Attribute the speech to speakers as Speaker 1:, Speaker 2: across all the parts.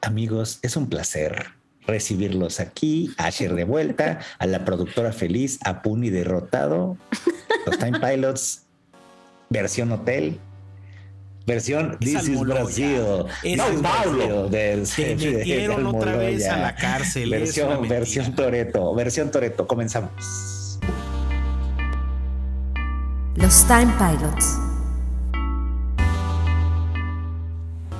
Speaker 1: Amigos, es un placer recibirlos aquí, a Asher de vuelta, a la productora feliz, a Puni derrotado, los Time Pilots, versión hotel, versión This is Brasil, no Paulo, de, de, de-
Speaker 2: Te
Speaker 1: de
Speaker 2: metieron otra
Speaker 1: Almoloya.
Speaker 2: vez a la cárcel. es una
Speaker 1: Versión,
Speaker 2: mentira.
Speaker 1: versión Toreto, versión Toreto, comenzamos.
Speaker 3: Los Time Pilots.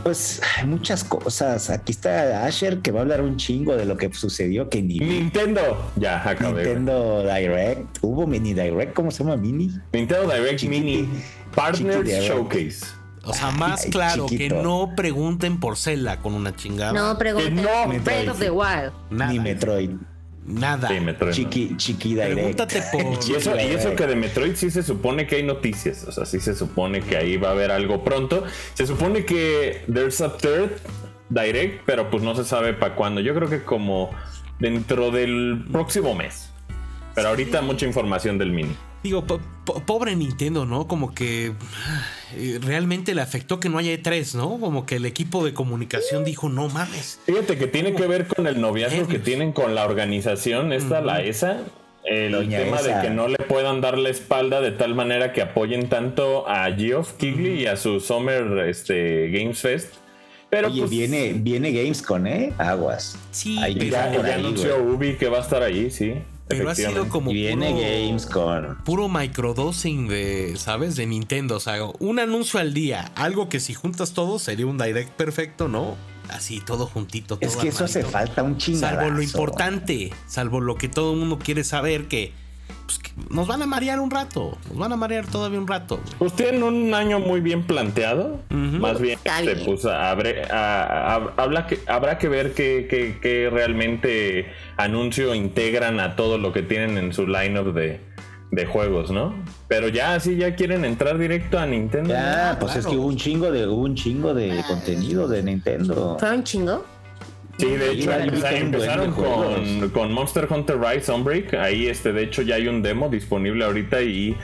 Speaker 1: Pues hay muchas cosas. Aquí está Asher que va a hablar un chingo de lo que sucedió que ni
Speaker 4: Nintendo. Ya, acabé. güey.
Speaker 1: Nintendo Direct. Hubo mini Direct, ¿cómo se llama? Mini.
Speaker 4: Nintendo Direct Mini Partners
Speaker 1: Direct.
Speaker 4: Showcase.
Speaker 2: O sea, más
Speaker 1: Ay,
Speaker 2: claro
Speaker 1: chiquito.
Speaker 2: que no pregunten por Cela con una chingada.
Speaker 5: No pregunten.
Speaker 4: no,
Speaker 5: Breath of the Wild.
Speaker 2: nada.
Speaker 1: Ni Metroid.
Speaker 2: Nada.
Speaker 4: Sí, Metroid.
Speaker 1: Chiqui, chiqui Direct.
Speaker 2: Pregúntate por.
Speaker 4: Y eso, y eso que de Metroid sí se supone que hay noticias. O sea, sí se supone que ahí va a haber algo pronto. Se supone que there's a third direct, pero pues no se sabe para cuándo. Yo creo que como dentro del próximo mes. Pero ahorita mucha información del mini.
Speaker 2: Digo, po- po- pobre Nintendo, ¿no? Como que eh, realmente le afectó que no haya E3, ¿no? Como que el equipo de comunicación dijo, no mames.
Speaker 4: Fíjate que tiene que ver con el noviazgo que
Speaker 2: Genios.
Speaker 4: tienen con la organización, esta, la ESA. El
Speaker 1: Doña E
Speaker 4: tema
Speaker 1: ESA.
Speaker 4: de que no le puedan dar la espalda de tal manera que apoyen tanto a Geoff Keighley y a su Summer este, Games Fest. Pero
Speaker 1: Oye,
Speaker 4: pues,
Speaker 1: viene, viene Gamescon, ¿eh? Aguas.
Speaker 2: Sí,
Speaker 1: Ahí
Speaker 2: pero,
Speaker 4: Ya,
Speaker 1: por
Speaker 4: ya
Speaker 1: ahí,
Speaker 4: anunció Ubi que va a estar ahí, sí.
Speaker 2: pero ha sido
Speaker 4: efectivamente.
Speaker 2: como.
Speaker 1: Viene
Speaker 2: puro-
Speaker 1: Gamescon.
Speaker 2: puro microdosing de, ¿sabes? De Nintendo. O sea, un anuncio al día. Algo que si juntas todo sería un direct perfecto, ¿no? Así, todo juntito.
Speaker 1: Es
Speaker 2: todo
Speaker 1: que eso hace
Speaker 2: armadito.
Speaker 1: falta un chingo.
Speaker 2: Salvo lo importante. Salvo lo que todo el mundo quiere saber que, pues, que nos van a marear un rato. Nos van a marear todavía un rato.
Speaker 4: Pues tienen un año muy bien planteado.
Speaker 2: Ujú.
Speaker 4: Más bien,
Speaker 5: Está
Speaker 4: este,
Speaker 5: bien.
Speaker 4: pues, abre- a- a- habla que, habrá que ver qué, qué- qué realmente anuncio integran a todo lo que tienen en su lineup de, de juegos, ¿no? Pero ya así ya quieren entrar directo a Nintendo.
Speaker 1: Ya,
Speaker 2: Ah,
Speaker 1: pues es
Speaker 2: claro.
Speaker 1: que hubo un chingo de, hubo un chingo de contenido de Nintendo.
Speaker 5: ¿Fue un chingo?
Speaker 4: Sí, de
Speaker 1: Sí,
Speaker 4: hecho
Speaker 1: hay
Speaker 4: o sea,
Speaker 1: un buen de
Speaker 4: empezaron con,
Speaker 1: juegos.
Speaker 4: con Monster Hunter Rise Sunbreak. Ahí, este, de hecho, ya hay un demo disponible ahorita y.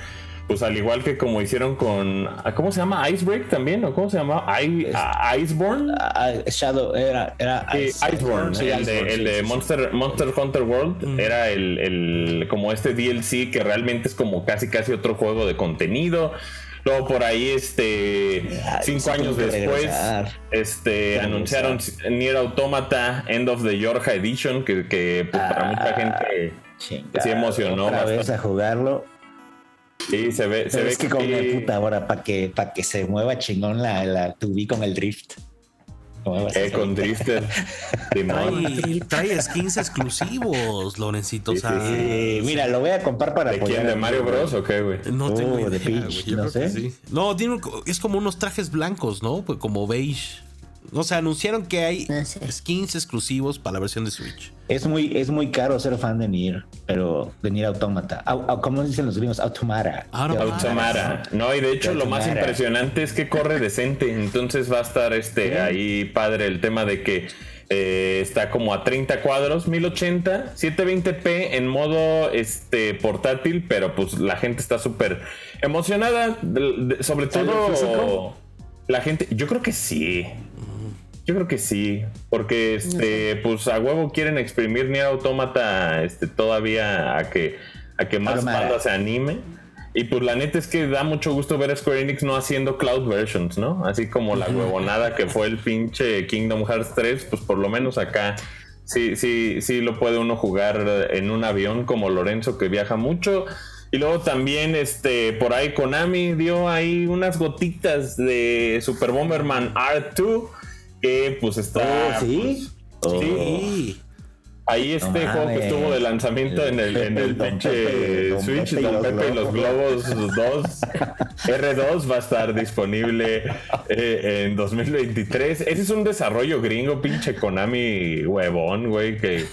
Speaker 4: Pues al igual que como hicieron con. ah, ¿Cómo se llama? Icebreak también, ¿o cómo se llama? I- ah, Iceborne.
Speaker 1: Ah, Shadow era, era
Speaker 4: Sí,
Speaker 1: Ice-
Speaker 4: Iceborne,
Speaker 1: sí,
Speaker 4: el de,
Speaker 1: Iceborne,
Speaker 4: el
Speaker 1: sí,
Speaker 4: de
Speaker 1: sí, sí.
Speaker 4: Monster, Monster Hunter World era el, el- como este DLC que realmente es como casi casi otro juego de contenido. Luego por ahí, este,
Speaker 1: Ay,
Speaker 4: cinco
Speaker 1: sí, tengo
Speaker 4: años
Speaker 1: que
Speaker 4: después,
Speaker 1: regresar.
Speaker 4: este,
Speaker 1: que
Speaker 4: anunciaron Nier Automata End of the Yorja Edition, que, que, pues,
Speaker 1: Ah.
Speaker 4: para mucha gente
Speaker 1: Chingado,
Speaker 4: sí emocionó
Speaker 1: Otra
Speaker 4: bastante.
Speaker 1: vez a jugarlo.
Speaker 4: sí, se ve, se
Speaker 1: Pero
Speaker 4: ve
Speaker 1: es que con el puta ahora, para que, para que se mueva chingón la, la tubi con el drift. ¿Cómo vas a
Speaker 4: eh, con
Speaker 1: hacer?
Speaker 4: Drifter, Simón.
Speaker 2: Trae, trae skins exclusivos, Lorencito. O
Speaker 4: Sí,
Speaker 2: sea,
Speaker 1: Eh, mira, lo voy a comprar para
Speaker 4: ¿De quién?
Speaker 1: apoyar
Speaker 4: ¿De
Speaker 1: a mi
Speaker 4: Mario
Speaker 1: güey.
Speaker 4: Bros o qué, güey?
Speaker 2: No tengo
Speaker 4: Uh,
Speaker 1: Oh, de
Speaker 2: idea,
Speaker 1: Peach,
Speaker 2: güey. Yo
Speaker 1: no
Speaker 2: creo que
Speaker 1: sé.
Speaker 2: sí. No, tiene un- es como unos trajes blancos, ¿no? Pues como beige. O sea, anunciaron que hay
Speaker 5: No sé.
Speaker 2: skins exclusivos para la versión de Switch.
Speaker 1: Es muy, es muy caro ser fan de Nier, pero de Nier Automata. Au- au- ¿Cómo dicen los gringos? Automata.
Speaker 2: Ahora-
Speaker 4: Automata. No, y de hecho lo más
Speaker 1: Automata.
Speaker 4: impresionante es que corre decente. Entonces va a estar este ahí padre el tema de que eh, está como a 30 cuadros, 1080, 720p en modo este portátil, pero pues la gente está súper emocionada, de- de- sobre
Speaker 1: ¿Sale
Speaker 4: todo
Speaker 1: físico?
Speaker 4: la gente, yo creo que sí. Yo creo que sí, porque este, pues a huevo quieren exprimir Nier Automata este, todavía a que, a que más
Speaker 1: Automata.
Speaker 4: bandas se anime. Y pues la neta es que da mucho gusto ver a Square Enix no haciendo cloud versions, ¿no? Así como la huevonada que fue el pinche Kingdom Hearts 3, pues por lo menos acá sí, sí, sí lo puede uno jugar en un avión como Lorenzo que viaja mucho. Y luego también, este, por ahí Konami dio ahí unas gotitas de Super Bomberman R2, que pues está...
Speaker 1: Oh, ¿Sí? Oh.
Speaker 4: pues, sí,
Speaker 2: Sí.
Speaker 4: Ahí este
Speaker 1: No
Speaker 4: juego que
Speaker 1: mames.
Speaker 4: estuvo de lanzamiento en el, en
Speaker 1: Pepe
Speaker 4: el
Speaker 1: y Don
Speaker 4: pinche
Speaker 1: Pepe, Don
Speaker 4: Switch,
Speaker 1: Pepe y
Speaker 4: Don
Speaker 1: los
Speaker 4: Pepe y los Globos 2, R2 va a estar disponible eh, en 2023. Ese es un desarrollo gringo, pinche Konami huevón, güey, que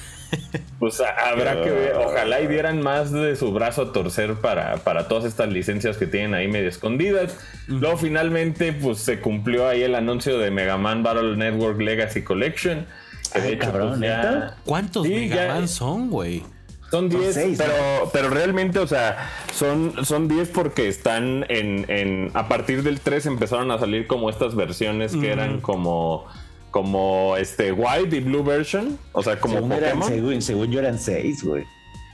Speaker 4: pues a- habrá que ver. Ojalá y dieran más de su brazo a torcer para, para todas estas licencias que tienen ahí medio escondidas. Luego finalmente, pues se cumplió ahí el anuncio de Mega Man Battle Network Legacy Collection. que de pues,
Speaker 1: Ay, cabrón,
Speaker 4: ya-
Speaker 1: ¿neta?
Speaker 2: ¿Cuántos
Speaker 4: Sí,
Speaker 2: Mega
Speaker 4: ya-
Speaker 2: Man son, güey?
Speaker 4: son
Speaker 1: Son
Speaker 4: 10,
Speaker 1: seis,
Speaker 4: pero, pero realmente, o sea, son, son 10 porque están en, en- A partir del 3 empezaron a salir como estas versiones que eran como. como este White y Blue version, o sea, como
Speaker 1: según, eran-
Speaker 4: Pokémon.
Speaker 1: según- según yo eran seis, güey.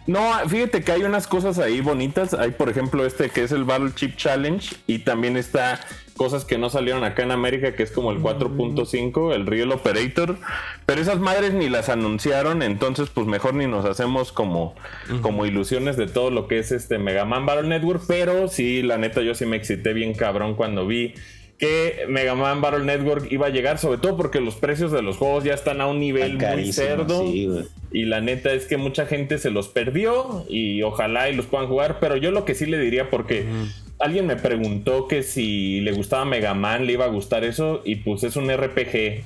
Speaker 4: No, fíjate que hay unas cosas ahí bonitas. Hay, por ejemplo, este que es el Battle Chip Challenge y también está cosas que no salieron acá en América, que es como el 4.5, el Real Operator. Pero esas madres ni las anunciaron, entonces pues mejor ni nos hacemos como, como ilusiones de todo lo que es este Mega Man Battle Network. Pero sí, la neta, yo sí me excité bien cabrón cuando vi que Mega Man Battle Network iba a llegar, sobre todo porque los precios de los juegos ya están a un nivel muy
Speaker 1: Carísimo,
Speaker 4: cerdo.
Speaker 1: sí, güey.
Speaker 4: Y la neta es que mucha gente se los perdió y ojalá y los puedan jugar. Pero yo lo que sí le diría, porque alguien me preguntó que si le gustaba Mega Man, le iba a gustar eso. Y pues es un RPG.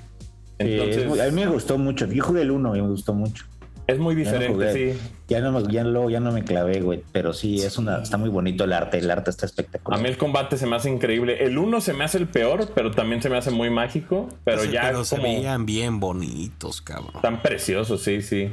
Speaker 4: Entonces
Speaker 1: Eh, a mí me gustó mucho. Yo jugué el uno y me gustó mucho.
Speaker 4: es muy
Speaker 1: Ya no
Speaker 4: diferente,
Speaker 1: jugué.
Speaker 4: sí.
Speaker 1: Ya no, me- ya, luego ya no me clavé, güey. Pero sí, es una, está muy bonito el arte. El arte está
Speaker 4: A
Speaker 1: espectacular.
Speaker 4: mí el combate se me hace increíble. El uno se me hace el peor, pero también se me hace muy mágico. Pero
Speaker 2: Sí,
Speaker 4: ya
Speaker 2: se
Speaker 4: como
Speaker 2: veían bien bonitos, cabrón.
Speaker 4: tan precioso, sí, sí.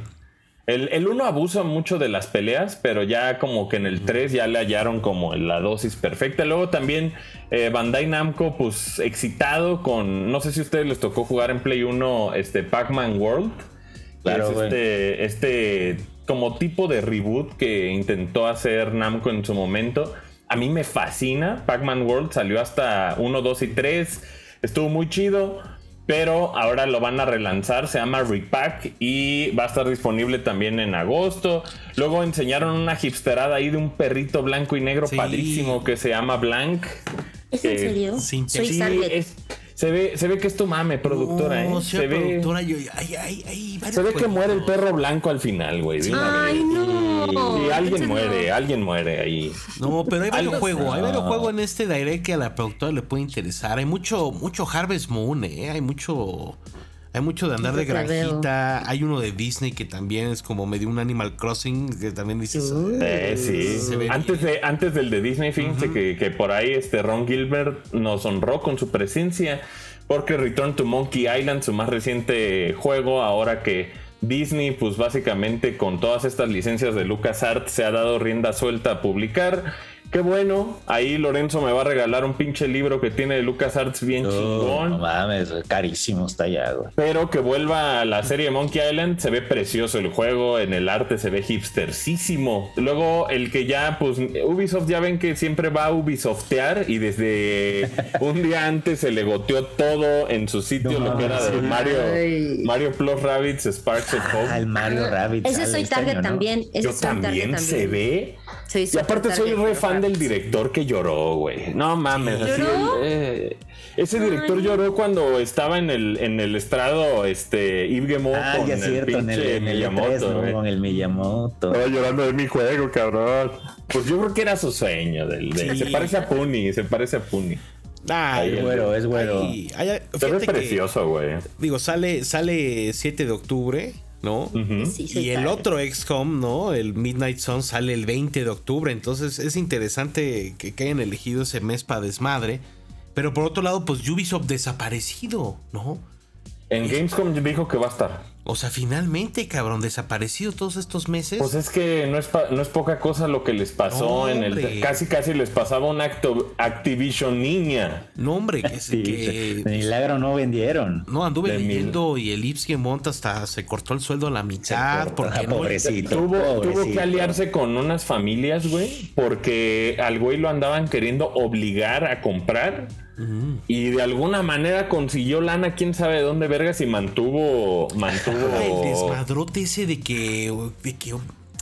Speaker 4: El, el uno abusa mucho de las peleas, pero ya como que en el 3 ya le hallaron como la dosis perfecta. Luego también eh, Bandai Namco, pues excitado con. No sé si a ustedes les tocó jugar en Play 1 este Pac-Man World. que
Speaker 1: Claro,
Speaker 4: es
Speaker 1: güey.
Speaker 4: este, este como tipo de reboot que intentó hacer Namco en su momento. A mí me fascina. Pac-Man World salió hasta 1, 2 y 3. Estuvo muy chido. Pero ahora lo van a relanzar. Se llama Repack. Y va a estar disponible también en agosto. Luego enseñaron una hipsterada ahí de un perrito blanco y negro
Speaker 2: Sí.
Speaker 4: padrísimo que se llama Blank.
Speaker 5: ¿Es en
Speaker 4: Eh,
Speaker 5: serio?
Speaker 2: sin-
Speaker 5: Soy
Speaker 4: Sí,
Speaker 5: target.
Speaker 4: es- se, ve, se ve que es tu mame, productora.
Speaker 2: No,
Speaker 4: eh.
Speaker 2: señora
Speaker 4: Se ve-
Speaker 2: productora, yo, ay, ay, ay, varios
Speaker 4: se ve que
Speaker 2: juegos.
Speaker 4: muere el perro blanco al final, güey. de una
Speaker 5: Ay,
Speaker 4: vez.
Speaker 5: no.
Speaker 4: Sí, alguien
Speaker 5: Entonces,
Speaker 4: muere, alguien muere ahí.
Speaker 2: No, pero hay varios
Speaker 4: Algo-
Speaker 2: juegos, hay varios
Speaker 1: No.
Speaker 2: juegos en este direct que a la productora le puede interesar. Hay mucho, mucho Harvest Moon, eh, hay mucho. Hay mucho de andar de
Speaker 5: Creo que veo.
Speaker 2: granjita. Hay uno de Disney que también es como medio un Animal Crossing, que también dices.
Speaker 4: Eh, sí.
Speaker 2: Se ve
Speaker 4: Antes, de, antes del de Disney, fíjense que, que por ahí este Ron Gilbert nos honró con su presencia. Porque Return to Monkey Island, su más reciente juego, ahora que Disney, pues básicamente con todas estas licencias de LucasArts se ha dado rienda suelta a publicar. Qué bueno, ahí Lorenzo me va a regalar un pinche libro que tiene de LucasArts bien
Speaker 2: Oh,
Speaker 1: Uh,
Speaker 4: chingón.
Speaker 1: no mames, güey, carísimo está ya, güey.
Speaker 4: Pero que vuelva a la serie Monkey Island, se ve precioso el juego, en el arte se ve hipstercísimo. Luego el que ya, pues Ubisoft ya ven que siempre va a Ubisoftear y desde un día antes se le goteó todo en su sitio,
Speaker 1: No
Speaker 4: lo que era de
Speaker 5: Ay.
Speaker 1: mames.
Speaker 4: Mario, Mario Plus Rabbits, Sparks of
Speaker 1: Ah, el
Speaker 4: Hope.
Speaker 1: Mario Rabbit.
Speaker 5: Ese
Speaker 1: sale
Speaker 5: soy
Speaker 1: este
Speaker 5: target
Speaker 1: año, ¿no?
Speaker 5: también. Ese
Speaker 4: Yo
Speaker 5: soy
Speaker 4: también
Speaker 5: target
Speaker 4: se
Speaker 5: también.
Speaker 4: ve.
Speaker 5: Soy
Speaker 4: Y
Speaker 5: súper
Speaker 4: aparte soy
Speaker 5: target,
Speaker 4: re fan
Speaker 5: pero-
Speaker 4: del director que lloró, güey. No mames. así,
Speaker 5: ¿Lloró?
Speaker 4: eh, ese director
Speaker 5: Ay.
Speaker 4: lloró cuando estaba en el, en el estrado, este, Yves Guillemot
Speaker 1: Ah,
Speaker 4: con
Speaker 1: ya
Speaker 4: el
Speaker 1: cierto, en el,
Speaker 4: pinche
Speaker 1: en el E
Speaker 4: Miyamoto, ¿eh?
Speaker 1: tres, ¿no?
Speaker 4: güey.
Speaker 1: Con el Miyamoto.
Speaker 4: Estaba llorando de mi juego, cabrón. Pues yo creo que era su sueño. Del, del-
Speaker 2: Sí.
Speaker 4: Se parece a Puni, se parece a Puni.
Speaker 2: Ay,
Speaker 1: Es güero, es güero.
Speaker 2: ay, ay, ay,
Speaker 4: Se ve
Speaker 2: fíjate que,
Speaker 4: precioso, güey.
Speaker 2: Digo, sale, sale 7 de octubre, ¿no?
Speaker 4: Ujú.
Speaker 5: Sí, soy
Speaker 2: Y el
Speaker 5: target.
Speaker 2: otro XCOM, ¿no? El Midnight Sun sale el 20 de octubre. Entonces es interesante que, que hayan elegido ese mes para desmadre. Pero por otro lado, pues Ubisoft desaparecido, ¿no?
Speaker 4: En Gamescom dijo que va a estar.
Speaker 2: O sea, finalmente, cabrón, desaparecido todos estos meses.
Speaker 4: Pues es que no es, pa- no es poca cosa lo que les pasó
Speaker 2: No,
Speaker 4: en el.
Speaker 2: hombre.
Speaker 4: Casi, casi les pasaba un acto Activision niña.
Speaker 2: no, hombre, que,
Speaker 1: Sí, de
Speaker 2: que
Speaker 1: milagro no vendieron.
Speaker 2: no anduve
Speaker 4: de mil.
Speaker 2: leyendo y el Ips que monta hasta se cortó el sueldo a la
Speaker 1: Se
Speaker 2: mitad.
Speaker 1: cortó,
Speaker 2: ah, porque no,
Speaker 1: ah, pobrecito.
Speaker 4: Tuvo, tuvo
Speaker 1: pobrecito.
Speaker 4: que aliarse con unas familias, güey, porque al güey lo andaban queriendo obligar a comprar y de alguna manera consiguió lana, quién sabe de dónde vergas y mantuvo,
Speaker 2: el
Speaker 4: mantuvo.
Speaker 2: desmadrote ese de que, de que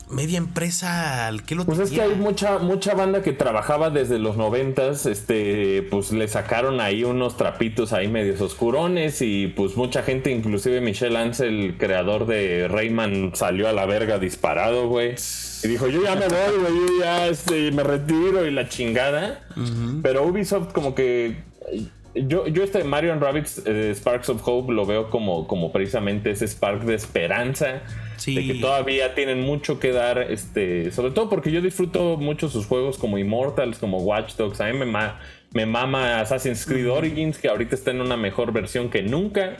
Speaker 2: media empresa al que lo
Speaker 4: Pues es que
Speaker 2: tenía?
Speaker 4: hay mucha mucha banda que trabajaba desde los noventas, este, pues le sacaron ahí unos trapitos ahí medios oscurones y pues mucha gente, inclusive Michelle Ansel, el creador de Rayman, salió a la verga disparado, güey. Y dijo, yo ya me voy, güey, yo ya este, me retiro y la chingada. Pero Ubisoft como que... Yo, yo este Mario Rabbits eh, Sparks of Hope lo veo como, como precisamente ese spark de esperanza.
Speaker 2: Sí.
Speaker 4: De que todavía tienen mucho que dar, este, sobre todo porque yo disfruto mucho sus juegos como Immortals, como Watch Dogs. A mí me, ma- me mama Assassin's Creed Origins, que ahorita está en una mejor versión que nunca,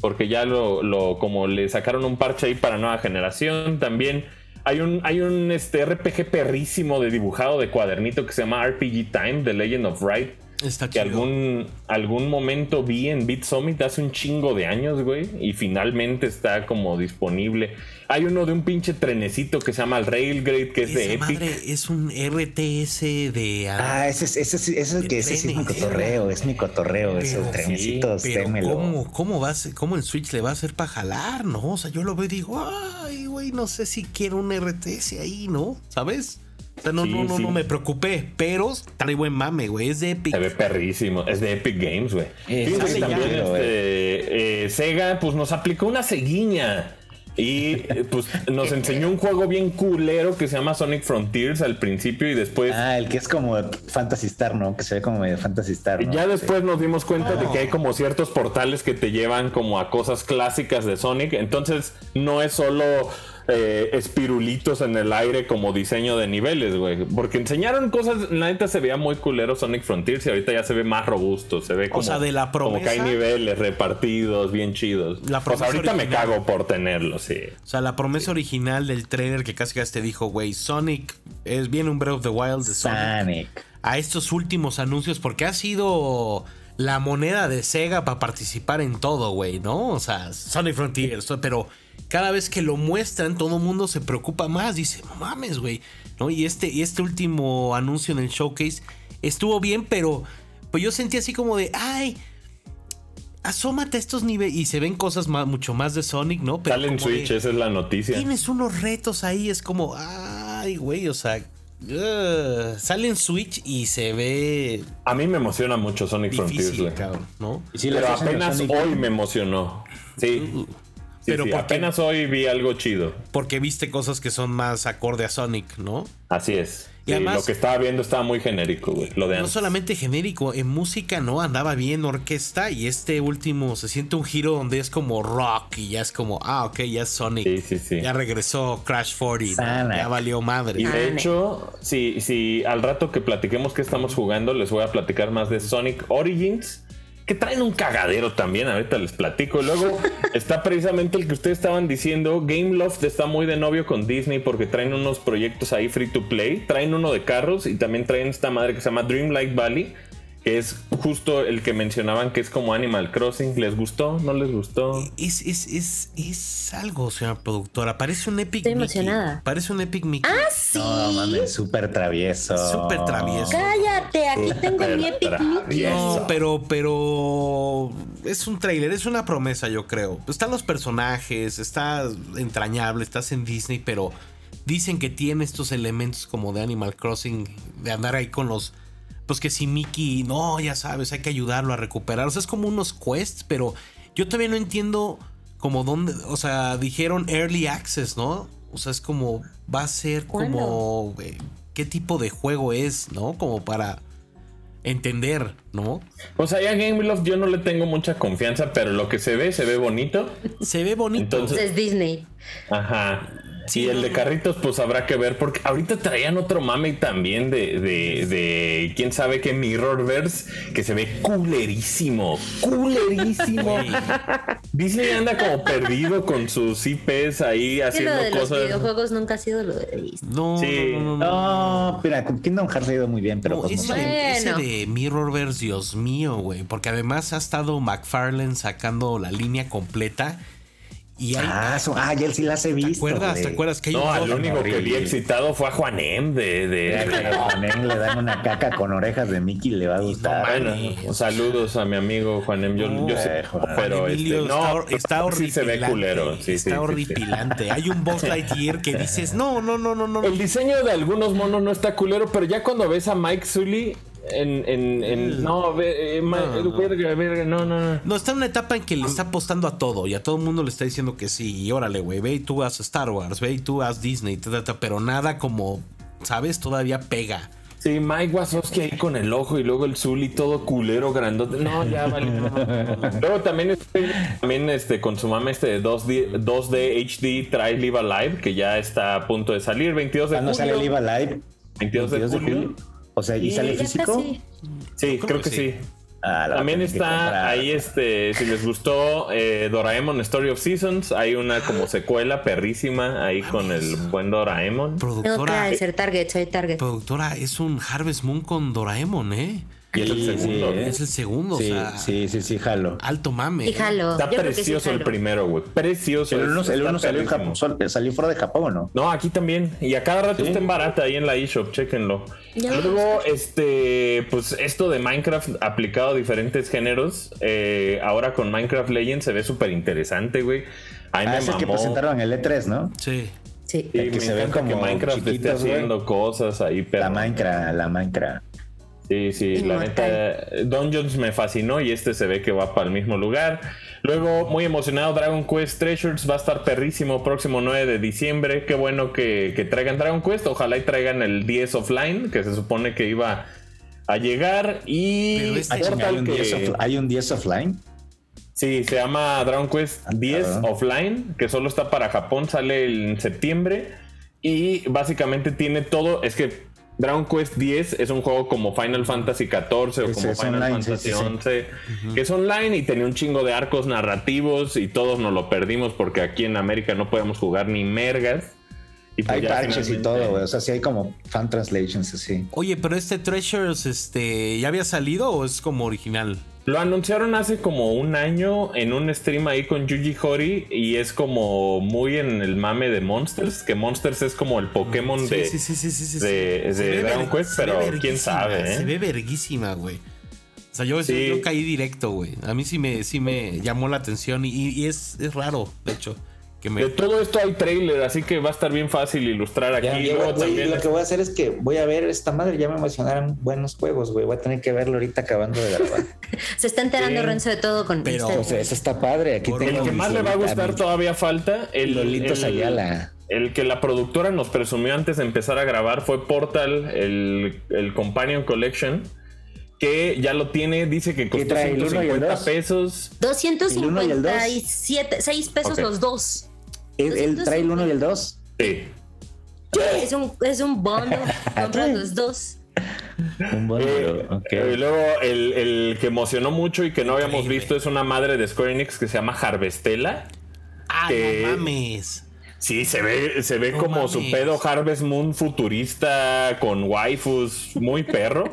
Speaker 4: porque ya lo, lo- como le sacaron un parche ahí para nueva generación. También hay un, hay un este, RPG perrísimo de dibujado de cuadernito que se llama RPG Time, The Legend of Right
Speaker 2: Está
Speaker 4: que
Speaker 2: chido.
Speaker 4: algún, algún momento vi en Beat Summit hace un chingo de años, güey, y finalmente está como disponible. Hay uno de un pinche trenecito que se llama el Railgrade, que es
Speaker 2: Esa
Speaker 4: de Epic.
Speaker 2: madre es un RTS de.
Speaker 1: Ah, ese, es- ese, sí- ese, es el que ese sí es mi
Speaker 2: Trenes.
Speaker 1: cotorreo, es mi cotorreo, ese
Speaker 2: Pero sí,
Speaker 1: trenecito,
Speaker 2: Pero
Speaker 1: démelo.
Speaker 2: ¿cómo, cómo, va a ser- ¿cómo el Switch le va a hacer para jalar, no? O sea, yo lo veo y digo, ay, güey, no sé si quiero un RTS ahí, ¿no? ¿Sabes? O sea, no,
Speaker 4: Sí,
Speaker 2: no, no,
Speaker 4: sí.
Speaker 2: no me preocupé, pero trae buen mame, güey, es de Epic.
Speaker 4: Se ve perrísimo. Es de Epic Games, güey.
Speaker 1: Eh,
Speaker 4: Fíjate
Speaker 2: sale
Speaker 4: que
Speaker 2: ya.
Speaker 4: también
Speaker 1: Pero,
Speaker 4: este, eh, Sega, pues nos aplicó una ceguiña. Y eh, pues nos enseñó un juego bien culero que se llama Sonic Frontiers al principio y después.
Speaker 1: Ah, el que es como Fantasy Star, ¿no? Que se ve como medio Fantasy Star. ¿no?
Speaker 4: Ya después nos dimos cuenta de
Speaker 2: No.
Speaker 4: que hay como ciertos portales que te llevan como a cosas clásicas de Sonic. Entonces no es solo eh, espirulitos en el aire como diseño de niveles, güey. Porque enseñaron cosas, la neta se veía muy culero Sonic Frontiers y ahorita ya se ve más robusto. Se ve como,
Speaker 2: sea, de la
Speaker 4: como que hay
Speaker 2: promesa-
Speaker 4: niveles repartidos, bien chidos.
Speaker 2: La
Speaker 4: o sea,
Speaker 2: promesa
Speaker 4: ahorita me
Speaker 2: original.
Speaker 4: cago por tenerlo, sí.
Speaker 2: O sea, la promesa original del trailer que casi casi te dijo, güey, Sonic es bien un Breath of the Wild de Sonic.
Speaker 1: Sonic.
Speaker 2: A estos últimos anuncios, porque ha sido la moneda de Sega para participar en todo, güey, ¿no? O sea, Sonic Frontiers, pero cada vez que lo muestran, todo el mundo se preocupa más, dice, no mames, güey, ¿no? Y este, y este último anuncio en el showcase estuvo bien, pero pues yo sentí así como de, ay. Asómate a estos niveles y se ven cosas ma- mucho más de Sonic, ¿no?
Speaker 4: Sale en
Speaker 2: como de-
Speaker 4: Switch, esa es la noticia.
Speaker 2: Tienes unos retos ahí, es como, ay, güey, o sea, ugh, sale en Switch y se ve
Speaker 4: A mí me emociona mucho Sonic Frontiers,
Speaker 2: difícil,
Speaker 4: güey.
Speaker 2: cabrón, ¿no?
Speaker 1: Y sí,
Speaker 4: Pero
Speaker 1: las hacen los
Speaker 4: apenas
Speaker 1: Sonic-
Speaker 4: hoy me emocionó. Sí. Sí,
Speaker 2: Uh, Pero
Speaker 4: sí,
Speaker 2: ¿por qué?
Speaker 4: apenas hoy vi algo chido.
Speaker 2: Porque viste cosas que son más acorde a Sonic, ¿no?
Speaker 4: Así es.
Speaker 2: Y
Speaker 4: Sí,
Speaker 2: además-
Speaker 4: lo que estaba viendo estaba muy genérico, güey. Lo de
Speaker 2: No
Speaker 4: antes.
Speaker 2: solamente genérico, en música no andaba bien orquesta y este último se siente un giro donde es como rock y ya es como, ah, ok, ya es Sonic.
Speaker 4: Sí, sí, sí.
Speaker 2: Ya regresó Crash 40, ¿no?
Speaker 1: Sonic.
Speaker 2: ya valió madre.
Speaker 4: Y
Speaker 5: Ah,
Speaker 4: de
Speaker 5: me-
Speaker 4: hecho, si, si al rato que platiquemos que estamos jugando, les voy a platicar más de Sonic Origins, que traen un cagadero también. Ahorita les platico. Luego está precisamente el que ustedes estaban diciendo. Gameloft está muy de novio con Disney porque traen unos proyectos ahí free to play. Traen uno de carros y también traen esta madre que se llama Dreamlight Valley. Que es justo el que mencionaban que es como Animal Crossing. ¿Les gustó? ¿No les gustó?
Speaker 2: Es, es, es, es algo, señora productora. Parece un Epic
Speaker 5: Estoy emocionada.
Speaker 2: Mickey. Parece un Epic Mickey.
Speaker 5: ¡Ah, sí!
Speaker 1: No, mames, súper travieso.
Speaker 2: Súper travieso.
Speaker 5: Cállate, aquí tengo mi
Speaker 4: Pero
Speaker 5: Epic Mickey.
Speaker 4: travieso.
Speaker 2: No, pero, pero es un trailer, es una promesa, yo creo. Están los personajes, está entrañable, estás en Disney, pero dicen que tiene estos elementos como de Animal Crossing, de andar ahí con los. Pues que si Mickey, no, ya sabes, hay que ayudarlo a recuperar. O sea, es como unos quests, pero yo todavía no entiendo como dónde. O sea, dijeron early access, ¿no? O sea, es como. Va a ser como. eh, ¿Qué tipo de juego es, no? Como para entender, ¿no?
Speaker 4: O sea, ya Gameloft yo no le tengo mucha confianza, pero lo que se ve, se ve bonito.
Speaker 2: Se ve bonito.
Speaker 4: Entonces-
Speaker 5: Es Disney.
Speaker 4: Ajá.
Speaker 2: Sí,
Speaker 4: y el
Speaker 2: no,
Speaker 4: de
Speaker 2: no.
Speaker 4: carritos, pues habrá que ver, porque ahorita traían otro mame también de, de, de quién sabe qué Mirrorverse, que se ve culerísimo, culerísimo.
Speaker 2: Güey,
Speaker 4: Disney anda como perdido con sus IPs ahí
Speaker 5: Es que lo
Speaker 4: haciendo
Speaker 5: de los
Speaker 4: cosas.
Speaker 5: videojuegos nunca ha sido lo de Disney.
Speaker 2: no,
Speaker 4: Sí.
Speaker 2: no, no, no, no.
Speaker 1: No, mira, con Kingdom Hearts ha ido muy bien, pero
Speaker 2: No,
Speaker 1: pues no
Speaker 2: ese,
Speaker 1: sé.
Speaker 2: de, ese
Speaker 5: Bueno.
Speaker 2: de Mirrorverse, Dios mío, güey. Porque además ha estado McFarlane sacando la línea completa. Y hay,
Speaker 1: Ah, su- ah, ya él sí las he
Speaker 2: ¿Te
Speaker 1: visto.
Speaker 2: acuerdas?
Speaker 1: güey.
Speaker 2: ¿Te acuerdas que hay
Speaker 4: No,
Speaker 2: un
Speaker 4: al
Speaker 2: juego-
Speaker 4: único que vi excitado fue a Juanem de...
Speaker 1: Ya que
Speaker 4: de...
Speaker 1: a Juanem le dan una caca con orejas de Mickey, le va a gustar.
Speaker 4: Bueno, saludos a mi amigo Juanem. Yo, yo sé,
Speaker 1: Eh, Juan
Speaker 4: pero este,
Speaker 2: Emilio, está,
Speaker 4: no,
Speaker 2: hor- está
Speaker 4: sí
Speaker 2: horripilante.
Speaker 4: se ve culero. Sí, sí,
Speaker 2: está
Speaker 4: sí, sí.
Speaker 2: horripilante. Hay un Boss Lightyear que dices, no, no, no, no, no.
Speaker 4: El diseño de algunos monos no está culero, pero ya cuando ves a Mike Sully en. en, en- no, ve- eh, ma-
Speaker 2: No, no.
Speaker 4: verga, verga, no, no, no.
Speaker 2: No, está en una etapa en que le está apostando a todo y a todo el mundo le está diciendo que sí. Y órale, güey, ve y tú haz Star Wars, ve y tú haz Disney, ta, ta, ta, pero nada como, ¿sabes? Todavía pega.
Speaker 4: Sí, Mike Wazowski ahí con el ojo y luego el Sully todo culero, grandote. No, ya vale. no, no, no. Luego también, este, también este, con su mame este de 2D, 2D HD Try Live Alive, que ya está a punto de salir, 22 de
Speaker 1: ¿Cuándo
Speaker 4: julio.
Speaker 1: Ah, sale el IVA Live?
Speaker 4: 22 de julio.
Speaker 1: O sea, ¿y
Speaker 4: Sí,
Speaker 1: sale
Speaker 5: Ya
Speaker 1: físico?
Speaker 5: casi.
Speaker 4: Sí,
Speaker 2: Creo
Speaker 4: creo,
Speaker 2: que
Speaker 4: que,
Speaker 2: sí.
Speaker 4: sí.
Speaker 1: Ah, la
Speaker 4: También
Speaker 1: voy a tener que comprar.
Speaker 4: está ahí este, si les gustó eh, Doraemon Story of Seasons, hay una como secuela perrísima ahí con el buen Doraemon.
Speaker 5: Tengo que
Speaker 2: Productora,
Speaker 5: ser Target, soy Target.
Speaker 2: productora, es un Harvest Moon con Doraemon, ¿eh?
Speaker 4: Y es el segundo.
Speaker 1: sí, ¿eh?
Speaker 2: Es el segundo, o
Speaker 1: Sí,
Speaker 2: sea,
Speaker 1: sí, sí, sí, jalo.
Speaker 2: alto mame. ¿eh?
Speaker 5: Fíjalo. yo
Speaker 4: Está
Speaker 5: creo que sí,
Speaker 4: precioso el
Speaker 5: jalo.
Speaker 4: primero, güey. Precioso.
Speaker 2: pues,
Speaker 1: El uno,
Speaker 4: Está
Speaker 1: el uno salió, en
Speaker 4: perrísimo.
Speaker 1: Japón, sol- salió fuera de Japón, ¿o ¿no?
Speaker 4: No, aquí también. Y a cada rato está en barata ahí en la eShop, chéquenlo.
Speaker 5: Ya.
Speaker 4: Luego, este, pues esto de Minecraft aplicado a diferentes géneros. eh, ahora con Minecraft Legends se ve súper interesante, güey. A mí
Speaker 1: Ah,
Speaker 4: me
Speaker 1: es el que
Speaker 4: mamó.
Speaker 1: presentaron en el E3, ¿no?
Speaker 2: ¿eh? Sí.
Speaker 5: Sí.
Speaker 4: Sí,
Speaker 1: el que
Speaker 4: me
Speaker 1: se ve
Speaker 4: encanta
Speaker 1: como
Speaker 4: que Minecraft esté
Speaker 1: chiquitos, güey.
Speaker 4: haciendo cosas ahí, pero.
Speaker 1: La Minecraft, la Minecraft.
Speaker 4: Sí, sí, la
Speaker 5: Inmortal.
Speaker 4: neta. Dungeons me fascinó y este se ve que va para el mismo lugar. Luego, muy emocionado, Dragon Quest Treasures va a estar perrísimo próximo 9 de diciembre. Qué bueno que, que traigan Dragon Quest. Ojalá y traigan el 10 offline, que se supone que iba a llegar.
Speaker 2: Pero
Speaker 4: Y
Speaker 2: este-
Speaker 1: Ah, chinga, ¿Hay
Speaker 4: Portal
Speaker 1: un, 10
Speaker 4: que,
Speaker 1: off- hay un 10 offline?
Speaker 4: sí, se llama Dragon Quest 10
Speaker 1: Ah.
Speaker 4: offline, que solo está para Japón, sale en septiembre. Y básicamente tiene todo, es que Dragon Quest 10 es un juego como Final Fantasy 14 o
Speaker 1: Sí, sí,
Speaker 4: como
Speaker 1: es
Speaker 4: Final
Speaker 1: online, sí,
Speaker 4: Fantasy
Speaker 1: sí, sí.
Speaker 4: 11, que es online y tenía un chingo de arcos narrativos y todos nos lo perdimos porque aquí en América no podemos jugar ni mergas. Y pues
Speaker 1: Hay
Speaker 4: ya
Speaker 1: parches y
Speaker 4: finalmente-
Speaker 1: todo, güey. O sea, sí hay como fan translations así.
Speaker 2: Oye, pero este Treasures, este, ¿ya había salido o es como original?
Speaker 4: Lo anunciaron hace como un año en un stream ahí con Yuji Hori y es como muy en el mame de Monsters, que Monsters es como el Pokémon de...
Speaker 2: sí, sí, sí, sí, sí, sí.
Speaker 4: de- de
Speaker 2: Se ve
Speaker 4: Dragon
Speaker 2: ver-
Speaker 4: Quest,
Speaker 2: se ve
Speaker 4: pero
Speaker 2: verguísima,
Speaker 4: quién sabe, ¿eh?
Speaker 2: Se ve verguísima, güey. O sea, yo,
Speaker 4: Sí.
Speaker 2: yo caí directo, güey. A mí sí me, sí me llamó la atención y, y es, es raro, de hecho, que me...
Speaker 4: De todo esto hay trailer, así que va a estar bien fácil ilustrar aquí.
Speaker 1: Ya,
Speaker 4: Y
Speaker 1: ya,
Speaker 4: luego
Speaker 1: güey,
Speaker 4: también-
Speaker 1: lo que voy a hacer es que voy a ver esta madre, ya me emocionaron buenos juegos, güey. Voy a tener que verlo ahorita acabando de grabar.
Speaker 5: Se está enterando
Speaker 4: Sí.
Speaker 5: Renzo de todo con
Speaker 2: Pero-
Speaker 5: Instagram.
Speaker 1: o sea, eso está padre. Aquí
Speaker 2: Por
Speaker 1: tengo
Speaker 4: El que
Speaker 1: mis
Speaker 4: más le va a
Speaker 1: Lolita-
Speaker 4: gustar
Speaker 1: mis
Speaker 4: todavía falta el
Speaker 1: Lolitos
Speaker 4: el-
Speaker 1: Ayala.
Speaker 4: El que la productora nos presumió antes de empezar a grabar fue Portal, el, el Companion Collection, que ya lo tiene, dice que costó
Speaker 1: trae el uno y el
Speaker 4: 150
Speaker 1: dos?
Speaker 4: pesos.
Speaker 1: El uno y el dos.
Speaker 5: 257, 6 pesos
Speaker 4: Ok.
Speaker 5: los dos.
Speaker 1: ¿Él, él trae el 1 y el 2?
Speaker 4: Sí.
Speaker 5: Es un, es un bono. Compras los dos.
Speaker 1: Un buen
Speaker 4: Eh, eh, luego el, el que emocionó mucho y que no habíamos
Speaker 2: Increíble.
Speaker 4: visto es una madre de Square Enix que se llama Harvestella.
Speaker 2: ¡Ah,
Speaker 4: que-
Speaker 2: no mames!
Speaker 4: Sí, se ve, se ve
Speaker 2: No
Speaker 4: como su
Speaker 2: mames.
Speaker 4: pedo Harvest Moon futurista con waifus, muy perro.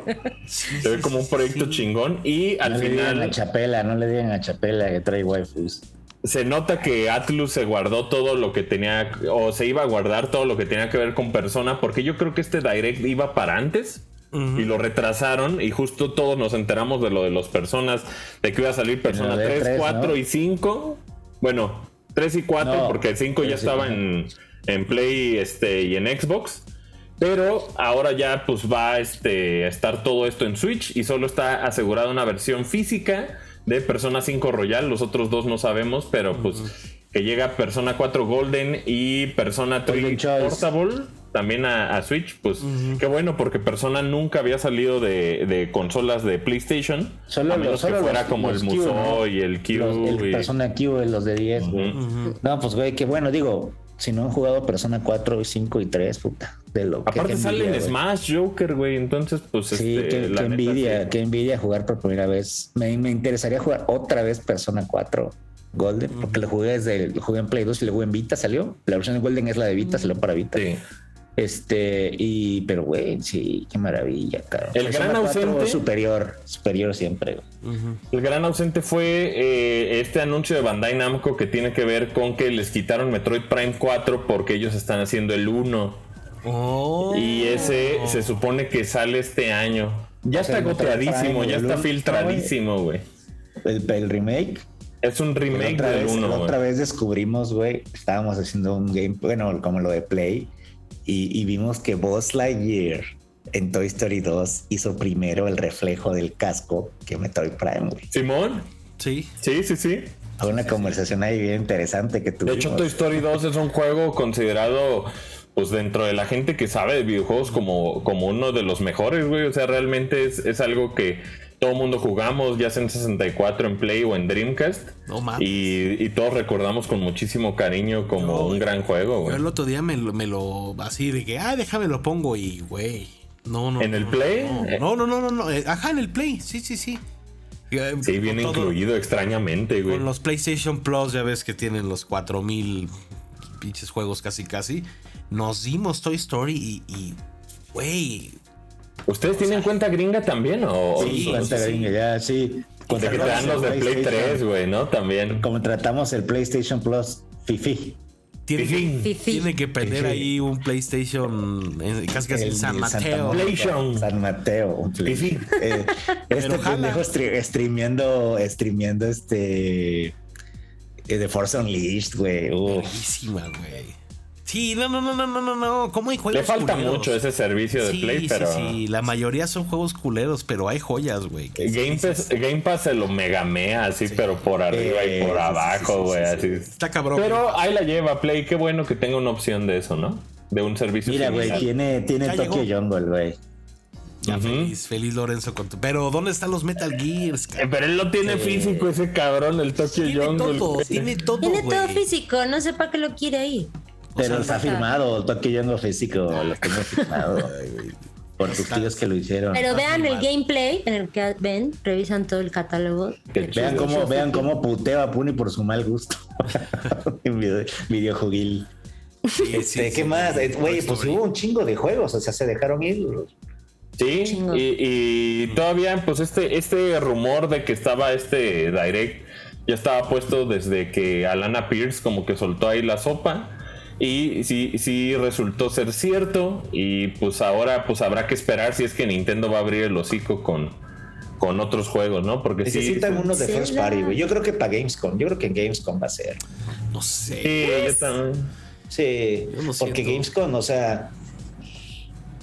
Speaker 2: Sí,
Speaker 4: Se ve
Speaker 2: sí,
Speaker 4: como
Speaker 2: sí,
Speaker 4: un proyecto
Speaker 2: sí.
Speaker 4: chingón y al
Speaker 1: no le digan a
Speaker 4: final
Speaker 1: Chapela, no le digan a Chapela que trae waifus.
Speaker 4: se nota que Atlus se guardó todo lo que tenía o se iba a guardar todo lo que tenía que ver con persona porque yo creo que este direct iba para antes. Y lo retrasaron y justo todos nos enteramos de lo de los personas, de que iba a salir persona
Speaker 1: de
Speaker 4: 3,
Speaker 1: tres,
Speaker 4: 4
Speaker 1: ¿no?
Speaker 4: y 5. Bueno, 3 y 4
Speaker 1: No,
Speaker 4: porque el 5 ya
Speaker 1: tres y
Speaker 4: estaba
Speaker 1: cuatro.
Speaker 4: en, en Play este, y en Xbox. Pero ahora ya pues va este, a estar todo esto en Switch y solo está asegurada una versión física de Persona 5 Royal. Los otros dos no sabemos, pero pues que llega Persona 4 Golden y Persona 3
Speaker 1: Golden Choice.
Speaker 4: Portable también a, a Switch. Pues qué bueno porque Persona nunca había salido de, de consolas de PlayStation.
Speaker 1: Solo
Speaker 4: a
Speaker 1: los-
Speaker 4: menos
Speaker 1: solo
Speaker 4: que fuera
Speaker 1: los-
Speaker 4: como
Speaker 1: los
Speaker 4: el
Speaker 1: Q,
Speaker 4: Musou
Speaker 1: ¿no?
Speaker 4: y el Q.
Speaker 1: Los- el
Speaker 4: y-
Speaker 1: Persona Q, los de 10, güey.
Speaker 4: Ujú.
Speaker 1: No, pues güey, qué bueno, digo, si no han jugado Persona 4, 5 y 3, puta, de lo que
Speaker 4: Aparte sale en
Speaker 1: güey.
Speaker 4: Smash Joker, güey. Entonces, pues
Speaker 1: Sí,
Speaker 4: este,
Speaker 1: qué,
Speaker 4: la
Speaker 1: qué
Speaker 4: neta,
Speaker 1: envidia,
Speaker 4: sí.
Speaker 1: qué envidia jugar por primera vez. Me, me interesaría jugar otra vez Persona 4 Golden, porque lo jugué desde, lo jugué en Play 2 y luego en Vita salió. La versión de Golden es la de Vita, salió para Vita.
Speaker 4: Sí.
Speaker 1: Este, y, pero güey, sí, qué maravilla, cabrón.
Speaker 4: El gran ausente-
Speaker 1: superior, superior siempre. güey.
Speaker 2: Ujú.
Speaker 4: El gran ausente fue eh, este anuncio de Bandai Namco que tiene que ver con que les quitaron Metroid Prime 4 porque ellos están haciendo el 1.
Speaker 2: Oh.
Speaker 4: Y ese se supone que sale este año. Ya
Speaker 1: O sea,
Speaker 4: está
Speaker 1: el Metroid
Speaker 4: goteadísimo,
Speaker 1: Prime,
Speaker 4: ya
Speaker 1: el
Speaker 4: está
Speaker 1: uno.
Speaker 4: filtradísimo, güey.
Speaker 1: El, el remake,
Speaker 4: Es un
Speaker 1: que la
Speaker 4: remake
Speaker 1: otra,
Speaker 4: del
Speaker 1: vez, la
Speaker 4: 1,
Speaker 1: otra
Speaker 4: güey.
Speaker 1: vez descubrimos, güey, estábamos haciendo un game, bueno, como lo de Play, y, y vimos que Buzz Lightyear en Toy Story 2 hizo primero el reflejo del casco que Metroid Prime, güey.
Speaker 4: Simón,
Speaker 2: Sí.
Speaker 4: sí, sí, sí.
Speaker 1: Fue una conversación ahí bien interesante que
Speaker 4: De
Speaker 1: tuvimos.
Speaker 4: hecho, Toy Story 2 es un juego considerado, pues dentro de la gente que sabe de videojuegos, como, como uno de los mejores, güey. O sea, realmente es, es algo que todo mundo jugamos, ya sea en 64, en Play o en Dreamcast.
Speaker 2: No mames.
Speaker 4: Y, y todos recordamos con muchísimo cariño como
Speaker 2: No,
Speaker 4: un
Speaker 2: güey.
Speaker 4: gran juego,
Speaker 2: Yo
Speaker 4: güey.
Speaker 2: el otro día me, lo- me lo así de que, ah, déjame lo pongo y, güey. No, no.
Speaker 4: ¿En el
Speaker 2: no,
Speaker 4: Play?
Speaker 2: No, no, no, no, no. eh, Ajá, en el Play. Sí, sí, sí. Eh,
Speaker 4: Sí, viene
Speaker 2: con todo-
Speaker 4: incluido extrañamente, güey.
Speaker 2: Con los PlayStation Plus, ya ves que tienen los 4000 pinches juegos casi, casi. Nos dimos Toy Story y, y, güey,
Speaker 4: ¿Ustedes tienen cuenta gringa también? O,
Speaker 1: Sí,
Speaker 4: o-
Speaker 1: cuenta gringa, ya, sí.
Speaker 4: de que te
Speaker 1: Contratamos
Speaker 4: dan los
Speaker 1: el
Speaker 4: de Play
Speaker 1: PlayStation.
Speaker 4: 3, güey, ¿no? También.
Speaker 1: Contratamos el PlayStation Plus Fifi.
Speaker 2: Tiene que,
Speaker 5: Fifi.
Speaker 2: tiene que
Speaker 1: Sí,
Speaker 2: pedir
Speaker 1: sí.
Speaker 2: ahí un PlayStation en- casi casi en
Speaker 1: El
Speaker 2: San
Speaker 1: de Santa
Speaker 2: Mateo.
Speaker 1: Mónica,
Speaker 4: PlayStation.
Speaker 1: San Mateo. un Play.
Speaker 4: Fifi.
Speaker 1: Eh, este
Speaker 2: Pero jala.
Speaker 1: pendejo stre- streameando, streameando este. eh, De Force Unleashed, güey. Uf.
Speaker 2: Verguísima, güey. Sí, no, no, no, no, no, no, no. ¿Cómo hay juegos
Speaker 4: Le falta
Speaker 2: culeros?
Speaker 4: mucho ese servicio de
Speaker 2: Sí,
Speaker 4: Play,
Speaker 2: sí,
Speaker 4: pero.
Speaker 2: sí. La mayoría son juegos culeros, pero hay joyas, güey. que sí
Speaker 4: Eh, Game Pass,
Speaker 2: dices,
Speaker 4: Game Pass se lo megamea así, pero por arriba
Speaker 1: Eh,
Speaker 4: y por
Speaker 1: sí, sí, sí,
Speaker 4: abajo,
Speaker 1: sí,
Speaker 4: güey.
Speaker 1: sí,
Speaker 4: así.
Speaker 2: Está cabrón.
Speaker 4: Pero ahí la lleva Play. Qué bueno que tenga una opción de eso, ¿no? De un servicio.
Speaker 1: Mira, güey,
Speaker 4: similar.
Speaker 1: tiene, tiene
Speaker 2: Ya
Speaker 1: Tokyo
Speaker 2: llegó.
Speaker 1: Jungle, güey.
Speaker 2: Ya
Speaker 4: Ujú.
Speaker 2: feliz, feliz Lorenzo con tu. Pero ¿dónde están los Metal Gears? ca-
Speaker 4: Eh, Pero él lo tiene físico, ese cabrón, el Tokyo
Speaker 2: Tiene
Speaker 4: Jungle.
Speaker 2: todo,
Speaker 4: güey.
Speaker 2: tiene todo,
Speaker 5: Tiene todo
Speaker 2: güey.
Speaker 5: físico, no sé para qué lo quiere ahí.
Speaker 1: Ah, Pero
Speaker 2: sea,
Speaker 1: está
Speaker 5: está-
Speaker 1: firmado, el Tokyo Jungle físico, lo tengo firmado. por tus tíos que lo hicieron.
Speaker 5: Pero vean el
Speaker 2: mal.
Speaker 5: gameplay en el que ven, revisan todo el catálogo.
Speaker 4: Qué
Speaker 5: del
Speaker 1: Vean
Speaker 4: chido.
Speaker 1: cómo, vean cómo puteo a Puni por su mal gusto. En video- Videojuguil.
Speaker 2: Sí, sí,
Speaker 1: Este,
Speaker 2: sí,
Speaker 1: ¿Qué
Speaker 2: sí,
Speaker 1: más?
Speaker 2: sí,
Speaker 1: Eh, Güey,
Speaker 2: Toy
Speaker 1: pues
Speaker 2: Story.
Speaker 1: hubo un chingo de juegos, o sea, se dejaron ir.
Speaker 4: Sí,
Speaker 5: Chingo.
Speaker 4: y, y todavía, pues este, este rumor de que estaba este direct ya estaba puesto desde que Alana Pierce como que soltó ahí la sopa. Y sí, sí resultó ser cierto. Y pues ahora pues habrá que esperar si es que Nintendo va a abrir el hocico con, con otros juegos, ¿no? Porque sí,
Speaker 1: Necesitan uno de
Speaker 5: Sí,
Speaker 1: First
Speaker 5: la-
Speaker 1: Party, güey. Yo creo que para Gamescom, yo creo que en Gamescom va a ser.
Speaker 2: No sé.
Speaker 4: sí, yo también.
Speaker 1: Sí,
Speaker 2: Yo lo
Speaker 1: porque
Speaker 2: siento.
Speaker 1: Gamescom, o sea,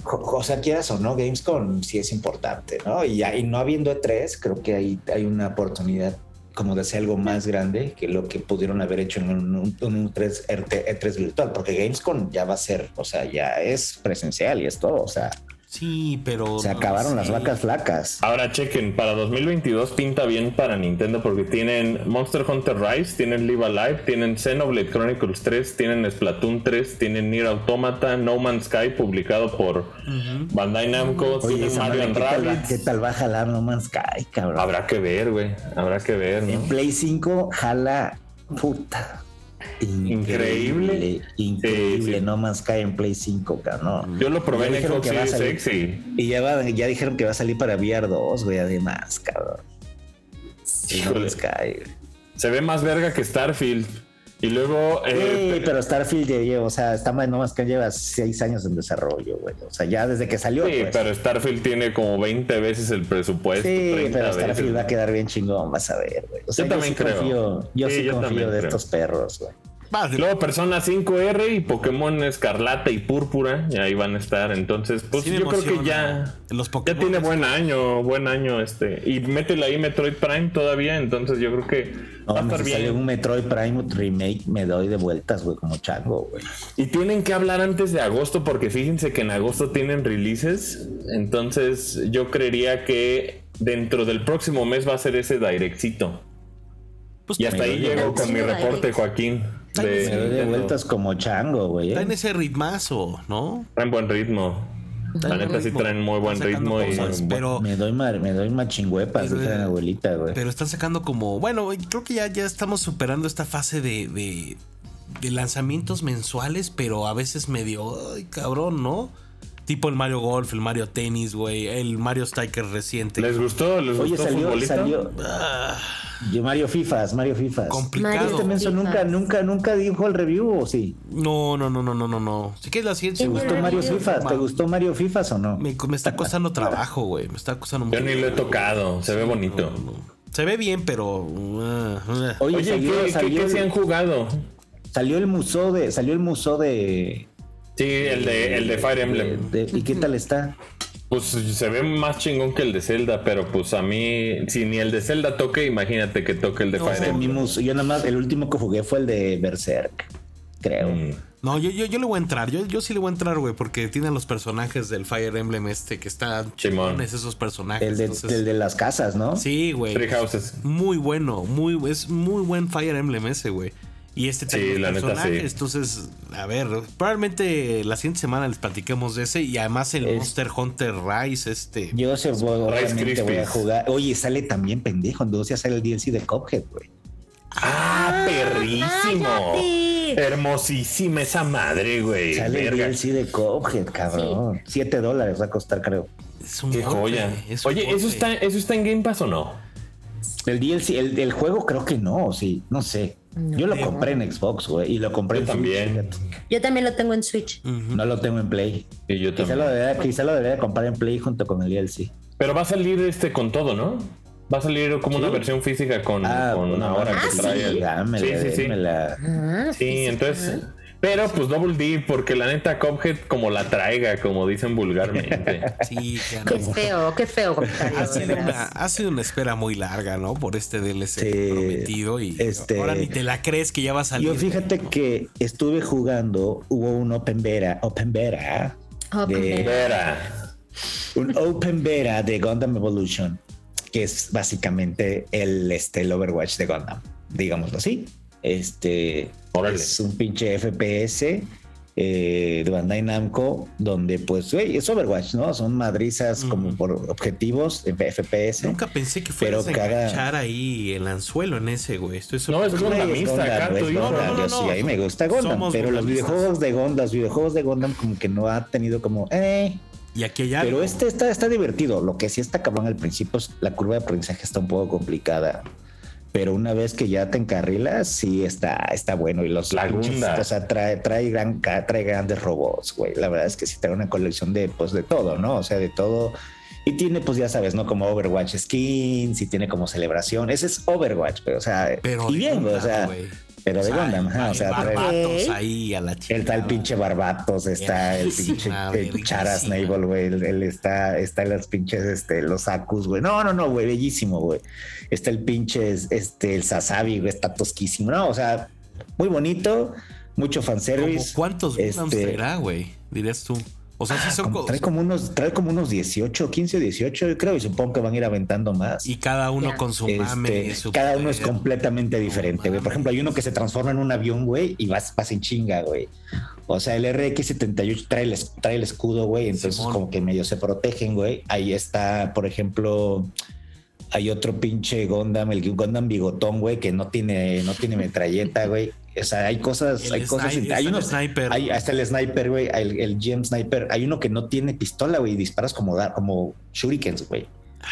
Speaker 1: jo- o sea, quieras o no, Gamescom sí es importante, ¿no? Y, ahí no habiendo E3, creo que hay, hay una oportunidad como de hacer algo más grande que lo que pudieron haber hecho en un, un- un E E3, RT E3 virtual, porque Gamescom ya va a ser, o sea, ya es presencial y es todo, o sea,
Speaker 2: Sí, pero.
Speaker 1: se
Speaker 2: no,
Speaker 1: acabaron
Speaker 2: sí.
Speaker 1: las vacas flacas.
Speaker 4: Ahora chequen, para 2022 pinta bien para Nintendo porque tienen Monster Hunter Rise, tienen Live Alive, tienen Xenoblade Chronicles 3, tienen Splatoon 3, tienen Nier Automata, No Man's Sky publicado por Bandai Namco,
Speaker 1: Oye,
Speaker 4: tienen
Speaker 1: esa madre,
Speaker 4: Mario and
Speaker 1: ¿qué tal, va-
Speaker 4: Rabbids.
Speaker 1: ¿qué tal va a jalar No Man's Sky, cabrón?
Speaker 4: Habrá que ver, güey, habrá que ver, ¿no?
Speaker 1: En Play 5 jala puta.
Speaker 4: Increíble.
Speaker 1: Increíble.
Speaker 4: Sí, sí.
Speaker 1: No más cae en Play 5, cabrón.
Speaker 4: Yo lo probé
Speaker 1: Ya
Speaker 4: en
Speaker 1: dijeron
Speaker 4: Xbox
Speaker 1: que va a
Speaker 4: Series
Speaker 1: salir.
Speaker 4: X y
Speaker 1: Y ya, va- ya dijeron que va a salir para VR 2, güey, además, cabrón. Y No
Speaker 4: Híjole. Eh,
Speaker 1: Man's Sky, güey.
Speaker 4: se ve más verga que Starfield. Y luego... eh,
Speaker 1: Ey, pero Starfield ya lleva, o sea, está más, No Man's Sky lleva 6 años en desarrollo, güey. O sea, ya desde que salió.
Speaker 4: Sí,
Speaker 1: pues.
Speaker 4: pero Starfield tiene como 20 veces el presupuesto.
Speaker 1: Sí,
Speaker 4: 30
Speaker 1: pero
Speaker 4: veces.
Speaker 1: Starfield va a quedar bien chingón, vas a ver, güey. O sea, yo,
Speaker 4: también
Speaker 1: sí
Speaker 4: creo.
Speaker 1: confío, yo
Speaker 4: Sí,
Speaker 1: sí
Speaker 4: yo
Speaker 1: confío
Speaker 4: también
Speaker 1: de
Speaker 4: creo.
Speaker 1: estos perros, güey.
Speaker 2: Vas,
Speaker 4: Y Luego Persona 5R y Pokémon Escarlata y Púrpura, y ahí van a estar. Entonces, pues
Speaker 2: sí me
Speaker 4: yo creo que ya,
Speaker 2: emociona. Los
Speaker 4: ya
Speaker 2: Pokémon.
Speaker 4: tiene buen año, buen año este. Y métele ahí Metroid Prime todavía, entonces yo creo que
Speaker 1: No,
Speaker 4: va a estar
Speaker 1: mames, si sale
Speaker 4: bien.
Speaker 1: un Metroid Prime remake, me doy de vueltas, güey, como chango, güey.
Speaker 4: Y tienen que hablar antes de agosto, porque fíjense que en agosto tienen releases. Entonces, yo creería que dentro del próximo mes va a ser ese directito.
Speaker 2: Pues,
Speaker 4: Y hasta
Speaker 1: Me
Speaker 4: ahí
Speaker 1: doy de
Speaker 4: llego con mi
Speaker 5: vueltas.
Speaker 4: reporte, Joaquín.
Speaker 2: Ay,
Speaker 4: De,
Speaker 2: sí,
Speaker 1: Me doy de vueltas como chango, güey.
Speaker 2: Está en
Speaker 1: ¿eh?
Speaker 2: ese ritmazo, ¿no?
Speaker 4: Traen buen ritmo.
Speaker 2: Traen
Speaker 4: La
Speaker 2: buen
Speaker 4: neta sí
Speaker 2: ritmo.
Speaker 4: traen muy buen
Speaker 2: Están sacando
Speaker 4: ritmo y
Speaker 2: cosas, pero,
Speaker 1: Me doy, ma- me doy machingüepas,
Speaker 2: Pero,
Speaker 1: dije a mi
Speaker 2: eh,
Speaker 1: abuelita, güey.
Speaker 2: pero están sacando como. Bueno, creo que ya, ya estamos superando esta fase de, de, de lanzamientos mensuales, pero a veces medio. Ay, cabrón, ¿no? Tipo el Mario Golf, el Mario Tennis, güey. El Mario Striker reciente.
Speaker 4: ¿Les gustó? ¿Les
Speaker 1: Oye,
Speaker 4: gustó
Speaker 1: salió,
Speaker 4: futbolista? Ah.
Speaker 1: salió. Yo Mario Fifas, Mario Fifas.
Speaker 2: Complicado.
Speaker 1: Este menso nunca, nunca, nunca dijo el review, ¿o sí?
Speaker 2: No, no, no, no, no, no, no. Sí que es la siguiente.
Speaker 1: ¿Te
Speaker 5: Sí,
Speaker 1: gustó
Speaker 5: el
Speaker 1: Mario
Speaker 5: review.
Speaker 1: Fifas? ¿Te gustó Mario Fifas o no?
Speaker 2: Me, me está costando trabajo, güey. Me está costando
Speaker 4: Yo
Speaker 2: mucho.
Speaker 4: ni lo he tocado, se ve bonito.
Speaker 2: Se ve bien, pero. uh, uh.
Speaker 1: Oye,
Speaker 4: Oye,
Speaker 1: salió,
Speaker 4: ¿qué, qué-
Speaker 1: salió
Speaker 4: qué
Speaker 1: el,
Speaker 4: se han jugado?
Speaker 1: salió el museo de, salió el museo de,
Speaker 4: Sí, el de, el de
Speaker 1: este,
Speaker 4: Fire Emblem.
Speaker 1: de- ¿y qué tal está?
Speaker 4: Pues se ve más chingón que el de Zelda, pero pues a mí, si ni el de Zelda toque, imagínate que toque el de
Speaker 2: No,
Speaker 4: Fire
Speaker 1: A mí
Speaker 4: Emblem.
Speaker 1: mus- yo nada más, el último que jugué fue el de Berserk, creo.
Speaker 4: Mm.
Speaker 2: No, yo, yo, yo le voy a entrar. Yo, yo sí le voy a entrar, güey, porque tienen los personajes del Fire Emblem este que están chingones esos personajes.
Speaker 1: El de,
Speaker 2: entonces-
Speaker 1: el de las casas, ¿no?
Speaker 2: Sí, güey.
Speaker 4: Three Houses.
Speaker 2: Muy bueno, muy, es muy buen Fire Emblem ese, güey. Y este
Speaker 4: Sí,
Speaker 2: tipo de
Speaker 4: la neta,
Speaker 2: personajes.
Speaker 4: sí.
Speaker 2: Entonces, a ver, probablemente la siguiente semana les platiquemos de ese. Y además el
Speaker 1: Es-
Speaker 2: Monster Hunter Rise, este.
Speaker 1: Yo se voy, obviamente voy a
Speaker 4: Krispies.
Speaker 1: jugar. Oye, sale también pendejo. Entonces ya sale el DLC de Cophead, güey.
Speaker 4: ¡Ah, perrísimo!
Speaker 5: ¡Cállate! Sí.
Speaker 4: Hermosísima esa madre, güey.
Speaker 1: Sale el
Speaker 4: Verga.
Speaker 1: DLC de Cuphead, cabrón. Siete dólares va a costar, creo.
Speaker 2: Es un
Speaker 4: Qué
Speaker 2: golpe,
Speaker 4: joya.
Speaker 2: es un
Speaker 4: Oye,
Speaker 2: golpe.
Speaker 4: ¿eso está, ¿eso está en Game Pass o no?
Speaker 1: El DLC, el, el juego creo que no, sí, no sé. Yo lo compré en Xbox, güey, y lo compré
Speaker 4: Yo
Speaker 1: en Switch,
Speaker 4: también.
Speaker 1: fíjate.
Speaker 5: Yo también lo tengo en Switch.
Speaker 2: Ujú.
Speaker 1: No lo tengo en Play.
Speaker 4: Y yo
Speaker 1: Quizá lo,
Speaker 4: también.
Speaker 1: debería, quizá lo debería comprar en Play junto con el DLC.
Speaker 4: Pero va a salir este con todo, ¿no? Va a salir como una versión física con, Mm, con
Speaker 1: bueno,
Speaker 4: ahora
Speaker 1: ah,
Speaker 4: que
Speaker 1: sí,
Speaker 4: trae. el-
Speaker 1: dámela,
Speaker 4: sí, sí, sí.
Speaker 1: démela.
Speaker 5: Ah,
Speaker 4: Sí, entonces. Pero pues Double D, porque la neta Cuphead como la traiga, como dicen vulgarmente.
Speaker 2: Sí, ya no.
Speaker 5: Qué feo, qué feo comentario.
Speaker 2: Ha sido,
Speaker 5: de
Speaker 2: una,
Speaker 5: veras.
Speaker 2: ha sido una espera muy larga, ¿no? Por este DLC
Speaker 1: Sí,
Speaker 2: prometido y
Speaker 1: este-
Speaker 2: ahora ni te la crees que ya va a salir.
Speaker 1: Yo fíjate que estuve jugando, hubo un Open Beta, Open Beta,
Speaker 5: Open
Speaker 1: de-
Speaker 5: Beta.
Speaker 4: Vera.
Speaker 1: un Open Beta de Gundam Evolution, que es básicamente el, este, el Overwatch de Gundam, digámoslo así. Este
Speaker 4: Órale.
Speaker 1: es un pinche FPS eh, de Bandai Namco, donde pues, güey, es Overwatch, ¿no? Son madrizas como
Speaker 2: Ujú.
Speaker 1: por objetivos, en FPS.
Speaker 2: Nunca pensé que
Speaker 1: Pero
Speaker 2: fueras a
Speaker 1: cada-
Speaker 2: enganchar ahí el anzuelo en ese, güey. Estoy
Speaker 4: No, es
Speaker 1: Pues, Güey, es
Speaker 4: gundamista
Speaker 1: Gundam,
Speaker 4: acá,
Speaker 1: güey,
Speaker 4: tú
Speaker 1: es
Speaker 4: dices.
Speaker 1: Gundam.
Speaker 2: No, no,
Speaker 1: Yo
Speaker 2: no,
Speaker 1: sí,
Speaker 2: no.
Speaker 1: ahí me gusta Gundam,
Speaker 2: Somos
Speaker 1: pero los
Speaker 2: gundamistas.
Speaker 1: videojuegos de Gundam, los videojuegos de Gundam como que no ha tenido como, eh,
Speaker 2: Y aquí hay algo.
Speaker 1: Pero este está, está divertido. Lo que sí está cabrón al principio es la curva de aprendizaje está un poco complicada. Pero una vez que ya te encarrilas, sí está, está bueno. Y los
Speaker 4: La
Speaker 1: pinches,
Speaker 4: Gunda.
Speaker 1: o sea, trae, trae, gran, ca- trae grandes robots, güey. La verdad es que sí trae una colección de, pues, de todo, ¿no? O sea, de todo. Y tiene, pues ya sabes, ¿no? Como Overwatch skins y tiene como celebración. Ese es Overwatch, pero, o sea,
Speaker 2: Pero
Speaker 1: y
Speaker 2: de
Speaker 1: bien, güey, o
Speaker 2: Gundam,
Speaker 1: sea,
Speaker 2: güey.
Speaker 1: pero de Gundam, ajá,
Speaker 2: hay
Speaker 1: o sea, trae-
Speaker 2: barbatos
Speaker 5: Ok.
Speaker 2: ahí a la chica.
Speaker 1: el tal pinche Barbatos, está el
Speaker 2: Verguísima,
Speaker 1: pinche el
Speaker 2: verguísima.
Speaker 1: Charas Naval, güey. Él, él está, está en las pinches, este, los Akus, güey. No, no, no, güey, bellísimo, güey. Está el pinche, es- este, el Sasabi, güey, está tosquísimo. No, o sea, muy bonito, mucho fanservice.
Speaker 2: ¿Cuántos Gundams
Speaker 1: Este- Ah,
Speaker 2: será, ah, güey? Dirías tú. O sea, sí son
Speaker 1: Como-
Speaker 2: co-
Speaker 1: trae como unos, trae como unos 18, 15 o 18, yo creo, y supongo que van a ir aventando más.
Speaker 2: Y cada uno con su
Speaker 1: Este,
Speaker 2: mame. y su
Speaker 1: cada uno es
Speaker 2: poder.
Speaker 1: completamente diferente, güey. Por ejemplo, hay uno que se transforma en un avión, güey, y vas, vas en chinga, güey. O sea, el RX-78 trae el, es- trae el escudo, güey, entonces
Speaker 2: Simón.
Speaker 1: como que medio se protegen, güey. Ahí está, por ejemplo, hay otro pinche Gondam, el Gondam bigotón, güey, que no tiene, no tiene metralleta, güey. O sea, hay cosas,
Speaker 2: El
Speaker 1: hay cosas,
Speaker 2: sni-
Speaker 1: hay
Speaker 2: está el
Speaker 1: unos,
Speaker 2: sniper.
Speaker 1: hay hasta el sniper, güey, el, el GM sniper. Hay uno que no tiene pistola, güey, y disparas como, da- como shurikens, güey.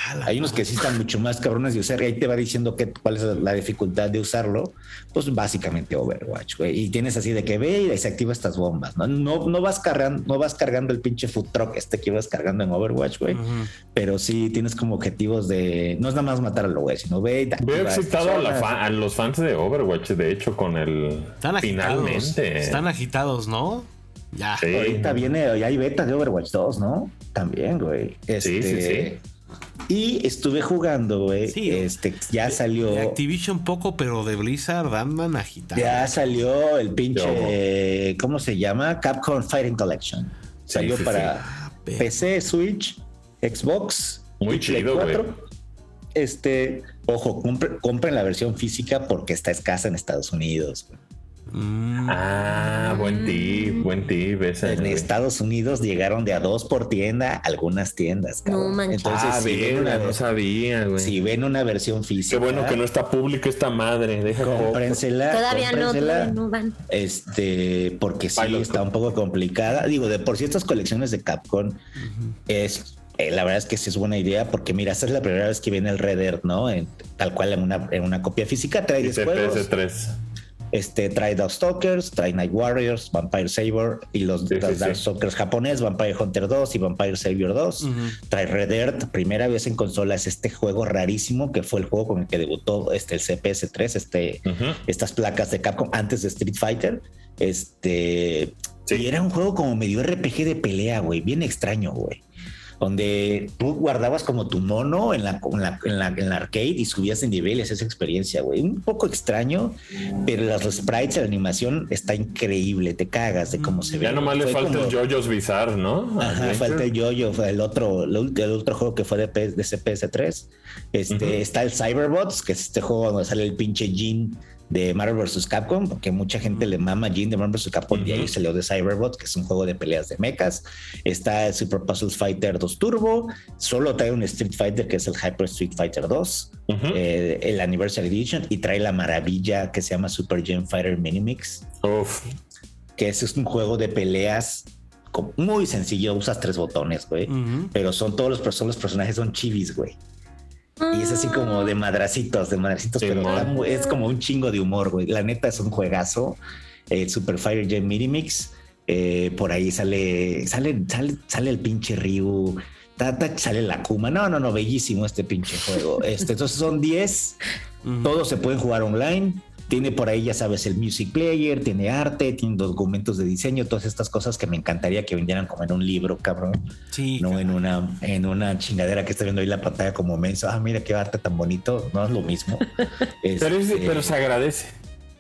Speaker 2: Ah, la
Speaker 1: Hay unos que sí están mucho más cabrones de usar y ahí te va diciendo que, cuál es la dificultad de usarlo. Pues básicamente Overwatch, güey. Y tienes así de que ve y desactiva estas bombas, ¿no? No, no, vas, cargando, no vas cargando el pinche food truck este que ibas cargando en Overwatch, güey.
Speaker 2: Ujú.
Speaker 1: Pero sí tienes como objetivos de... No es nada más matarlo, güey, sino ve y...
Speaker 4: Veo
Speaker 1: activa
Speaker 4: excitado
Speaker 1: estas
Speaker 4: a, la
Speaker 1: zonas.
Speaker 4: fa- a los fans de Overwatch, de hecho, con el.
Speaker 2: Están agitados.
Speaker 4: Finalmente.
Speaker 2: Están agitados, ¿no? Ya.
Speaker 4: Sí.
Speaker 1: Ahorita viene, ya hay beta de Overwatch 2, ¿no? También, güey. Este,
Speaker 4: Sí, sí, sí.
Speaker 1: Y estuve jugando, güey.
Speaker 2: Sí, güey.
Speaker 1: este, ya salió...
Speaker 2: De Activision poco, pero de Blizzard andan agitados.
Speaker 1: Ya salió el
Speaker 4: Ya hubo.
Speaker 1: pinche, eh, ¿cómo se llama? Capcom Fighting Collection.
Speaker 4: Sí,
Speaker 1: Salió
Speaker 4: sí,
Speaker 1: para
Speaker 2: Ah, pero-
Speaker 1: PC, Switch, Xbox.
Speaker 4: Muy
Speaker 1: y Play
Speaker 4: chido, güey.
Speaker 1: 4. Este, ojo, compre- compren la versión física porque está escasa en Estados Unidos.
Speaker 2: Mm,
Speaker 4: Ah, buen tip, buen tip. ese,
Speaker 1: En este
Speaker 4: güey.
Speaker 1: Estados Unidos llegaron de a dos por tienda, algunas tiendas. cabrón.
Speaker 5: No manches.
Speaker 1: Entonces,
Speaker 4: ah,
Speaker 1: si, ven
Speaker 4: verga,
Speaker 1: una,
Speaker 4: no sabía, güey.
Speaker 1: si ven una versión
Speaker 4: Qué
Speaker 1: física,
Speaker 4: bueno que no está pública esta madre. Deja
Speaker 1: cómprensela.
Speaker 5: Todavía no,
Speaker 1: cómprensela.
Speaker 5: todavía no van.
Speaker 1: Este, porque sí
Speaker 4: Pilot
Speaker 1: está un poco complicada. Digo, de por sí estas colecciones de Capcom es, eh, la verdad es que sí es buena idea, porque mira, esta es la primera vez que viene el Red Dead, ¿no? En- tal cual en una, en una copia física trae 10 juegos.
Speaker 4: CPS3.
Speaker 1: Este trae Darkstalkers, trae Night Warriors, Vampire Saber y los,
Speaker 4: Sí, sí,
Speaker 1: los
Speaker 4: sí.
Speaker 1: Darkstalkers japonés, Vampire Hunter 2 y Vampire Saber 2.
Speaker 2: ujú.
Speaker 1: Trae Red Dead, primera vez en consolas este juego rarísimo que fue el juego con el que debutó este el CPS 3, este
Speaker 4: Ujú.
Speaker 1: estas placas de Capcom antes de Street Fighter. Este.
Speaker 4: Sí.
Speaker 1: Y era un juego como medio RPG de pelea, güey. Bien extraño, güey. Donde tú guardabas como tu mono en la, en la, en la- en la arcade y subías de nivel y hacías esa experiencia, güey. Un poco extraño, pero las los sprites, la animación está increíble. Te cagas de cómo se ve.
Speaker 4: Ya nomás le
Speaker 1: Fue
Speaker 4: falta
Speaker 1: como-
Speaker 4: el JoJo's Bizarre, ¿no?
Speaker 1: Ajá,
Speaker 4: Adventure.
Speaker 1: falta el yoyo, fue el otro, el ult- el otro juego que fue de, PS de CPS3. Este,
Speaker 4: Ujú.
Speaker 1: Está el Cyberbots, que es este juego donde sale el pinche Jin de Marvel vs. Capcom, porque mucha gente le mama Jin de Marvel vs. Capcom y ahí salió de Cyberbot, que es un juego de peleas de mechas. Está el Super Puzzle Fighter 2 Turbo, solo trae un Street Fighter que es el Hyper Street Fighter 2,
Speaker 4: Ujú.
Speaker 1: eh, el Anniversary Edition y trae la maravilla que se llama Super Gen Fighter Minimix,
Speaker 4: Uf.
Speaker 1: que ese es un juego de peleas co- muy sencillo, usas tres botones, güey.
Speaker 2: Ujú.
Speaker 1: Pero son todos los, perso- los personajes son chivis, güey. Y es así como de madracitos, de madracitos,
Speaker 4: Sí,
Speaker 1: pero
Speaker 4: ¿no?
Speaker 1: está mu- es como un chingo de humor, güey. La neta es un juegazo. El Super Fire Gen Minimix. eh, por ahí sale, sale, sale, sale el pinche Ryu. ta, ta, sale la Kuma. No, no, no, bellísimo este pinche juego. Este, entonces son 10.
Speaker 2: Ujú.
Speaker 1: Todos se pueden jugar online. Tiene por ahí, ya sabes, el music player, tiene arte, tiene documentos de diseño, todas estas cosas que me encantaría que vendieran como en un libro, cabrón
Speaker 2: Sí,
Speaker 1: no en una, en una chingadera que está viendo ahí la pantalla como menso. Ah, mira qué arte tan bonito. No es lo mismo.
Speaker 4: Pero, es-
Speaker 1: Este,
Speaker 4: pero se agradece.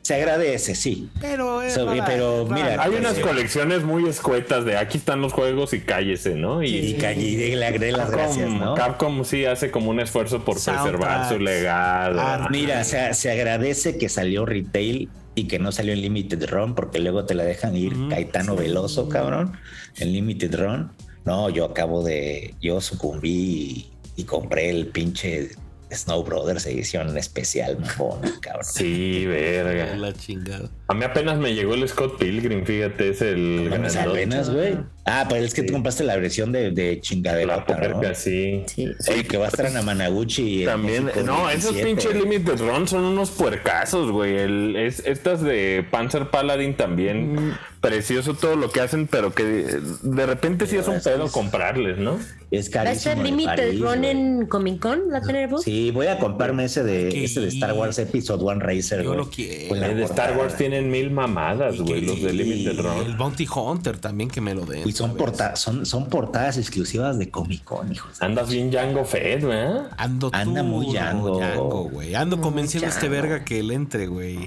Speaker 1: se agradece, sí.
Speaker 2: pero, es
Speaker 1: Sobre-
Speaker 2: rara,
Speaker 1: pero
Speaker 2: es rara
Speaker 1: mira,
Speaker 2: la
Speaker 4: Hay
Speaker 1: Pues,
Speaker 4: unas
Speaker 1: eh.
Speaker 4: colecciones muy escuetas de aquí están los juegos y cállese, ¿no? Y,
Speaker 1: Y, ca- y de- le agregué las
Speaker 4: Capcom,
Speaker 1: gracias, ¿no?
Speaker 4: Capcom sí hace como un esfuerzo por preservar
Speaker 2: Soundtracks,
Speaker 4: su legado.
Speaker 2: arte.
Speaker 1: Mira, se, se agradece que salió retail y que no salió en Limited Run, porque luego te la dejan ir
Speaker 2: Ujú.
Speaker 1: Caetano Veloso, cabrón, en Limited Run. No, yo acabo de. Yo sucumbí y, y compré el pinche Snow Brothers edición especial, mamón, cabrón.
Speaker 4: Sí,
Speaker 2: de
Speaker 4: verga.
Speaker 2: la chingada.
Speaker 4: A mí apenas me llegó el Scott Pilgrim, fíjate, es el
Speaker 1: No mames,
Speaker 4: grandote.
Speaker 1: apenas, güey. Ah, pero es que tú compraste la versión de, de chingadera,
Speaker 4: La puerca,
Speaker 1: ¿no?
Speaker 4: sí.
Speaker 5: Sí.
Speaker 1: Sí, que va a estar en Amanaguchi. y el
Speaker 4: También,
Speaker 1: músico
Speaker 4: no, esos
Speaker 1: 17,
Speaker 4: pinches
Speaker 1: güey.
Speaker 4: Limited Run son unos puercazos, güey. El- es- estas de Panzer Paladin
Speaker 1: Mm,
Speaker 4: también, precioso todo lo que hacen, pero que de, de repente sí es un pedo comprarles, ¿no?
Speaker 1: Es
Speaker 5: Ah, Va a
Speaker 1: carísimo.
Speaker 5: estar
Speaker 1: de
Speaker 5: Limited
Speaker 1: París,
Speaker 5: Run
Speaker 1: güey.
Speaker 5: en Comic Con, la tenemos.
Speaker 1: Sí, voy a comprarme ese de,
Speaker 2: Que-
Speaker 1: ese de Star Wars Episode One Racer.
Speaker 2: Yo
Speaker 1: güey.
Speaker 2: lo quiero.
Speaker 1: Con la
Speaker 4: El Eh, de Star
Speaker 1: portada.
Speaker 4: Wars tienen mil mamadas, güey, los de Limited
Speaker 2: Y El
Speaker 4: Run.
Speaker 2: Bounty Hunter también que me lo den.
Speaker 1: Y son,
Speaker 2: ¿sabes?
Speaker 1: porta- son, son portadas exclusivas de Comic Con, hijos.
Speaker 4: Andas bien Django Fed, ¿verdad?
Speaker 2: Ando
Speaker 1: Anda
Speaker 2: tú,
Speaker 1: muy Django.
Speaker 2: Django, güey. Ando convenciendo a este verga que él entre, güey.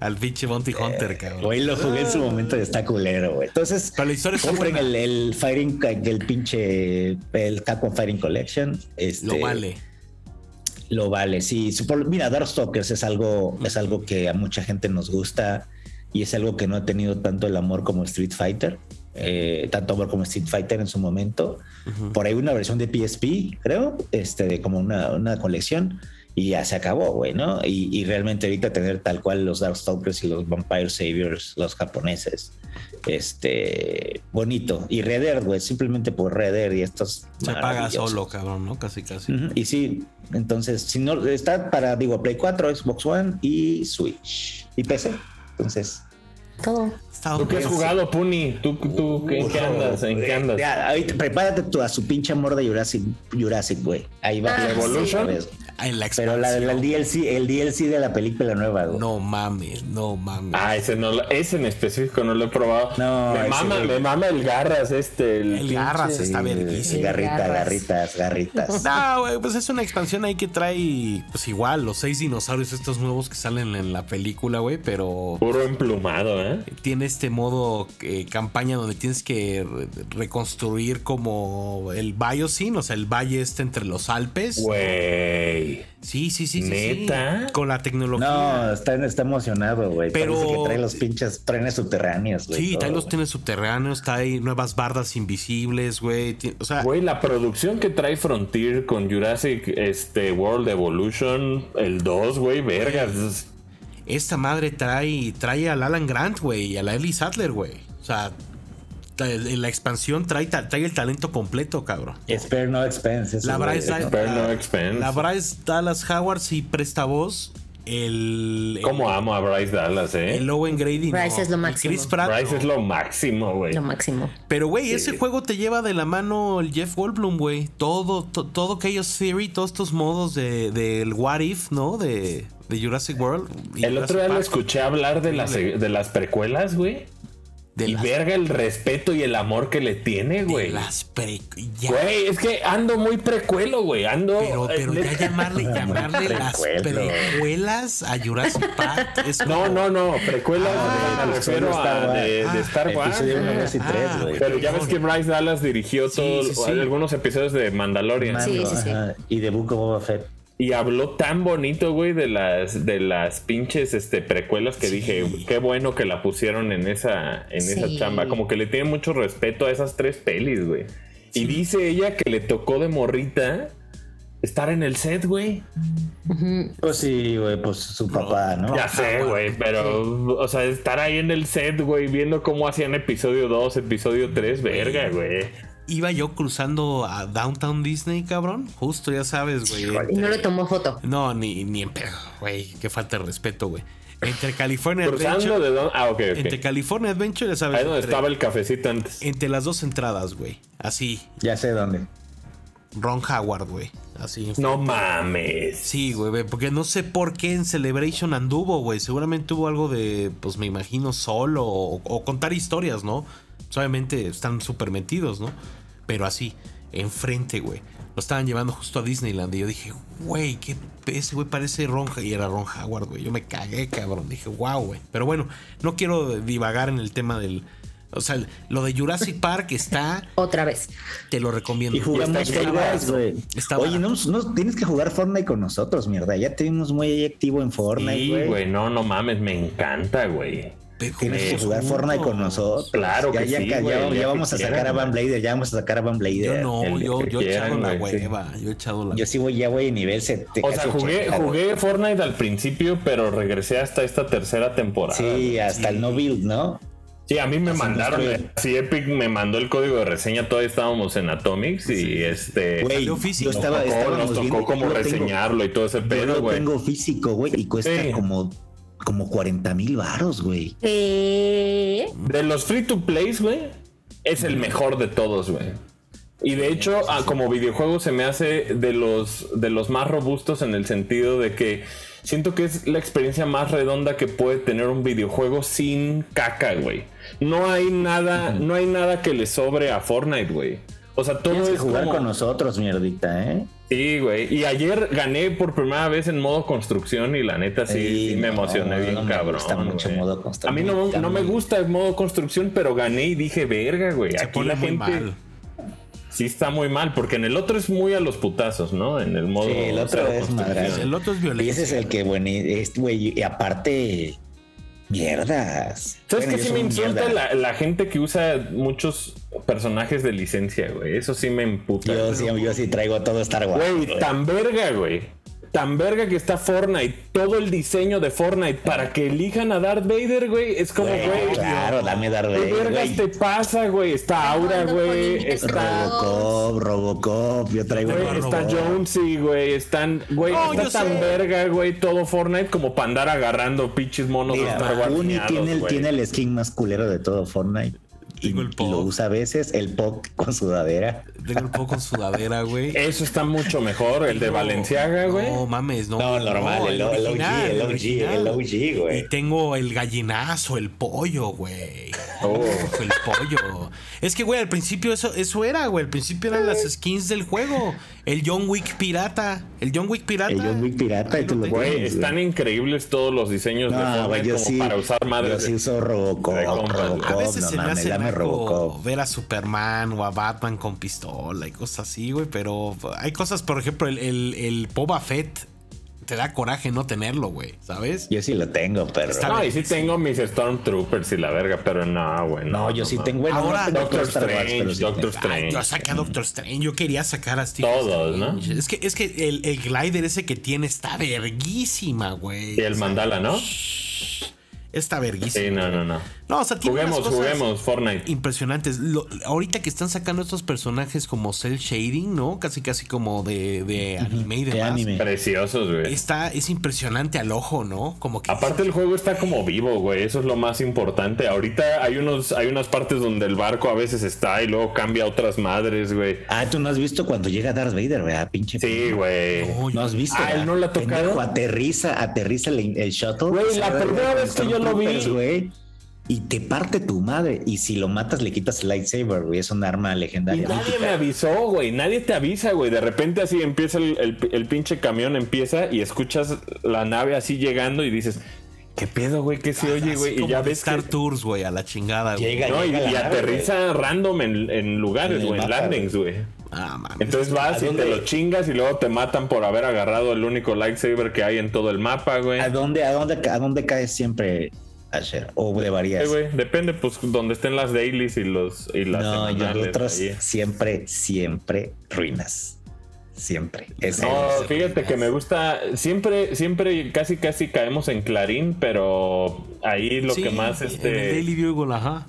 Speaker 2: Al pinche Bounty Hunter, cabrón.
Speaker 1: Eh, Güey, lo jugué en su momento y está culero, güey. Entonces,
Speaker 2: Pero la historia está
Speaker 1: compren
Speaker 2: buena.
Speaker 1: el, el Fighting, el pinche, el Capcom Fighting Collection. Este,
Speaker 2: Lo vale.
Speaker 1: Lo vale, sí. Supo- Mira, Darkstalkers es algo, es algo que a mucha gente nos gusta y es algo que no ha tenido tanto el amor como Street Fighter, eh, tanto amor como Street Fighter en su momento. Por ahí una versión de PSP, creo, este, de como una, una colección y ya se acabó, güey, ¿no? Y, y realmente ahorita tener tal cual los Darkstalkers y los Vampire Saviors, los japoneses, este, bonito. Y Red Dead, güey, simplemente por Red Dead y estos.
Speaker 2: Se apaga
Speaker 1: maravillosos.
Speaker 2: solo, cabrón, ¿no? Casi, casi.
Speaker 1: Ujú, Y sí, entonces, si no, está para, digo, Play 4, Xbox One y Switch y PC. Entonces,
Speaker 5: Todo.
Speaker 2: Está
Speaker 4: ¿Tú qué has
Speaker 2: bien.
Speaker 4: jugado, Puni? ¿Tú, tú ¿en qué andas? ¿En qué andas?
Speaker 1: Uh, ya, ahorita prepárate tú a su pinche amor de Jurassic, Jurassic güey. Ahí va.
Speaker 5: Ah,
Speaker 1: la
Speaker 5: sí.
Speaker 4: ¿Evolution?
Speaker 2: Ah, En la
Speaker 1: Pero la, la- el, DLC, el DLC de la película nueva, güey.
Speaker 2: No mames, no mames.
Speaker 4: Ah, ese no, lo- ese en específico no lo he probado.
Speaker 1: No,
Speaker 4: me
Speaker 1: ese
Speaker 4: mama,
Speaker 1: güey.
Speaker 4: me mama el garras este, el,
Speaker 2: El Garras
Speaker 4: pinche-
Speaker 2: está
Speaker 1: Sí,
Speaker 2: verguísimo.
Speaker 1: garrita,
Speaker 5: garras.
Speaker 1: garritas, garritas.
Speaker 2: No, güey, pues es una expansión ahí que trae, pues igual, los seis dinosaurios estos nuevos que salen en la película, güey, pero
Speaker 4: Puro emplumado, ¿eh?
Speaker 2: tiene este modo eh, campaña donde tienes que re- reconstruir como el Biosyn, o sea, el valle este entre los Alpes.
Speaker 4: Güey.
Speaker 2: Sí, sí, sí, sí, sí.
Speaker 4: ¿Neta?
Speaker 2: Con la tecnología.
Speaker 1: No, está, está emocionado, güey.
Speaker 2: Pero-
Speaker 1: Parece que trae los pinches trenes subterráneos, güey.
Speaker 2: Sí,
Speaker 1: todo,
Speaker 2: trae los
Speaker 1: güey.
Speaker 2: trenes subterráneos, trae nuevas bardas invisibles, güey. ti- O sea,
Speaker 4: Güey, la producción que trae Frontier con Jurassic este, World Evolution, el 2, güey, vergas.
Speaker 2: esta madre trae, trae al Alan Grant, güey, y a la Ellie Sattler, güey. O sea, tra- en la expansión trae, ta- trae el talento completo, cabrón.
Speaker 1: Spare no expense. eso,
Speaker 2: La
Speaker 1: güey.
Speaker 2: Bryce, Dal-
Speaker 4: Spare no
Speaker 2: la-
Speaker 4: expense.
Speaker 2: la Bryce Dallas Howard sí presta voz. El, el-
Speaker 4: ¿Cómo amo a Bryce Dallas, eh?
Speaker 2: El Owen Grady. no.
Speaker 5: Bryce es lo
Speaker 2: Y
Speaker 5: máximo.
Speaker 2: Chris Pratt.
Speaker 4: Bryce
Speaker 2: no.
Speaker 4: es lo máximo, güey.
Speaker 5: Lo máximo.
Speaker 2: Pero, güey, ese juego te lleva de la mano el Jeff Goldblum, güey. Todo, to- todo Chaos Theory, todos estos modos de, del What If, ¿no? De, de Jurassic World. y
Speaker 4: El
Speaker 2: Jurassic
Speaker 4: otro día lo
Speaker 2: Park.
Speaker 4: escuché hablar de las, de las precuelas, güey.
Speaker 2: De
Speaker 4: y
Speaker 2: las-
Speaker 4: verga el respeto y el amor que le tiene, güey.
Speaker 2: Las pre... ya,
Speaker 4: Güey, es que ando muy precuelo, güey. Ando.
Speaker 2: pero, pero ya
Speaker 4: neta-
Speaker 2: llamarle, llamarle las
Speaker 1: Precuelo.
Speaker 2: precuelas a Jurassic Park es
Speaker 4: No, no, no. Precuelas
Speaker 1: Ah,
Speaker 4: me
Speaker 1: son
Speaker 4: refiero
Speaker 1: de Star
Speaker 4: a
Speaker 1: Wars.
Speaker 4: de, de
Speaker 2: Ah,
Speaker 4: Star Wars.
Speaker 1: Episodio 1, 2 y
Speaker 2: Ah,
Speaker 1: 3, güey.
Speaker 4: Pero ya ves que Bryce Dallas dirigió
Speaker 2: Sí,
Speaker 4: todo-
Speaker 2: sí, sí.
Speaker 4: algunos episodios de Mandalorian.
Speaker 5: Sí, sí, sí.
Speaker 1: Ajá, Y de Book of Boba Fett.
Speaker 4: Y habló tan bonito, güey, de las, de las pinches este, precuelas que dije, qué bueno que la pusieron en esa, en esa
Speaker 5: Sí.
Speaker 4: chamba. Como que le tiene mucho respeto a esas tres pelis, güey. Y dice ella que le tocó de morrita estar en el set, güey.
Speaker 1: Pues sí, güey, pues su papá, ¿no?
Speaker 4: Ya sé, güey, pero, o sea, estar ahí en el set, güey, viendo cómo hacían episodio 2, episodio 3, verga, güey.
Speaker 2: Iba yo cruzando a Downtown Disney, cabrón. Justo, ya sabes, güey.
Speaker 5: Y no
Speaker 2: entre-
Speaker 5: le tomó foto.
Speaker 2: No, ni, ni en pedo, güey. Qué falta de respeto, güey. Entre California
Speaker 4: Cruzando
Speaker 2: Adventure.
Speaker 4: de don... Ah, ok,
Speaker 2: Entre
Speaker 4: ok.
Speaker 2: California Adventure, ya sabes.
Speaker 4: Ahí donde
Speaker 2: entre-
Speaker 4: estaba el cafecito antes.
Speaker 2: entre las dos entradas, güey. Así,
Speaker 1: Ya sé dónde.
Speaker 2: Ron Howard, güey. Así.
Speaker 4: No mames.
Speaker 2: Sí, güey, güey, porque no sé por qué en Celebration anduvo, güey. Seguramente hubo algo de, pues me imagino, solo o, o contar historias, ¿no? Pues, obviamente están súper metidos, ¿no? Pero así, enfrente, güey. Lo estaban llevando justo a Disneyland y yo dije, güey, qué ese güey parece Ron y era Ron Howard, güey. Yo me cagué, cabrón. Dije, wow, güey. Pero bueno, no quiero divagar en el tema del. O sea, lo de Jurassic Park está,
Speaker 5: Otra vez.
Speaker 2: te lo recomiendo.
Speaker 1: Y jugamos
Speaker 4: Está
Speaker 1: Fall Guys, güey.
Speaker 2: Está
Speaker 1: Oye, no,
Speaker 2: barato.
Speaker 1: no, tienes que jugar Fortnite con nosotros, mierda. Ya te vimos muy ahí activo en
Speaker 4: Sí,
Speaker 1: Fortnite, güey.
Speaker 4: güey, no, no mames, me encanta, güey.
Speaker 2: Pero
Speaker 1: Tienes que
Speaker 2: juguemos
Speaker 1: jugar Fortnite con
Speaker 2: juntos.
Speaker 1: nosotros.
Speaker 4: Claro
Speaker 1: ya,
Speaker 4: que
Speaker 1: ya,
Speaker 4: sí,
Speaker 1: ya,
Speaker 4: güey,
Speaker 1: ya
Speaker 4: ya
Speaker 1: vamos a
Speaker 4: que
Speaker 1: sacar
Speaker 4: quieran,
Speaker 1: a Van
Speaker 4: güey.
Speaker 1: Blader, ya vamos a sacar a Van
Speaker 2: Yo
Speaker 1: Blader.
Speaker 2: no,
Speaker 4: el día
Speaker 2: yo,
Speaker 4: que
Speaker 2: yo he echado
Speaker 4: quieran,
Speaker 2: la
Speaker 4: güey, sí.
Speaker 2: hueva. Yo he echado la
Speaker 1: Yo sí voy, ya voy en nivel 70.
Speaker 4: O sea, jugué, jugué Fortnite al principio, pero regresé hasta esta tercera temporada.
Speaker 1: Sí, hasta el no build, ¿no?
Speaker 4: Sí, a mí me
Speaker 1: Así
Speaker 4: mandaron,
Speaker 1: estoy.
Speaker 4: sí, Epic me mandó el código de reseña, todavía estábamos en Atomics y este...
Speaker 1: Güey,
Speaker 2: salió físico.
Speaker 1: yo
Speaker 4: nos
Speaker 1: estaba,
Speaker 4: tocó,
Speaker 1: estábamos
Speaker 4: nos
Speaker 1: viendo,
Speaker 4: tocó
Speaker 1: yo lo
Speaker 4: como
Speaker 1: tengo-
Speaker 4: reseñarlo y todo ese
Speaker 1: Yo
Speaker 4: pedo,
Speaker 1: lo
Speaker 4: güey.
Speaker 1: tengo físico, güey, y cuesta
Speaker 4: Sí.
Speaker 1: como, como 40 mil varos, güey.
Speaker 5: ¿Qué?
Speaker 4: De los free to plays, güey, es el mejor de todos, güey. Y de hecho, ah, como videojuego se me hace de los, de los más robustos en el sentido de que siento que es la experiencia más redonda que puede tener un videojuego sin caca, güey. No hay nada, no hay nada que le sobre a Fortnite, güey. O sea, todo
Speaker 1: Tienes que
Speaker 4: es
Speaker 1: jugar
Speaker 4: como-
Speaker 1: con nosotros, mierdita, ¿eh?
Speaker 4: Sí, güey. Y ayer gané por primera vez en modo construcción y la neta sí,
Speaker 1: Sí,
Speaker 4: sí me
Speaker 1: no,
Speaker 4: emocioné
Speaker 1: no
Speaker 4: bien,
Speaker 1: me
Speaker 4: cabrón.
Speaker 1: gusta mucho
Speaker 4: güey.
Speaker 1: modo construcción.
Speaker 4: A mí no, no me gusta el modo construcción, pero gané y dije, verga, güey.
Speaker 2: Se
Speaker 4: Aquí
Speaker 2: pone
Speaker 4: la
Speaker 2: muy
Speaker 4: gente
Speaker 2: mal.
Speaker 4: sí está muy mal, porque en el otro es muy a los putazos, ¿no? En el modo.
Speaker 1: Sí, el otro
Speaker 4: cero
Speaker 1: es
Speaker 4: construcción.
Speaker 1: madrazo.
Speaker 2: El otro es
Speaker 1: Y
Speaker 2: violencia.
Speaker 1: ese es el que, bueno, y es, güey, y aparte, mierdas.
Speaker 4: ¿Sabes
Speaker 1: Bueno,
Speaker 4: qué?
Speaker 1: yo
Speaker 4: Sí
Speaker 1: soy
Speaker 4: me
Speaker 1: un
Speaker 4: insulta
Speaker 1: mierda.
Speaker 4: la, la gente que usa muchos personajes de licencia, güey. Eso sí me emputa.
Speaker 1: Yo, sí, yo sí traigo todo Star Wars.
Speaker 4: Güey, tan verga, güey. Tan verga que está Fortnite. Todo el diseño de Fortnite para que elijan a Darth Vader, güey. Es como,
Speaker 1: Güey,
Speaker 4: güey.
Speaker 1: claro, dame Darth
Speaker 4: ¿Qué
Speaker 1: Vader,
Speaker 4: vergas te
Speaker 1: güey.
Speaker 4: pasa, güey? Está Aura,
Speaker 5: Ando con
Speaker 4: güey.
Speaker 5: invitación.
Speaker 4: Está.
Speaker 1: Robocop, Robocop, yo traigo
Speaker 4: güey,
Speaker 1: Robocop.
Speaker 4: está Jonesy, güey. Están. Güey,
Speaker 2: No, yo
Speaker 4: está tan
Speaker 2: sé.
Speaker 4: verga, güey. Todo Fortnite como para andar agarrando pinches monos de
Speaker 1: Mira,
Speaker 4: Star Wars
Speaker 1: Uni
Speaker 4: miados,
Speaker 1: tiene el,
Speaker 4: güey.
Speaker 1: tiene el skin más culero de todo Fortnite. Y,
Speaker 2: Tengo el
Speaker 1: y lo
Speaker 2: Pog.
Speaker 1: usa a veces el POC con sudadera.
Speaker 2: Tengo el poco con sudadera, güey.
Speaker 4: Eso está mucho mejor, el de
Speaker 2: Tengo-
Speaker 4: Valenciaga, güey.
Speaker 2: No mames, no.
Speaker 1: No, normal, el O- el OG,
Speaker 2: original,
Speaker 1: el OG, el OG, güey.
Speaker 2: Y tengo el gallinazo, el pollo, güey.
Speaker 4: Oh.
Speaker 2: Uf, El pollo. Es que, güey, al principio eso, eso era, güey. Al principio eran las skins del juego. El John Wick pirata. El John Wick pirata.
Speaker 1: El John Wick pirata, y tú lo
Speaker 4: Güey,
Speaker 1: tienes,
Speaker 4: están increíbles todos los diseños de
Speaker 1: No,
Speaker 4: Fortnite
Speaker 1: güey, yo
Speaker 4: como
Speaker 1: sí.
Speaker 4: para usar
Speaker 1: yo
Speaker 4: madres.
Speaker 1: sí
Speaker 4: de-
Speaker 1: uso Robocop,
Speaker 4: de compras, güey.
Speaker 1: Robocop,
Speaker 2: A veces
Speaker 1: no
Speaker 2: se me
Speaker 1: mames,
Speaker 2: hace
Speaker 1: dame
Speaker 2: naco
Speaker 1: Robocop.
Speaker 2: ver a Superman o a Batman con pistola y cosas así, güey. Pero hay cosas, por ejemplo, el, el, el Boba Fett te da coraje no tenerlo, güey. ¿Sabes?
Speaker 1: Yo sí lo tengo, pero.
Speaker 2: Está-
Speaker 4: No, y sí tengo mis Stormtroopers y la verga, pero no, güey.
Speaker 1: No, yo sí
Speaker 4: no.
Speaker 1: tengo. Bueno,
Speaker 2: Ahora-
Speaker 1: no tengo
Speaker 4: Doctor
Speaker 1: todo Star Wars,
Speaker 4: Strange,
Speaker 1: pero sí
Speaker 4: Doctor
Speaker 1: tengo.
Speaker 4: Strange.
Speaker 2: Ay, yo saqué a Doctor Strange. Yo quería sacar a Steve.
Speaker 4: Todos, ¿no?
Speaker 2: Es que, es que el, el glider ese que tiene está verguísima, güey.
Speaker 4: Y el mandala, ¿no?
Speaker 2: Está verguísima.
Speaker 4: Sí, no, no, no.
Speaker 2: No, o sea, tiene unas
Speaker 4: Juguemos,
Speaker 2: cosas
Speaker 4: juguemos Fortnite.
Speaker 2: Impresionantes. Lo- ahorita que están sacando estos personajes como cel shading, ¿no? Casi, casi como de, de anime y
Speaker 1: De
Speaker 2: demás.
Speaker 1: anime.
Speaker 4: Preciosos, güey.
Speaker 2: Está, es impresionante al ojo, ¿no? Como que.
Speaker 4: Aparte el juego está como vivo, güey. Eso es lo más importante. Ahorita hay unos, hay unas partes donde el barco a veces está y luego cambia a otras madres, güey.
Speaker 1: Ah, tú no has visto cuando llega Darth Vader, ¿verdad? Pinche.
Speaker 4: Sí, güey.
Speaker 2: No, yo-
Speaker 1: No has visto.
Speaker 4: Ah,
Speaker 1: ¿verdad?
Speaker 4: él no la ha tocado.
Speaker 1: Pendejo, aterriza, aterriza el, el shuttle.
Speaker 4: Güey, la
Speaker 1: Sale
Speaker 4: primera
Speaker 1: con
Speaker 4: vez que yo lo vi.
Speaker 1: Stormtroopers, güey, y te parte tu madre. Y si lo matas, le quitas el lightsaber, güey. Es un arma
Speaker 4: Y
Speaker 1: legendaria.
Speaker 4: nadie me
Speaker 1: mítica.
Speaker 4: avisó, güey. Nadie te avisa, güey. De repente así empieza el, el- el pinche camión, empieza y escuchas la nave así llegando y dices, ¿qué pedo, güey? ¿Qué se oye,
Speaker 2: así
Speaker 4: güey? Y
Speaker 2: como
Speaker 4: ya
Speaker 2: de
Speaker 4: ves que...
Speaker 2: Star Tours, güey, a la chingada, güey.
Speaker 1: Llega,
Speaker 4: No, y,
Speaker 1: llega la
Speaker 4: y
Speaker 1: nave,
Speaker 4: aterriza random en, en
Speaker 1: En
Speaker 4: lugares,
Speaker 1: el
Speaker 4: güey, en
Speaker 1: mapa,
Speaker 4: landings, güey.
Speaker 2: Ah, mames.
Speaker 4: Entonces vas y
Speaker 1: dónde?
Speaker 4: te lo chingas y luego te matan por haber agarrado el único lightsaber que hay en todo el mapa, güey.
Speaker 2: Ah,
Speaker 1: ¿A dónde, a dónde, a dónde caes siempre, Asher? ¿O de
Speaker 4: Sí,
Speaker 1: varias?
Speaker 4: güey, Depende, pues, donde estén las dailies y los y las
Speaker 1: no, yo
Speaker 4: semanales
Speaker 1: nosotros
Speaker 4: ahí.
Speaker 1: siempre, siempre ruinas. Siempre. Es
Speaker 4: No,
Speaker 1: el-
Speaker 4: fíjate que me gusta. Siempre, siempre casi casi caemos en Clarín, pero ahí lo
Speaker 2: Sí,
Speaker 4: que más
Speaker 2: En el
Speaker 4: este.
Speaker 2: Daily Bugle, ajá.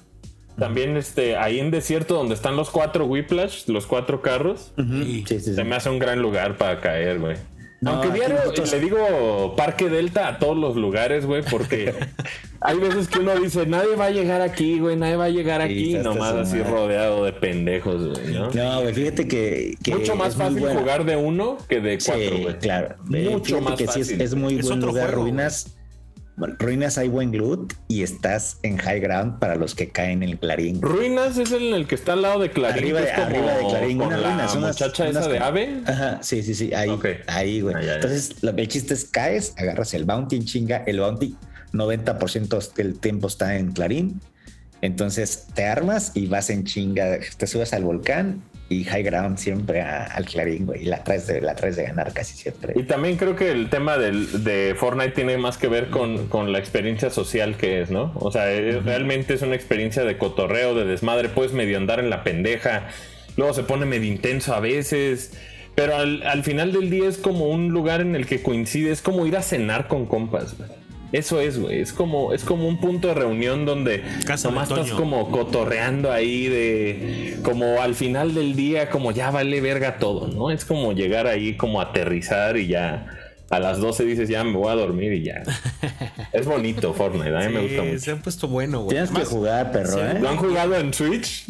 Speaker 4: También este, ahí en desierto donde están los cuatro Whiplash, los cuatro carros,
Speaker 2: Y-
Speaker 1: Sí, sí, sí.
Speaker 4: se me hace un gran lugar para caer, güey.
Speaker 1: No,
Speaker 4: Aunque
Speaker 1: aquí
Speaker 4: diario
Speaker 1: nosotros-
Speaker 4: le digo Parque Delta a todos los lugares, güey, porque hay veces que uno dice, nadie va a llegar aquí, güey, nadie va a llegar
Speaker 1: Sí,
Speaker 4: aquí,
Speaker 1: está hasta
Speaker 4: nomás
Speaker 1: su
Speaker 4: así
Speaker 1: madre.
Speaker 4: rodeado de pendejos, güey, ¿no?
Speaker 1: No, güey, fíjate que, que
Speaker 4: Mucho más
Speaker 1: es muy
Speaker 4: fácil
Speaker 1: buena.
Speaker 4: jugar de uno que de
Speaker 1: Sí,
Speaker 4: cuatro, güey.
Speaker 1: claro. Eh,
Speaker 4: Mucho
Speaker 1: fíjate
Speaker 4: más
Speaker 1: que sí es-
Speaker 4: fácil.
Speaker 1: es, muy
Speaker 2: Es
Speaker 1: buen
Speaker 2: otro
Speaker 1: lugar.
Speaker 2: juego.
Speaker 1: Ruinas, ruinas hay buen loot y estás en high ground para los que caen en el clarín.
Speaker 4: Ruinas es el, el que está al lado de Clarín.
Speaker 1: Arriba
Speaker 4: que
Speaker 1: de-
Speaker 4: es como
Speaker 1: arriba de Clarín,
Speaker 4: con
Speaker 1: unas
Speaker 4: la
Speaker 1: ruinas, unas-
Speaker 4: muchacha
Speaker 1: unas
Speaker 4: esa de
Speaker 1: como-
Speaker 4: ave.
Speaker 1: Ajá, sí, sí, sí, ahí,
Speaker 4: Ok.
Speaker 1: ahí, güey.
Speaker 4: Ah, ya, ya.
Speaker 1: Entonces, lo- el chiste es caes, agarras el bounty en chinga, el bounty 90% del tiempo está en Clarín. Entonces, te armas y vas en chinga, te subes al volcán y high ground siempre a- al Clarín, güey, y la traes de la traes de ganar casi
Speaker 4: Y
Speaker 1: siempre.
Speaker 4: también creo que el tema del, de Fortnite tiene más que ver con, con la experiencia social que es, ¿no? O sea, es- realmente es una experiencia de cotorreo, de desmadre, puedes medio andar en la pendeja, luego se pone medio intenso a veces, pero al, al final del día es como un lugar en el que coincide, es como ir a cenar con compas, güey. Eso es, güey. Es como, es como un punto de reunión donde
Speaker 2: Casa de
Speaker 4: nomás estás
Speaker 2: Toño.
Speaker 4: como cotorreando ahí de como al final del día, como ya vale verga todo, ¿no? Es como llegar ahí, como aterrizar y ya a las 12 dices ya me voy a dormir y ya. es bonito Fortnite, a mí me gusta
Speaker 2: Sí,
Speaker 4: mucho.
Speaker 2: se han puesto bueno, güey.
Speaker 1: Tienes que
Speaker 2: Además,
Speaker 1: jugar, perro,
Speaker 2: sí,
Speaker 1: ¿eh?
Speaker 4: ¿Lo han jugado en Switch?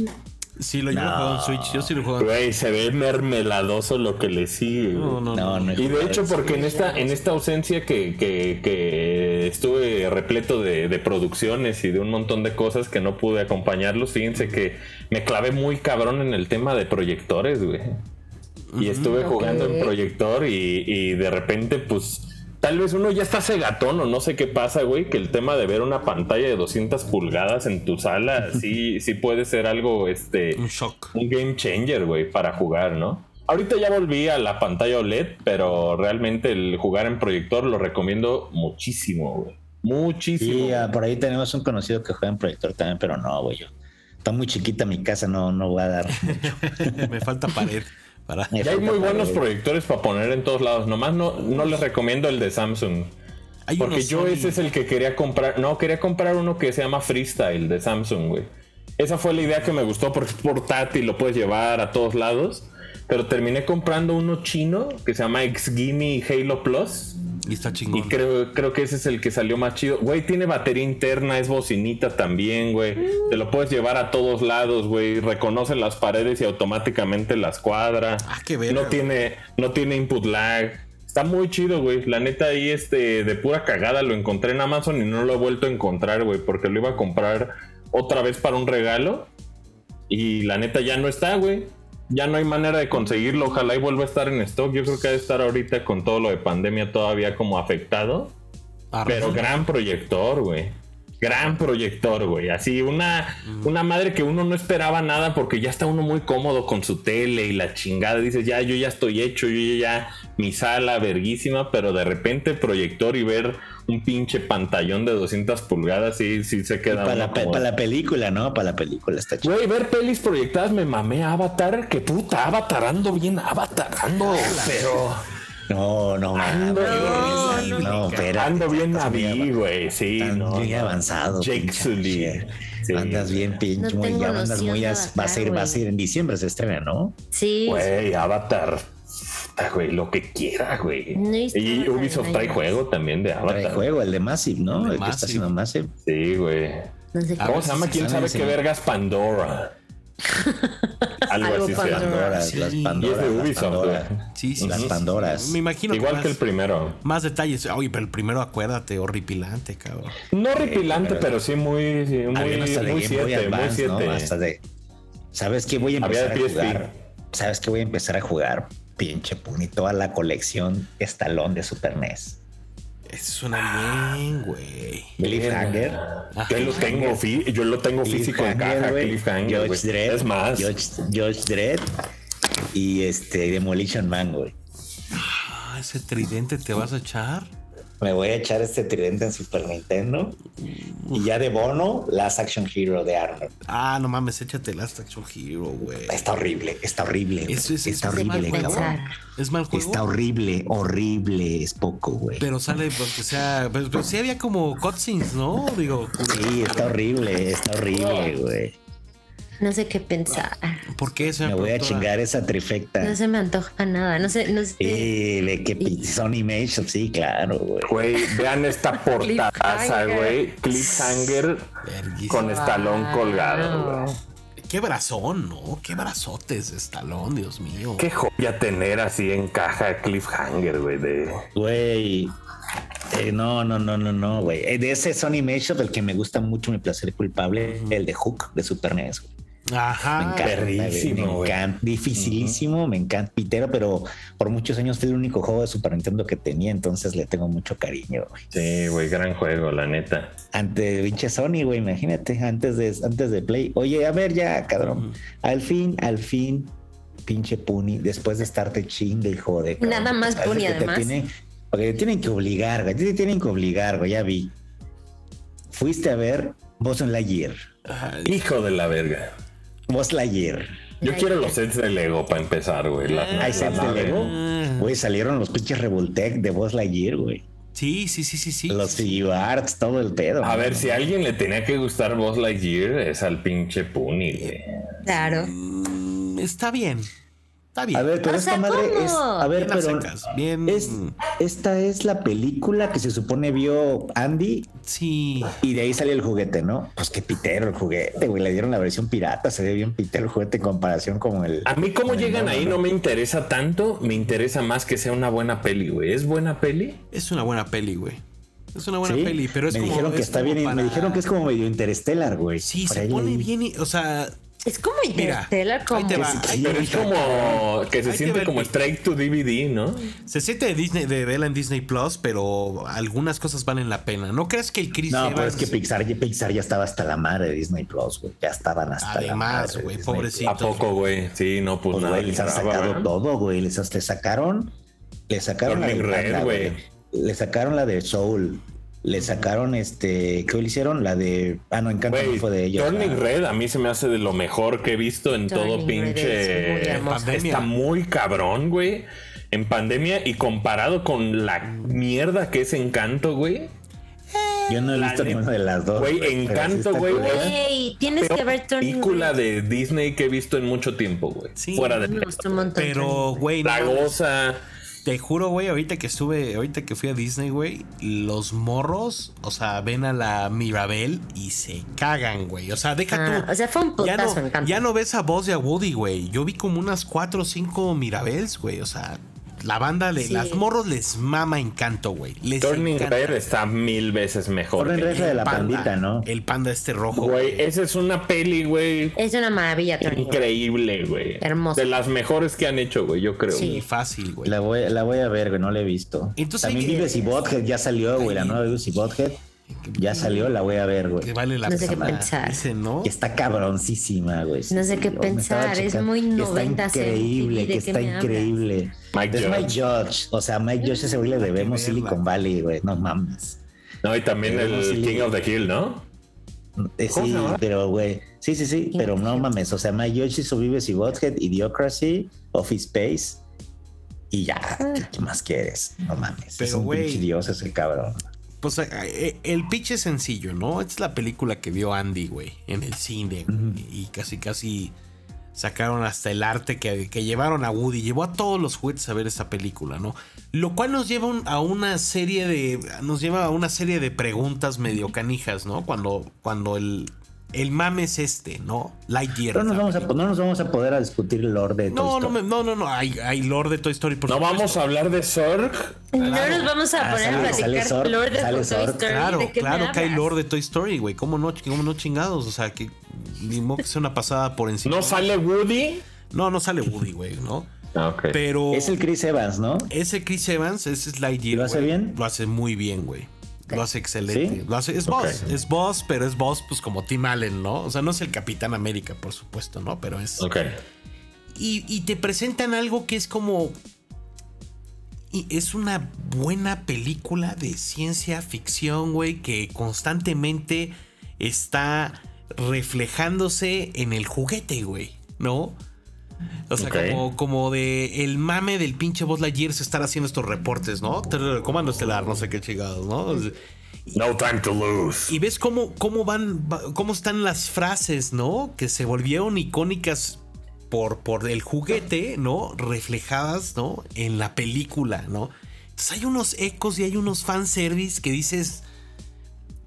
Speaker 2: Sí, lo yo lo
Speaker 1: No.
Speaker 2: juego en Switch. Yo sí lo juego en
Speaker 4: Güey, se ve mermeladoso lo que le sigue. güey.
Speaker 2: Pues No,
Speaker 1: No,
Speaker 2: no, no.
Speaker 1: no he
Speaker 4: Y de
Speaker 1: jugado
Speaker 4: hecho,
Speaker 1: eso.
Speaker 4: porque en esta, en esta ausencia que, que- que estuve repleto de, de producciones y de un montón de cosas que no pude acompañarlos, fíjense que me clavé muy cabrón en el tema de proyectores, güey. Y estuve jugando en proyector y, y de repente, pues, tal vez uno ya está cegatón o no sé qué pasa, güey, que el tema de ver una pantalla de 200 pulgadas en tu sala sí, sí puede ser algo, este
Speaker 2: Un shock.
Speaker 4: un game changer, güey, para jugar, ¿no? Ahorita ya volví a la pantalla OLED, pero realmente el jugar en proyector lo recomiendo muchísimo, güey. Muchísimo.
Speaker 1: Y ah, por ahí tenemos un conocido que juega en proyector también, pero no, güey. yo- Está muy chiquita mi casa, no, no voy a dar.
Speaker 2: Me falta pared. Para...
Speaker 1: me
Speaker 4: Ya hay
Speaker 1: falta
Speaker 4: muy
Speaker 1: para-
Speaker 4: buenos proyectores para poner en todos lados. Nomás no, no les recomiendo el de Samsung.
Speaker 2: Hay
Speaker 4: Porque
Speaker 2: unos
Speaker 4: yo
Speaker 2: Sony-
Speaker 4: ese es el que quería comprar. No, quería comprar uno que se llama Freestyle de Samsung, güey. Esa fue la idea que me gustó porque es portátil, lo puedes llevar a todos lados. Pero terminé comprando uno chino que se llama Xgimi Halo Plus.
Speaker 2: Y está
Speaker 4: Y
Speaker 2: chingón.
Speaker 4: creo, creo que ese es el que salió más chido. Güey, tiene batería interna, es bocinita también, güey. Te lo puedes llevar a todos lados, güey. Reconoce las paredes y automáticamente las cuadra.
Speaker 2: Ah, qué verga,
Speaker 4: No
Speaker 2: güey.
Speaker 4: tiene, no tiene input lag. Está muy chido, güey. La neta ahí, este, de pura cagada lo encontré en Amazon y no lo he vuelto a encontrar, güey. Porque lo iba a comprar otra vez para un regalo. Y la neta ya no está, güey. Ya no hay manera de conseguirlo. Ojalá y vuelva a estar en stock. Yo creo que debe estar ahorita con todo lo de pandemia todavía como afectado.
Speaker 2: Ah,
Speaker 4: Pero
Speaker 2: razón.
Speaker 4: gran proyector, güey. Gran proyector, güey. Así una, una madre que uno no esperaba nada porque ya está uno muy cómodo con su tele y la chingada. Dices, ya, yo ya estoy hecho, yo ya, mi sala verguísima, pero de repente proyector y ver un pinche pantallón de 200 pulgadas, sí, sí se
Speaker 1: Y
Speaker 4: queda
Speaker 1: Para
Speaker 4: uno
Speaker 1: la, pe-
Speaker 4: como-
Speaker 1: para la película, ¿no? Para la película está chido.
Speaker 4: Güey, ver pelis proyectadas me mamé Avatar, que puta, avatarando bien, avatarando, pero
Speaker 1: No, no, mames,
Speaker 4: Ando-
Speaker 1: no,
Speaker 2: no,
Speaker 1: no, espérate,
Speaker 4: ando bien
Speaker 1: estás muy
Speaker 4: naví,
Speaker 1: av-
Speaker 4: güey, sí,
Speaker 1: estás
Speaker 4: no,
Speaker 1: muy
Speaker 4: no.
Speaker 1: avanzado.
Speaker 4: Jake
Speaker 1: pinche
Speaker 4: Sully.
Speaker 1: Asher.
Speaker 4: Sí.
Speaker 1: Andas bien, pinche,
Speaker 5: No
Speaker 1: muy,
Speaker 5: tengo
Speaker 1: ya andas
Speaker 5: noción
Speaker 1: muy.
Speaker 5: de
Speaker 1: as- vas a ir,
Speaker 5: avatar,
Speaker 1: vas a
Speaker 5: güey.
Speaker 1: ir en diciembre se estrena, ¿no?
Speaker 5: Sí.
Speaker 4: Güey, Pues, Avatar. puta, güey, lo que quiera, güey.
Speaker 5: No he visto
Speaker 4: Y
Speaker 5: Avatar
Speaker 4: Ubisoft
Speaker 5: en
Speaker 4: trae
Speaker 5: años.
Speaker 4: juego también de
Speaker 1: Trae
Speaker 4: Avatar.
Speaker 1: juego, el de Massive, ¿no?
Speaker 2: El de
Speaker 1: El que está
Speaker 2: Massive.
Speaker 1: haciendo Massive.
Speaker 4: Sí, güey.
Speaker 5: No sé qué.
Speaker 2: A
Speaker 1: Ah,
Speaker 4: ¿Cómo
Speaker 2: ver
Speaker 4: se llama?
Speaker 2: si
Speaker 4: ¿Quién
Speaker 1: sale
Speaker 4: sabe
Speaker 1: ese.
Speaker 4: qué vergas Pandora? Algo
Speaker 5: Algo
Speaker 4: así se llama.
Speaker 5: Pandora.
Speaker 1: Pandora,
Speaker 2: sí.
Speaker 1: las
Speaker 2: Y es de
Speaker 1: Pandoras. las
Speaker 4: Ubisoft,
Speaker 1: Pandora,
Speaker 4: güey.
Speaker 2: Sí, sí,
Speaker 1: Las
Speaker 2: sí,
Speaker 1: Pandoras.
Speaker 2: sí. Me imagino
Speaker 4: Igual
Speaker 2: más,
Speaker 4: que el primero.
Speaker 2: Más detalles. Oye, pero el primero acuérdate, horripilante, cabrón.
Speaker 4: No repilante,
Speaker 1: pero-
Speaker 4: pero, sí muy, sí, muy,
Speaker 1: Había hasta de
Speaker 4: muy
Speaker 1: Game Boy
Speaker 4: siete, muy
Speaker 1: Advance, ¿no?
Speaker 4: siete.
Speaker 1: Hasta de. ¿Sabes qué? Voy a
Speaker 4: Había
Speaker 1: empezar
Speaker 4: de
Speaker 1: a
Speaker 4: PSP.
Speaker 1: jugar. ¿Sabes qué? Voy a empezar a jugar, pinche puni, toda la colección estalón de Super E NES.
Speaker 2: Eso suena
Speaker 4: Ah.
Speaker 2: bien, güey.
Speaker 1: Cliffhanger.
Speaker 4: Yo lo tengo, fí- yo lo tengo físico en
Speaker 1: Cliffhanger,
Speaker 4: caja,
Speaker 1: güey.
Speaker 4: Cliffhanger.
Speaker 1: Judge
Speaker 4: güey.
Speaker 1: Dredd.
Speaker 4: Es más,
Speaker 1: Judge, Judge Dredd. y este Demolition Man, güey.
Speaker 2: Ah, ese tridente te vas a echar.
Speaker 1: Me voy a echar este tridente en Super Nintendo. Y ya de bono, Last Action Hero de Arnold.
Speaker 2: Ah, no mames, échate el Last Action Hero, güey.
Speaker 1: Está horrible, está horrible. güey.
Speaker 2: Eso es-
Speaker 1: está
Speaker 2: eso es
Speaker 1: horrible,
Speaker 2: mal
Speaker 1: cabrón.
Speaker 3: pensar.
Speaker 2: Es mal juego.
Speaker 1: Está horrible, horrible. Es poco, güey.
Speaker 2: Pero sale porque sea. Pero, pero sí había como cutscenes, ¿no? Digo,
Speaker 1: Sí, está horrible, está horrible, güey.
Speaker 3: No sé qué pensar.
Speaker 2: ¿por qué se
Speaker 1: Me voy a chingar esa trifecta.
Speaker 3: No se me antoja nada. No sé, no sé.
Speaker 1: Sí, de que pi- son animation, sí, claro, güey.
Speaker 4: Güey, vean esta portadaza,
Speaker 3: Cliffhanger.
Speaker 4: güey. Cliffhanger con estalón colgado, güey.
Speaker 2: Qué brazón, ¿no? Qué brazotes de estalón, Dios mío.
Speaker 4: Qué joya tener así en caja Cliffhanger, güey. De...
Speaker 1: Güey. eh, no, no, no, no, no, güey. Eh, De ese Sony Mashup, el que me gusta mucho, mi placer culpable, el de Hook de Super NES. güey.
Speaker 2: Ajá.
Speaker 1: Me encanta, güey,
Speaker 4: Ah, perrísimo,
Speaker 1: me
Speaker 4: güey.
Speaker 1: encanta, dificilísimo, me encanta, pitero, pero por muchos años fue el único juego de Super Nintendo que tenía, entonces le tengo mucho cariño. güey.
Speaker 4: Sí, güey, gran juego, la neta.
Speaker 1: Ante pinche Sony, güey, imagínate, antes de, antes de Play. Oye, a ver ya, cabrón. Al fin, al fin, pinche Puni, después de estarte chingue y jode. cabrón,
Speaker 3: Nada más
Speaker 1: parece
Speaker 3: Puni,
Speaker 1: que te
Speaker 3: además.
Speaker 1: tiene- porque te tienen que obligar, güey, te tienen que obligar, güey, ya vi. Fuiste a ver Vos Lightyear.
Speaker 2: Ay,
Speaker 4: Hijo de la verga.
Speaker 1: Vos Lightyear.
Speaker 4: Yo quiero los sets de Lego para empezar, güey. La-
Speaker 1: Hay sets de
Speaker 4: nave.
Speaker 1: Lego. Güey, salieron los pinches Revoltec de Buzz Lightyear, güey.
Speaker 2: Sí, sí, sí, sí, sí.
Speaker 1: Los CGI arts, todo el pedo.
Speaker 4: A ver,
Speaker 1: mano.
Speaker 4: si a alguien le tenía que gustar Buzz Lightyear es al pinche Puni, güey.
Speaker 3: Claro.
Speaker 2: Mm, Está bien. Está bien.
Speaker 1: A ver, pero
Speaker 3: O sea,
Speaker 1: esta madre
Speaker 3: ¿cómo?
Speaker 1: es. A ver,
Speaker 2: bien a
Speaker 1: pero.
Speaker 2: secas, bien.
Speaker 1: es- esta es la película que se supone vio Andy
Speaker 2: Sí.
Speaker 1: y de ahí salió el juguete, ¿no? Pues qué pitero el juguete, güey. Le dieron la versión pirata, se ve bien pitero el juguete en comparación con el.
Speaker 2: Ah,
Speaker 4: A mí cómo
Speaker 1: con el
Speaker 4: llegan
Speaker 1: mono,
Speaker 4: ahí no me interesa tanto, me interesa más que sea una buena peli, güey. ¿Es buena peli?
Speaker 2: Es una buena peli, güey. Es una buena
Speaker 1: Sí,
Speaker 2: peli, pero es
Speaker 1: me
Speaker 2: como.
Speaker 1: dijeron que
Speaker 2: es
Speaker 1: está
Speaker 2: como
Speaker 1: bien,
Speaker 2: para-
Speaker 1: me dijeron que es como medio interstellar, güey.
Speaker 2: Sí,
Speaker 1: Por
Speaker 2: se
Speaker 1: ahí
Speaker 2: pone
Speaker 1: leí.
Speaker 2: bien. y- o sea,
Speaker 3: Es como
Speaker 2: mira.
Speaker 3: Interstellar,
Speaker 2: ahí
Speaker 3: como.
Speaker 2: te va, ahí te
Speaker 4: Pero
Speaker 2: va.
Speaker 4: es como que se
Speaker 2: Hay que
Speaker 4: siente
Speaker 2: ver,
Speaker 4: como
Speaker 2: güey.
Speaker 4: straight to DVD, ¿no?
Speaker 2: Se siente de Disney, de vela en Disney Plus, pero algunas cosas valen la pena. ¿No crees que el Chris
Speaker 1: No, pero
Speaker 2: Evans-
Speaker 1: es que Pixar, Pixar ya estaba hasta la madre de Disney Plus, güey. Ya estaban hasta la
Speaker 2: Además,
Speaker 1: madre. de Disney
Speaker 2: güey,
Speaker 1: Plus.
Speaker 2: pobrecito.
Speaker 4: ¿A poco, güey? Sí, no, pues,
Speaker 1: Pues,
Speaker 4: nada.
Speaker 1: güey, les han
Speaker 4: libraba,
Speaker 1: sacado
Speaker 4: ¿verdad?
Speaker 1: todo, güey. Les, les sacaron. Le sacaron la de
Speaker 4: Turning Red,
Speaker 1: Panda,
Speaker 4: güey.
Speaker 1: güey. Le sacaron la de Soul. Le sacaron este. ¿Qué le hicieron? La de. Ah, no, Encanto no
Speaker 4: Güey,
Speaker 1: fue de ellos.
Speaker 4: Turning
Speaker 1: ¿verdad?
Speaker 4: Red a mí se me hace de lo mejor que he visto en todo
Speaker 3: Turning Red es muy
Speaker 4: pinche
Speaker 3: hermoso.
Speaker 2: Pandemia.
Speaker 4: Está muy cabrón, güey. En pandemia y comparado con la mierda que es Encanto, güey.
Speaker 1: Yo no he
Speaker 4: La
Speaker 1: visto
Speaker 4: neta.
Speaker 1: ninguna de las dos.
Speaker 4: Güey,
Speaker 1: pero sí
Speaker 4: Encanto,
Speaker 1: está
Speaker 4: güey,
Speaker 1: culera.
Speaker 4: güey.
Speaker 3: Ey, tienes que ver Turning
Speaker 4: Película
Speaker 3: Red.
Speaker 4: de Disney que he visto en mucho tiempo, güey.
Speaker 2: Sí.
Speaker 4: Fuera de
Speaker 3: Me gustó un montón.
Speaker 2: Pero, güey, no
Speaker 4: la
Speaker 2: mames.
Speaker 4: goza.
Speaker 2: Te juro, güey, ahorita que estuve, ahorita que fui a Disney, güey, los morros, o sea, ven a la Mirabel y se cagan, güey. O sea, deja
Speaker 3: Ah,
Speaker 2: tú.
Speaker 3: o sea, fue un
Speaker 2: ya
Speaker 3: putazo,
Speaker 2: no,
Speaker 3: Encanto.
Speaker 2: ya no ves a vos y a Woody, güey. Yo vi como unas cuatro o cinco Mirabels, güey. O sea, la banda de
Speaker 3: Sí.
Speaker 2: las morros les mama encanto, güey. Les
Speaker 4: Turning
Speaker 2: encanta.
Speaker 4: Red está mil veces mejor.
Speaker 1: Turning Red
Speaker 4: güey.
Speaker 1: es la de la
Speaker 2: Panda,
Speaker 1: pandita, ¿no?
Speaker 2: El panda este rojo.
Speaker 4: Güey, esa es una peli, güey.
Speaker 3: Es una maravilla, Turning Red.
Speaker 4: Increíble, güey.
Speaker 3: Hermoso.
Speaker 4: De las mejores que han hecho, güey, yo creo.
Speaker 3: Sí.
Speaker 4: güey.
Speaker 2: Y fácil, güey.
Speaker 1: La voy, la voy a ver, güey, no la he visto.
Speaker 2: Entonces
Speaker 1: También
Speaker 2: hay que-
Speaker 1: Vives y Bothead ya salió, güey, la nueva Vives y Bothead ya salió, la voy a ver, güey.
Speaker 2: Que vale la
Speaker 3: No sé qué
Speaker 2: pena.
Speaker 3: pensar.
Speaker 2: Dice, ¿no?
Speaker 1: que está cabroncísima, güey.
Speaker 3: No sé qué
Speaker 1: Yo me estaba
Speaker 3: pensar, es
Speaker 1: checando
Speaker 3: muy
Speaker 1: que
Speaker 3: noventas
Speaker 1: Está
Speaker 3: el
Speaker 1: increíble,
Speaker 3: MTV, ¿de
Speaker 1: que
Speaker 3: qué
Speaker 1: está
Speaker 3: me hablas?
Speaker 1: increíble.
Speaker 4: Mike
Speaker 1: es
Speaker 4: Judge.
Speaker 1: Mike Judge. O sea, Mike Judge ese güey le debemos
Speaker 2: verla.
Speaker 1: Silicon Valley, güey. No mames.
Speaker 4: No, y también
Speaker 1: Pero sí
Speaker 4: el
Speaker 1: le-
Speaker 4: King of the Hill, ¿no?
Speaker 1: Eh,
Speaker 4: ¿Cómo se
Speaker 1: sí,
Speaker 4: llama?
Speaker 1: pero güey. Sí, sí, sí. Pero no mames. O sea, Mike Judge hizo Vives y Bothead, Idiocracy, Office Space. Y ya, ¿qué, qué más quieres? No mames. es
Speaker 2: Pero,
Speaker 1: un
Speaker 2: güey.
Speaker 1: pinche dios ese cabrón.
Speaker 2: Pues eh, eh, el pitch es sencillo, ¿no? Esta es la película que vio Andy, güey, en el cine. güey, Y casi, casi sacaron hasta el arte que, que llevaron a Woody. Llevó a todos los juguetes a ver esta película, ¿no? Lo cual nos lleva un- a una serie de. Nos lleva a una serie de preguntas medio canijas, ¿no? Cuando, cuando el. El mame es este, ¿no? Lightyear.
Speaker 1: No nos,
Speaker 2: la
Speaker 1: vamos a,
Speaker 2: película.
Speaker 1: no nos vamos a poder a discutir el lore de
Speaker 2: no,
Speaker 1: Toy
Speaker 2: no,
Speaker 1: Story.
Speaker 2: me- no, no, no. Hay, hay lore de Toy Story, por
Speaker 4: No
Speaker 2: supuesto.
Speaker 4: vamos a hablar de Zork.
Speaker 3: No nos vamos a
Speaker 1: Ah,
Speaker 3: poner
Speaker 1: sale-
Speaker 3: a
Speaker 1: sale
Speaker 3: platicar
Speaker 1: Zork,
Speaker 3: Lord de
Speaker 1: sale
Speaker 3: Toy
Speaker 1: Zork.
Speaker 3: Story.
Speaker 2: Claro,
Speaker 3: ¿de qué me
Speaker 2: claro que hay
Speaker 3: hablas?
Speaker 2: lore de Toy Story, güey. ¿Cómo no, cómo no chingados? O sea, que ni modo que sea una pasada por encima.
Speaker 4: No sale Woody.
Speaker 2: No, no sale Woody, güey, ¿no?
Speaker 4: Ah, ok.
Speaker 2: Pero
Speaker 1: Es el Chris Evans, ¿no?
Speaker 2: ese Chris Evans, ese Lightyear.
Speaker 1: ¿Lo hace
Speaker 2: güey,
Speaker 1: bien?
Speaker 2: Lo hace muy bien, güey. Lo hace excelente.
Speaker 1: ¿Sí?
Speaker 2: Lo hace, es Boss, es Boss, pero es Boss, pues como Tim Allen, ¿no? O sea, no es el Capitán América, por supuesto, ¿no? Pero es.
Speaker 4: Ok.
Speaker 2: y, y te presentan algo que es como... y es una buena película de ciencia ficción, güey, que constantemente está reflejándose en el juguete, güey, ¿no? O sea,
Speaker 4: Ok.
Speaker 2: como, como de el mame del pinche Buzz Lightyear se estar haciendo estos reportes, ¿no? Te- Comando estelar, no sé qué chingados, ¿no?
Speaker 4: No time to lose.
Speaker 2: Y ves cómo, cómo van, va- cómo están las frases, ¿no? Que se volvieron icónicas por, por el juguete, ¿no? Reflejadas, ¿no? En la película, ¿no? Entonces hay unos ecos y hay unos fanservice que dices.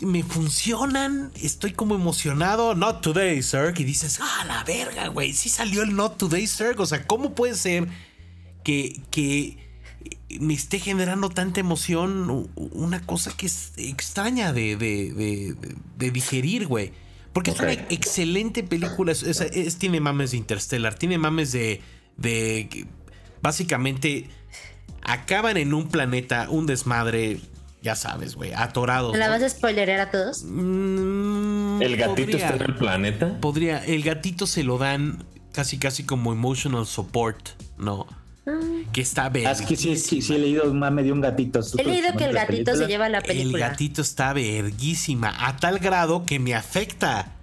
Speaker 2: Me funcionan, estoy como emocionado. Not today, sir. Y dices, ah, la verga, güey. Sí salió el Not today, sir. O sea, ¿cómo puede ser que, que me esté generando tanta emoción u- u- una cosa que es extraña de, de- de- de- de digerir, güey. Porque
Speaker 4: Ok.
Speaker 2: es una excelente película. Es- es- es- tiene mames de Interstellar, tiene mames de. de que básicamente acaban en un planeta, un desmadre, ya sabes, güey, atorados.
Speaker 3: ¿La
Speaker 2: ¿no?
Speaker 3: vas a spoilerear a todos?
Speaker 2: Mm,
Speaker 4: ¿El gatito
Speaker 2: podría-
Speaker 4: está en el planeta?
Speaker 2: podría, el gatito se lo dan casi casi como emotional support, ¿no? Que está
Speaker 1: Ah, Es que sí, sí, sí he
Speaker 2: verguísima.
Speaker 1: leído un mame de un gatito.
Speaker 3: He leído que el gatito se lleva la
Speaker 2: El
Speaker 3: película.
Speaker 2: gatito está verguísima, a tal grado que me afecta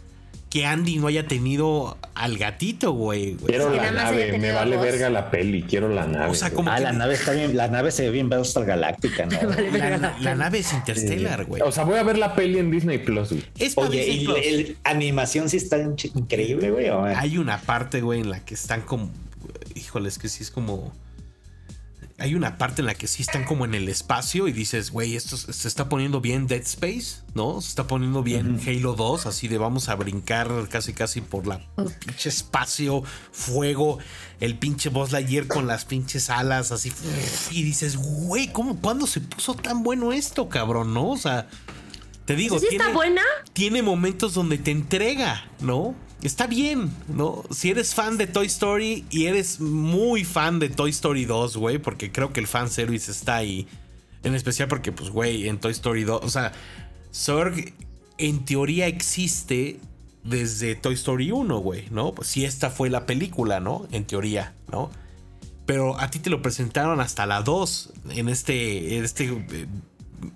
Speaker 2: que Andy no haya tenido al gatito, güey. güey.
Speaker 4: Quiero
Speaker 3: que nada
Speaker 4: la
Speaker 3: más haya
Speaker 4: nave, me
Speaker 3: tenido
Speaker 4: vale
Speaker 3: voz.
Speaker 4: verga la peli, quiero la nave.
Speaker 2: O sea,
Speaker 4: güey.
Speaker 2: como
Speaker 1: Ah,
Speaker 2: que
Speaker 1: la nave está bien, la nave se ve bien Galáctica, ¿no?
Speaker 2: la,
Speaker 3: Vale, verga
Speaker 2: la nave es interstellar, güey.
Speaker 4: O sea, voy a ver la peli en Disney Plus. güey.
Speaker 2: Es para
Speaker 1: Oye,
Speaker 2: Disney
Speaker 1: y
Speaker 2: Plus.
Speaker 1: la animación sí está en- increíble, güey. ¿o?
Speaker 2: Hay una parte, güey, en la que están como. Híjole, es que sí es como. Hay una parte en la que sí están como en el espacio y dices, güey, esto se se está poniendo bien Dead Space, ¿no? Se está poniendo bien Halo 2, así de vamos a brincar casi casi por la pinche espacio, fuego, el pinche Buzz Lightyear con las pinches alas, así. Y dices, güey, ¿cómo, cuándo se puso tan bueno esto, cabrón, no? O sea, te digo,
Speaker 3: ¿Sí está
Speaker 2: tiene-
Speaker 3: buena?
Speaker 2: tiene momentos donde te entrega, ¿no? Está bien, ¿no? Si eres fan de Toy Story y eres muy fan de Toy Story 2, güey, porque creo que el fan service está ahí. En especial porque, pues, güey, en Toy Story 2, o sea, Sorg en teoría existe desde Toy Story 1, güey, ¿no? Pues si esta fue la película, ¿no? En teoría, ¿no? Pero a ti te lo presentaron hasta la 2 en este, en este eh,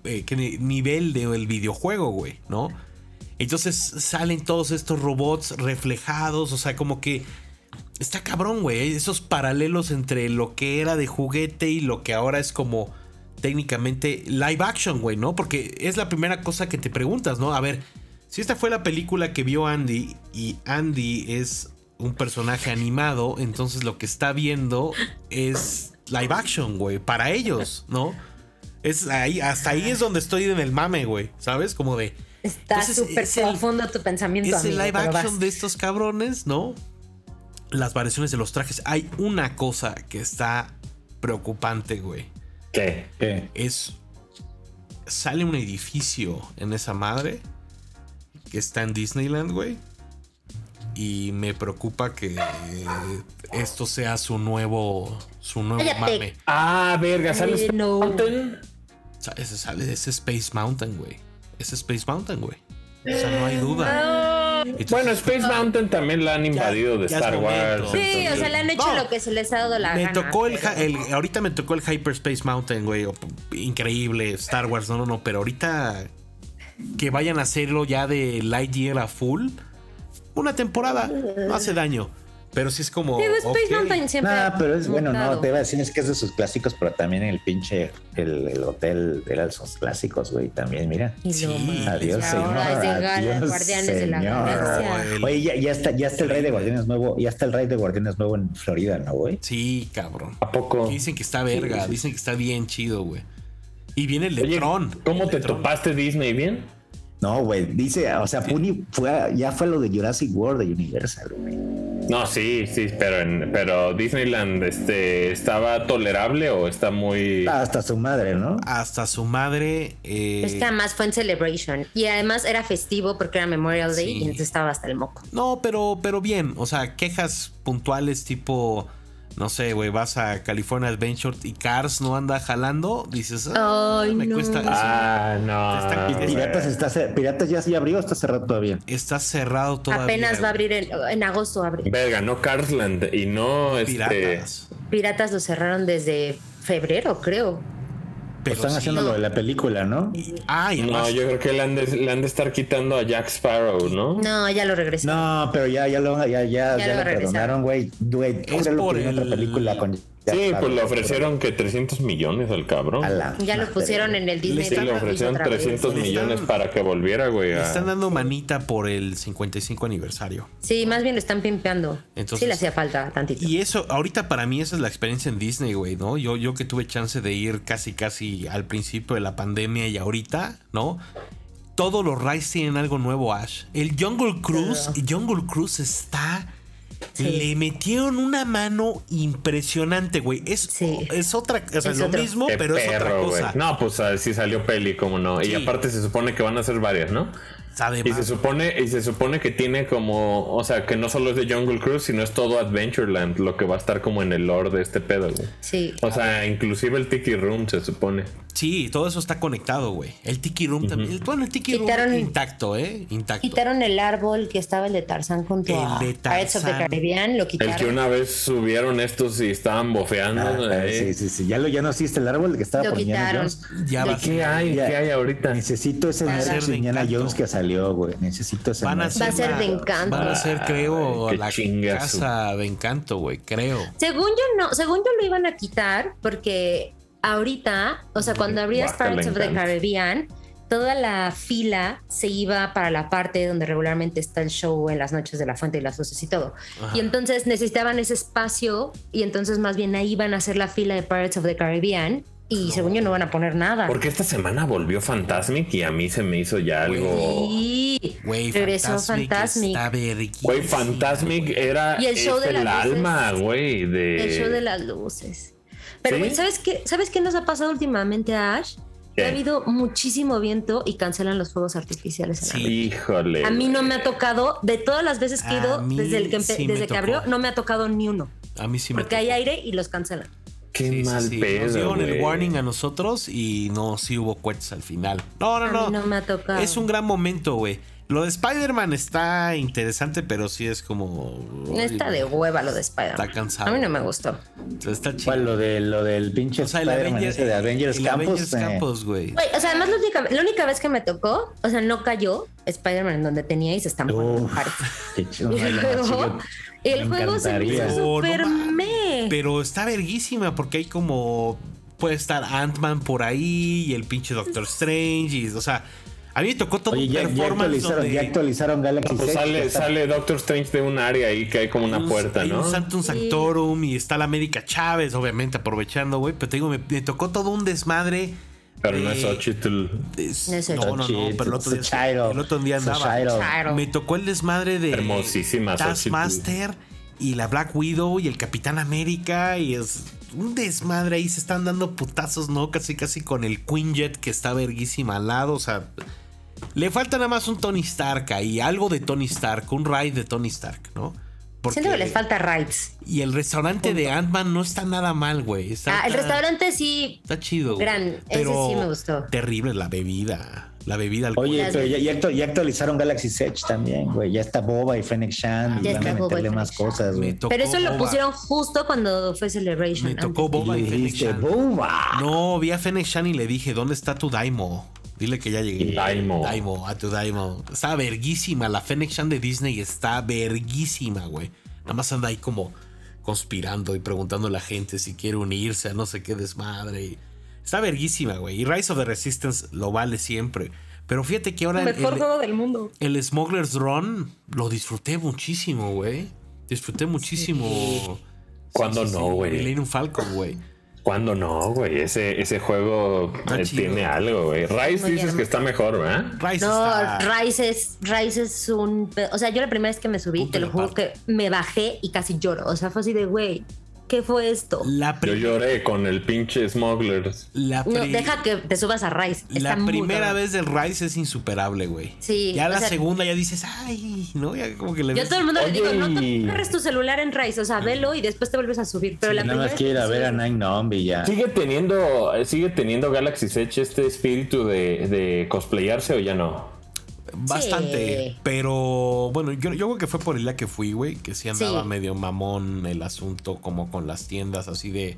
Speaker 2: eh, ¿qué ni- nivel del videojuego, güey, ¿no? Entonces salen todos estos robots reflejados, o sea, como que está cabrón, güey. Esos paralelos entre lo que era de juguete y lo que ahora es como técnicamente live action, güey, ¿no? Porque es la primera cosa que te preguntas, ¿no? A ver, si esta fue la película que vio Andy y Andy es un personaje animado, entonces lo que está viendo es live action, güey, para ellos, ¿no? Es ahí, hasta ahí es donde estoy en el mame, güey, ¿sabes? Como de...
Speaker 3: Está
Speaker 2: Entonces,
Speaker 3: súper
Speaker 2: es el-
Speaker 3: profundo tu pensamiento.
Speaker 2: Es el
Speaker 3: amigo,
Speaker 2: live
Speaker 3: ¿eh? pero
Speaker 2: action
Speaker 3: vas.
Speaker 2: de estos cabrones, ¿no? Las variaciones de los trajes. Hay una cosa que está preocupante, güey.
Speaker 4: ¿Qué?
Speaker 1: ¿Qué?
Speaker 2: Es. Sale un edificio en esa madre que está en Disneyland, güey. Y me preocupa que esto sea su nuevo. Su nuevo
Speaker 3: Cállate.
Speaker 2: mame.
Speaker 4: Ah, verga, ¿sales?
Speaker 3: Eh, no.
Speaker 2: O sea, ese sale ese Space Mountain, güey. Ese Space Mountain, güey. O sea, no hay duda. Entonces,
Speaker 4: Bueno, Space Mountain también la han invadido de
Speaker 2: ya es
Speaker 4: Star Wars.
Speaker 2: momento.
Speaker 3: Sí, o sea, le han hecho
Speaker 2: No.
Speaker 3: lo que se les ha dado la
Speaker 2: Me
Speaker 3: gana.
Speaker 2: tocó el,
Speaker 3: pero-
Speaker 2: hi- el- Ahorita me tocó el Hyperspace Mountain, güey. o- Increíble. Star Wars, no, no, no. Pero ahorita que vayan a hacerlo ya de Lightyear a full. Una temporada. No hace daño. Pero sí es como.
Speaker 3: Digo, Space
Speaker 2: ok.
Speaker 3: Mountain siempre.
Speaker 1: No, pero es bueno, no,
Speaker 3: montado.
Speaker 1: te iba a decir, es que es de sus clásicos, pero también el pinche, el, el hotel era de sus clásicos, güey, también, mira.
Speaker 3: Y lo
Speaker 2: Sí,
Speaker 3: mames,
Speaker 1: Adiós,
Speaker 3: y ahora
Speaker 1: señor,
Speaker 3: es de Gala,
Speaker 1: adiós,
Speaker 3: Guardianes de la
Speaker 1: señor.
Speaker 3: Galaxia.
Speaker 2: El-
Speaker 1: Oye, ya, ya está, ya está el rey de guardianes nuevo, ya está el rey de guardianes nuevo en Florida, ¿no, güey?
Speaker 2: Sí, cabrón.
Speaker 4: ¿A poco?
Speaker 2: Dicen que está verga. Dicen que está bien chido, güey. Y viene el de
Speaker 4: Oye,
Speaker 2: Tron.
Speaker 4: ¿cómo
Speaker 2: el de
Speaker 4: te
Speaker 2: Tron.
Speaker 4: topaste Disney bien?
Speaker 1: No, güey, dice, o sea, Puni fue, a- ya fue a lo de Jurassic World de Universal, güey.
Speaker 4: No, sí, sí, pero en, pero Disneyland este estaba tolerable o está muy
Speaker 1: Ah,
Speaker 2: Ah,
Speaker 1: Hasta su madre, ¿no?
Speaker 2: Hasta su madre. eh,
Speaker 3: Es que además fue en Celebration. Y además era festivo porque era Memorial Day
Speaker 2: Sí.
Speaker 3: y entonces estaba hasta el moco.
Speaker 2: No, pero, pero bien. O sea, quejas puntuales tipo. No sé, güey, vas a California Adventure y Cars no anda jalando, dices, ah,
Speaker 5: Ay,
Speaker 2: me
Speaker 5: no.
Speaker 2: cuesta.
Speaker 4: Ah, no.
Speaker 2: Está-
Speaker 4: güey.
Speaker 1: Piratas, está, cer- Piratas ya sí abrió, está cerrado todavía.
Speaker 2: Está cerrado todavía.
Speaker 3: Apenas va a abrir el- en agosto abre.
Speaker 4: Verga, no Carsland y no
Speaker 2: güey.
Speaker 4: este.
Speaker 2: Piratas.
Speaker 3: Piratas lo cerraron desde febrero, creo.
Speaker 1: Pues
Speaker 2: Pero
Speaker 1: están
Speaker 2: sí.
Speaker 1: haciendo lo de la película, ¿no?
Speaker 2: Ah, y
Speaker 4: No,
Speaker 2: más-
Speaker 4: yo creo que le han, de, le han de estar quitando a Jack Sparrow, ¿no?
Speaker 3: No, ya lo regresó.
Speaker 1: No, pero ya, ya lo, ya, ya,
Speaker 3: Ya
Speaker 1: ya
Speaker 3: lo
Speaker 1: lo
Speaker 3: regresaron.
Speaker 1: perdonaron, güey. Güey,
Speaker 2: Es
Speaker 1: ahora lo
Speaker 2: por
Speaker 1: pusieron en otra
Speaker 2: el-
Speaker 1: película con.
Speaker 4: sí, pues le ofrecieron que 300 millones al cabrón.
Speaker 1: A la
Speaker 3: Ya lo
Speaker 1: madre.
Speaker 3: pusieron en el Disney.
Speaker 4: Sí, le
Speaker 3: Channel
Speaker 4: ofrecieron
Speaker 3: otra vez.
Speaker 4: 300
Speaker 2: Le están-
Speaker 4: millones para que volviera, güey.
Speaker 2: le
Speaker 4: a-
Speaker 2: están dando manita por el 55 aniversario.
Speaker 3: Sí, más bien lo están pimpeando.
Speaker 2: Entonces-
Speaker 3: sí le hacía falta tantito.
Speaker 2: Y eso, ahorita para mí esa es la experiencia en Disney, güey, ¿no? Yo, yo que tuve chance de ir casi, casi al principio de la pandemia y ahorita, ¿no? Todos los rides tienen algo nuevo, Ash. El Jungle Cruise, Jungle Cruise está...
Speaker 3: Sí.
Speaker 2: Le metieron una mano impresionante, güey. Es,
Speaker 3: Sí.
Speaker 2: es otra, o sea,
Speaker 3: Es
Speaker 2: lo
Speaker 3: otro.
Speaker 2: mismo,
Speaker 4: Qué
Speaker 2: pero es otra
Speaker 4: perro, güey.
Speaker 2: cosa.
Speaker 4: No, pues ah, sí salió peli, como no.
Speaker 2: Sí.
Speaker 4: Y aparte se supone que van a hacer varias, ¿no? Y
Speaker 2: Además,
Speaker 4: se supone, y se supone que tiene como, o sea, que no solo es de Jungle Cruise, sino es todo Adventureland, lo que va a estar como en el lore de este pedo, güey.
Speaker 3: Sí.
Speaker 4: O sea, inclusive el Tiki Room se supone.
Speaker 2: Sí, todo eso está conectado, güey. El Tiki Room también. El- Bueno, el Tiki
Speaker 3: Quitaron-
Speaker 2: Room intacto, ¿eh? Intacto.
Speaker 3: Quitaron el árbol que estaba el de Tarzán con tu
Speaker 2: El de
Speaker 3: Pirates of the
Speaker 2: Tarzán.
Speaker 3: Caribbean, lo
Speaker 4: El que
Speaker 3: quitaron.
Speaker 4: una vez subieron estos y estaban bofeando.
Speaker 1: Ah, sí,
Speaker 4: eh.
Speaker 1: sí, sí. Ya lo ya no hiciste el árbol que estaba
Speaker 3: Lo
Speaker 1: por Indiana
Speaker 3: quitaron.
Speaker 1: Jones.
Speaker 2: Ya
Speaker 4: ¿Y
Speaker 2: va-
Speaker 4: qué hay?
Speaker 1: Ya.
Speaker 4: ¿Qué hay ahorita?
Speaker 1: Necesito ese
Speaker 3: Va a
Speaker 1: merch
Speaker 2: ser
Speaker 1: de
Speaker 2: de
Speaker 1: Indiana
Speaker 2: encanto.
Speaker 1: Jones que salió, güey. Necesito ese
Speaker 2: Van a
Speaker 1: merch.
Speaker 2: ser,
Speaker 3: Va a ser de encanto.
Speaker 2: Van a ser, creo,
Speaker 4: Ay, qué
Speaker 2: la
Speaker 4: chinga su-
Speaker 2: casa de encanto, güey. Creo.
Speaker 3: Según yo no, según yo lo iban a quitar porque ahorita, o sea, cuando abrías
Speaker 4: Guácala,
Speaker 3: Pirates of the
Speaker 4: encanta.
Speaker 3: Caribbean, toda la fila se iba para la parte donde regularmente está el show en las noches de la fuente y las luces y todo.
Speaker 2: Ajá.
Speaker 3: Y entonces necesitaban ese espacio y entonces más bien ahí van a hacer la fila de Pirates of the Caribbean y según yo no van a poner nada.
Speaker 4: Porque esta semana volvió Fantasmic y a mí se me hizo ya algo.
Speaker 3: Sí.
Speaker 2: Güey,
Speaker 3: Regresó Fantasmic.
Speaker 2: Está verguísima,
Speaker 4: Güey, Fantasmic era
Speaker 3: Y el show
Speaker 4: es
Speaker 3: de
Speaker 4: el
Speaker 3: las luces.
Speaker 4: alma, güey. De...
Speaker 3: El show
Speaker 2: Eh,
Speaker 3: de las luces. Pero,
Speaker 4: ¿Sí?
Speaker 3: güey, ¿sabes qué? ¿Sabes qué nos ha pasado últimamente a Ash?
Speaker 4: ¿Qué?
Speaker 3: Ha habido muchísimo viento y cancelan los fuegos artificiales. en la
Speaker 2: Sí.
Speaker 4: Híjole.
Speaker 3: A mí no
Speaker 4: güey.
Speaker 3: me ha tocado, de todas las veces que he
Speaker 2: A
Speaker 3: ido,
Speaker 2: mí
Speaker 3: desde, el que, empe-
Speaker 2: sí me
Speaker 3: desde que
Speaker 2: tocó.
Speaker 3: abrió, no me ha tocado ni uno.
Speaker 2: A mí sí me.
Speaker 3: Porque
Speaker 2: tocó.
Speaker 3: hay aire y los cancelan.
Speaker 4: Qué
Speaker 2: Sí, sí,
Speaker 4: mal
Speaker 2: sí. Nos
Speaker 4: pedo.
Speaker 2: dieron el
Speaker 4: güey.
Speaker 2: warning a nosotros y no, sí hubo cohetes al final. No, no,
Speaker 3: A
Speaker 2: no.
Speaker 3: mí no me ha tocado.
Speaker 2: Es un gran momento, güey. Lo de Spider-Man está interesante, pero sí es como.
Speaker 3: No está de hueva lo de Spider-Man.
Speaker 2: Está cansado.
Speaker 3: A mí no me gustó.
Speaker 2: Está chido.
Speaker 1: ¿Cuál? Lo, de, lo del pinche
Speaker 2: O sea, el
Speaker 1: Spider-Man
Speaker 2: Avengers,
Speaker 1: ese de Avengers
Speaker 2: el
Speaker 1: Campos.
Speaker 2: Avengers
Speaker 1: eh,
Speaker 2: Campos, güey.
Speaker 3: Güey, o sea, además la única, la única vez que me tocó, o sea, no cayó Spider-Man en donde tenía y se estampó. en
Speaker 1: Uf.
Speaker 3: la pared.
Speaker 1: qué chido.
Speaker 3: Y
Speaker 1: Ay, no,
Speaker 3: luego,
Speaker 1: sí, yo- me
Speaker 3: el juego se me
Speaker 1: encantaría.
Speaker 3: hizo
Speaker 2: No, no
Speaker 3: super
Speaker 2: mames.
Speaker 3: meh.
Speaker 2: Pero está verguísima porque hay como. Puede estar Ant-Man por ahí y el pinche Doctor Strange. Y, o sea, a mí me tocó todo
Speaker 1: Oye,
Speaker 2: un
Speaker 1: ya, ya
Speaker 2: performance
Speaker 1: actualizaron,
Speaker 2: donde
Speaker 1: ya actualizaron Galaxy
Speaker 4: Pues
Speaker 1: 6, que
Speaker 4: sale,
Speaker 1: está-
Speaker 4: sale Doctor Strange de un área ahí que hay como una
Speaker 2: un-
Speaker 4: puerta,
Speaker 2: Pues hay
Speaker 4: ¿no?
Speaker 2: un Santum Sanctorum y está la América Chávez, obviamente, aprovechando, güey. Pero te digo, me, me tocó todo un desmadre.
Speaker 4: Pero no
Speaker 2: de-
Speaker 4: es Ochitl.
Speaker 2: es-
Speaker 3: No es
Speaker 2: no, no, no,
Speaker 1: Xochitl,
Speaker 2: pero el otro día,
Speaker 1: Xochitl,
Speaker 2: el otro día andaba.
Speaker 1: Xochitl.
Speaker 3: Claro.
Speaker 2: Me tocó el desmadre de
Speaker 4: Hermosísima Xochitl.
Speaker 2: Taskmaster y la Black Widow y el Capitán América y es un desmadre ahí se están dando putazos, ¿no? Casi casi con el Quinjet que está verguísima al lado, o sea, le falta nada más un Tony Stark ahí, algo de Tony Stark, un raid de Tony Stark, ¿no? Porque-
Speaker 3: Siento que les falta rides.
Speaker 2: Y el restaurante de Ant-Man no está nada mal, güey. Está-
Speaker 3: Ah, el
Speaker 2: está-
Speaker 3: restaurante sí.
Speaker 2: está chido. güey.
Speaker 3: Gran, ese
Speaker 2: Pero
Speaker 3: sí me gustó.
Speaker 2: Terrible la bebida, la bebida
Speaker 1: Oye,
Speaker 2: alcohólica.
Speaker 1: pero ya, ya actu- ya actualizaron Galaxy Edge también, güey. Ya está Boba y Fennec Shan.
Speaker 3: Ya
Speaker 1: y van
Speaker 3: está
Speaker 1: a
Speaker 3: Boba y
Speaker 1: meterle
Speaker 3: Fennec
Speaker 1: más
Speaker 3: Shan.
Speaker 1: cosas,
Speaker 2: Me
Speaker 1: güey.
Speaker 2: tocó
Speaker 3: Pero eso lo
Speaker 2: boba.
Speaker 3: pusieron justo cuando fue Celebration.
Speaker 2: Me tocó
Speaker 3: antes.
Speaker 2: Boba
Speaker 1: Y
Speaker 2: y
Speaker 1: le
Speaker 2: Fennec
Speaker 1: dijiste,
Speaker 2: Shan.
Speaker 1: ¡Boba!
Speaker 2: No, vi a Fennec Shan y le dije, ¿dónde está tu Daimo? Dile que ya llegué.
Speaker 4: Daimo.
Speaker 2: Daimo, a tu Daimo. Está verguísima. La Fennec Shan de Disney está verguísima, güey. Nada más anda ahí como conspirando y preguntando a la gente si quiere unirse a no sé qué desmadre. y- Está verguísima, güey. Y Rise of the Resistance lo vale siempre. Pero fíjate que ahora el-
Speaker 3: Mejor
Speaker 2: el,
Speaker 3: juego del mundo.
Speaker 2: el Smuggler's Run lo disfruté muchísimo, güey. Disfruté muchísimo.
Speaker 4: ¿Cuándo no, güey?
Speaker 2: Millennium Falcon, güey.
Speaker 4: ¿Cuándo no, güey? Ese, ese juego
Speaker 2: Está
Speaker 4: eh,
Speaker 2: Ah, chido.
Speaker 4: tiene algo, güey. Rice
Speaker 3: Muy
Speaker 4: dices
Speaker 3: bien.
Speaker 4: que está mejor, ¿verdad?
Speaker 2: Rise
Speaker 3: No,
Speaker 2: está-
Speaker 3: Rice es, Rice es un. pe- O sea, yo la primera vez que me subí,
Speaker 2: Punto
Speaker 3: te
Speaker 2: y
Speaker 3: lo juro
Speaker 2: aparte.
Speaker 3: que me bajé y casi lloro. O sea, fue así de, güey, ¿Qué fue esto?
Speaker 2: La,
Speaker 4: Yo
Speaker 2: pri-
Speaker 4: lloré con el pinche Smugglers.
Speaker 2: la
Speaker 3: No,
Speaker 2: pri-
Speaker 3: deja que te subas a Rice.
Speaker 2: la
Speaker 3: Está muy
Speaker 2: primera
Speaker 3: cabrón.
Speaker 2: vez del Rice es insuperable, güey.
Speaker 3: Sí,
Speaker 2: Ya
Speaker 3: o
Speaker 2: la
Speaker 3: sea-
Speaker 2: segunda ya dices, ay, ¿no? Ya como que le
Speaker 3: Yo a
Speaker 2: ves-
Speaker 3: todo el mundo le digo, no
Speaker 4: Oye.
Speaker 3: te agarres tu celular en Rice, o sea, velo y después te vuelves a subir. Pero la
Speaker 1: Nada
Speaker 3: primera
Speaker 1: más quiero ir a ver a Nine Nombi
Speaker 2: Ah.
Speaker 1: ya.
Speaker 4: ¿Sigue teniendo, eh, sigue teniendo Galaxy Edge este espíritu de, de cosplayarse o ya no?
Speaker 2: Bastante.
Speaker 3: Sí.
Speaker 2: Pero bueno, yo, yo creo que fue por el día que fui, güey. Que sí andaba
Speaker 3: Sí.
Speaker 2: medio mamón el asunto, como con las tiendas así de.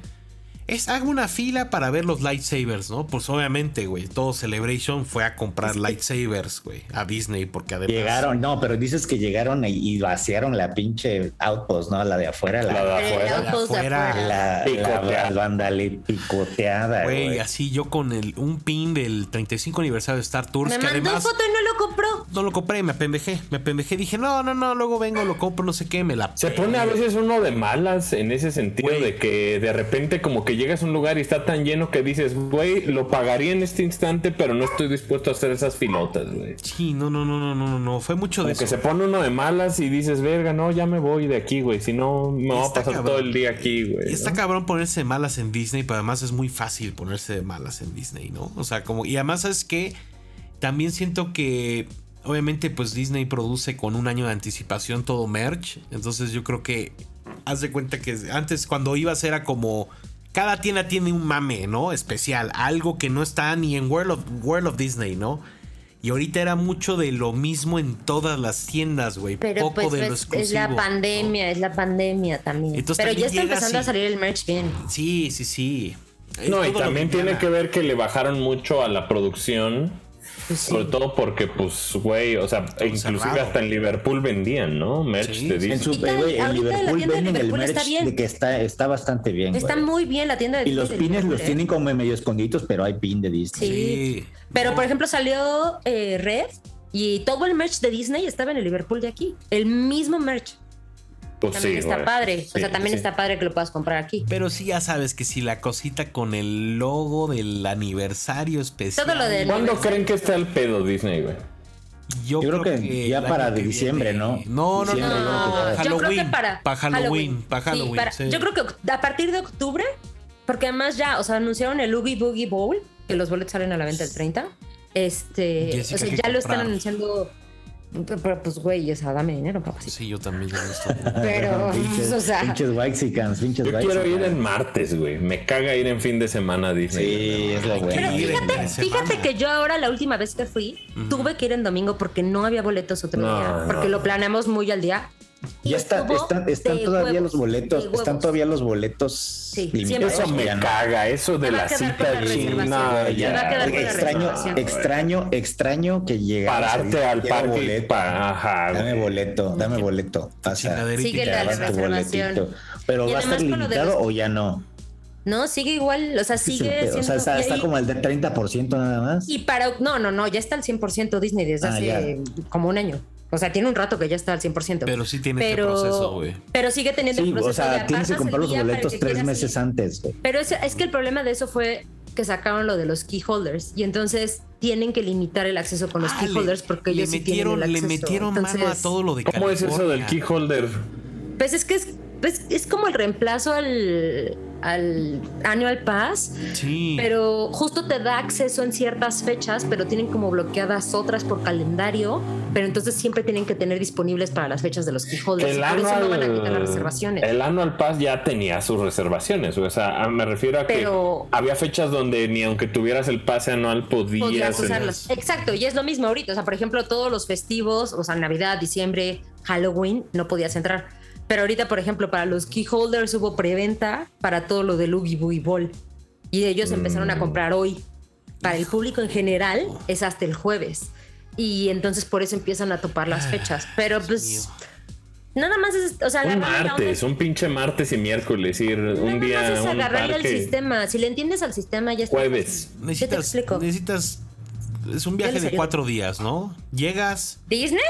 Speaker 2: Es, hago una fila para ver los lightsabers, ¿no? Pues obviamente, güey. Todo Celebration fue a comprar lightsabers, güey. A Disney, porque además.
Speaker 1: Llegaron, no, pero dices que llegaron y, y vaciaron la pinche outpost, ¿no? La de afuera,
Speaker 2: Ah,
Speaker 1: la,
Speaker 4: La de
Speaker 1: la,
Speaker 3: Pero
Speaker 4: afuera.
Speaker 3: el outpost de
Speaker 2: Afuera,
Speaker 3: afuera.
Speaker 1: la,
Speaker 4: Picoteada.
Speaker 1: vandale- picoteada,
Speaker 2: Güey,
Speaker 1: güey.
Speaker 2: así yo con el, un pin del 35 aniversario de Star Tours,
Speaker 3: Me
Speaker 2: que
Speaker 3: mandó
Speaker 2: además.
Speaker 3: foto y no lo compró.
Speaker 2: No lo compré, me apendejé. Me apendejé. Dije, no, no, no, luego vengo, lo compro, no sé qué, me la.
Speaker 4: Se pone a veces uno de malas en ese sentido
Speaker 2: Güey.
Speaker 4: de que de repente como que llegas a un lugar y está tan lleno que dices, güey, lo pagaría en este instante, pero no estoy dispuesto a hacer esas filotas, güey.
Speaker 2: Sí, no, no, no, no, no, no, no. Fue mucho de
Speaker 4: Como
Speaker 2: eso.
Speaker 4: que se pone uno de malas y dices, verga, no, ya me voy de aquí, güey. Si no, me voy a
Speaker 2: Está
Speaker 4: pasar
Speaker 2: cabrón.
Speaker 4: todo el día aquí, güey.
Speaker 2: Y está
Speaker 4: ¿no?
Speaker 2: cabrón ponerse de malas en Disney, pero además es muy fácil ponerse de malas en Disney, ¿no? O sea, como. Y además es que también siento que. Obviamente, pues Disney produce con un año de anticipación todo merch. Entonces yo creo que. Haz de cuenta que antes cuando ibas era como. Cada tienda tiene un mame, ¿no? Especial. Algo que no está ni en World of, World of Disney, ¿no? Y ahorita era mucho de lo mismo en todas las tiendas, güey.
Speaker 3: Pero
Speaker 2: Poco
Speaker 3: pues
Speaker 2: de lo
Speaker 3: es,
Speaker 2: exclusivo.
Speaker 3: es la
Speaker 2: ¿no?
Speaker 3: pandemia, es la pandemia también.
Speaker 2: Entonces,
Speaker 3: Pero
Speaker 2: también
Speaker 3: ya está
Speaker 2: llega
Speaker 3: empezando
Speaker 2: así.
Speaker 3: a salir el merch bien.
Speaker 2: Sí, sí, sí. Es
Speaker 4: No,
Speaker 2: todo
Speaker 4: y
Speaker 2: lo
Speaker 4: también tiene
Speaker 2: gana.
Speaker 4: que ver que le bajaron mucho a la producción.
Speaker 3: Pues sí.
Speaker 4: Sobre todo porque, pues, güey, o sea, inclusive
Speaker 2: cerrado.
Speaker 4: hasta en Liverpool vendían, ¿no? Merch
Speaker 2: Sí,
Speaker 4: de
Speaker 2: sí.
Speaker 1: En,
Speaker 4: Disney.
Speaker 1: su,
Speaker 3: Ahorita-
Speaker 1: güey, en
Speaker 3: ahorita la
Speaker 1: Liverpool
Speaker 3: tienda de
Speaker 1: venden el
Speaker 3: Liverpool está
Speaker 1: merch
Speaker 3: bien.
Speaker 1: de que está, está bastante bien.
Speaker 3: Está
Speaker 1: güey.
Speaker 3: muy bien la tienda de
Speaker 1: y los
Speaker 3: Disney,
Speaker 1: pines los
Speaker 3: ¿eh?
Speaker 1: tienen como medio escondiditos, pero hay pin de Disney.
Speaker 3: Sí.
Speaker 2: Sí.
Speaker 3: Pero por ejemplo salió eh, Red y todo el merch de Disney estaba en el Liverpool de aquí. El mismo merch.
Speaker 4: Pues
Speaker 3: También
Speaker 4: sí,
Speaker 3: está
Speaker 4: güey.
Speaker 3: padre. o
Speaker 4: Sí,
Speaker 3: sea, también
Speaker 4: sí.
Speaker 3: está padre que lo puedas comprar aquí.
Speaker 2: Pero sí, ya sabes que si la cosita con el logo del aniversario especial.
Speaker 3: Todo lo del-
Speaker 4: ¿Cuándo creen que está el pedo Disney, güey?
Speaker 1: Yo creo que ya
Speaker 2: el
Speaker 1: para
Speaker 2: año que
Speaker 1: diciembre,
Speaker 2: viene-
Speaker 1: ¿no?
Speaker 2: No, no, no.
Speaker 1: Diciembre,
Speaker 2: no,
Speaker 1: yo creo que para-
Speaker 2: para Halloween,
Speaker 3: Ah, yo creo que para
Speaker 2: Para Halloween. Para
Speaker 3: Sí,
Speaker 2: Halloween.
Speaker 3: para-
Speaker 2: sí.
Speaker 3: Yo creo que a partir de octubre, porque además ya, o sea, anunciaron el Oogie Boogie Bowl, que los boletos salen a la venta el 30. Este,
Speaker 2: Jessica,
Speaker 3: o sea,
Speaker 2: hay
Speaker 3: ya
Speaker 2: que
Speaker 3: lo están
Speaker 2: comprar.
Speaker 3: anunciando. Pero pues, güey, o sea, dame dinero, papá.
Speaker 2: Sí, yo también. ya no estoy-
Speaker 3: Pero,
Speaker 1: pinches,
Speaker 3: o sea.
Speaker 1: pinches Waxicans, pinches
Speaker 4: Yo quiero ir
Speaker 1: Waxicans.
Speaker 4: en martes, güey. Me caga ir en fin de semana a Disney. güey.
Speaker 1: Sí, es lo
Speaker 2: Hay que
Speaker 1: bueno.
Speaker 2: ir en
Speaker 3: Fíjate,
Speaker 2: tres semanas.
Speaker 3: fíjate que yo ahora la última vez que fui,
Speaker 2: Ujú.
Speaker 3: tuve que ir en domingo porque no había boletos otro
Speaker 4: No,
Speaker 3: día,
Speaker 4: no.
Speaker 3: porque lo planeamos muy al día. Y
Speaker 1: Ya está,
Speaker 3: estuvo
Speaker 1: están, están
Speaker 3: de
Speaker 1: todavía
Speaker 3: huevos,
Speaker 1: los boletos,
Speaker 3: de huevos.
Speaker 1: están todavía los boletos
Speaker 3: siempre.
Speaker 1: limitados,
Speaker 4: Eso me
Speaker 1: ya no.
Speaker 4: caga, eso de
Speaker 3: Se va a
Speaker 4: la
Speaker 3: quedar
Speaker 4: cita
Speaker 3: con la reservación.
Speaker 4: china.
Speaker 3: Se va a quedar con la
Speaker 1: Extraño,
Speaker 3: reservación.
Speaker 1: extraño, extraño que llegara.
Speaker 4: Pararte al parque. y
Speaker 1: boleto.
Speaker 4: pa- ajá,
Speaker 1: Dame
Speaker 4: güey.
Speaker 1: boleto, dame boleto. Pasa,
Speaker 2: Chingaderita.
Speaker 3: Sigue la
Speaker 1: te
Speaker 3: de
Speaker 1: das tu
Speaker 3: reservación.
Speaker 1: boletito. Pero
Speaker 3: Y
Speaker 1: va a
Speaker 3: además
Speaker 1: estar
Speaker 3: con lo de
Speaker 1: limitado
Speaker 3: los-
Speaker 1: o ya no.
Speaker 3: No, sigue igual, o sea,
Speaker 1: Ese es el
Speaker 3: sigue
Speaker 1: pedo. O sea,
Speaker 3: siendo-
Speaker 1: está, está
Speaker 3: y-
Speaker 1: como el de 30% nada más.
Speaker 3: Y para... No, no, no, ya está al 100% Disney desde
Speaker 1: Ah,
Speaker 3: hace como un año. O sea, tiene un rato que ya está al 100%.
Speaker 2: Pero sí tiene este
Speaker 3: pero,
Speaker 2: proceso, güey.
Speaker 3: pero sigue teniendo el
Speaker 1: Sí,
Speaker 3: proceso
Speaker 1: o
Speaker 3: de
Speaker 1: sea, tienes que
Speaker 3: apartas
Speaker 1: comprar
Speaker 3: el
Speaker 1: los
Speaker 3: día para
Speaker 1: boletos
Speaker 3: que
Speaker 1: tres
Speaker 3: quieras
Speaker 1: meses
Speaker 3: ir.
Speaker 1: antes, güey.
Speaker 3: Pero es, es que el problema de eso fue que sacaron lo de los keyholders y entonces tienen que limitar el acceso con los
Speaker 2: Ah, le-
Speaker 3: keyholders porque
Speaker 2: le
Speaker 3: ellos sí tienen el
Speaker 2: metieron, le
Speaker 3: acceso.
Speaker 2: metieron mano a
Speaker 3: Entonces,
Speaker 2: todo lo de
Speaker 4: ¿Cómo es eso del
Speaker 2: California.
Speaker 4: keyholder?
Speaker 3: Pues es que es, pues es como el reemplazo al, al Annual Pass,
Speaker 2: Sí.
Speaker 3: pero justo te da acceso en ciertas fechas, pero tienen como bloqueadas otras por calendario, pero entonces siempre tienen que tener disponibles para las fechas de los keyholders. y
Speaker 4: El
Speaker 3: Por eso no van a quitar las
Speaker 4: annual,
Speaker 3: reservaciones.
Speaker 4: el annual pass ya tenía sus reservaciones. O sea, a- me refiero a que
Speaker 3: Pero-
Speaker 4: había fechas donde ni aunque tuvieras el pase anual podías.
Speaker 3: podrías
Speaker 4: en-
Speaker 3: usarlos. Exacto, y es lo mismo ahorita. O sea, por ejemplo, todos los festivos, o sea, Navidad, diciembre, Halloween, no podías entrar. Pero ahorita, por ejemplo, para los keyholders hubo preventa para todo lo del Oogie Boogie Ball. Y ellos empezaron a comprar hoy. Para el público en general es hasta el jueves. Y entonces por eso empiezan a topar las fechas. Pero pues
Speaker 2: mío.
Speaker 3: nada más es, o sea, la
Speaker 4: Un
Speaker 3: mala onda es-
Speaker 4: martes, un pinche martes y miércoles, ir un
Speaker 3: nada
Speaker 4: día
Speaker 3: más es
Speaker 4: a un
Speaker 3: agarrarle al
Speaker 4: parque.
Speaker 3: sistema. Si le entiendes al sistema ya está.
Speaker 4: Jueves.
Speaker 3: ¿Qué te
Speaker 2: Necesitas,
Speaker 3: explico?
Speaker 2: necesitas. Es un
Speaker 3: Yo
Speaker 2: viaje
Speaker 3: les
Speaker 2: de
Speaker 3: ayudo.
Speaker 2: cuatro días, ¿no? Llegas.
Speaker 3: Disney.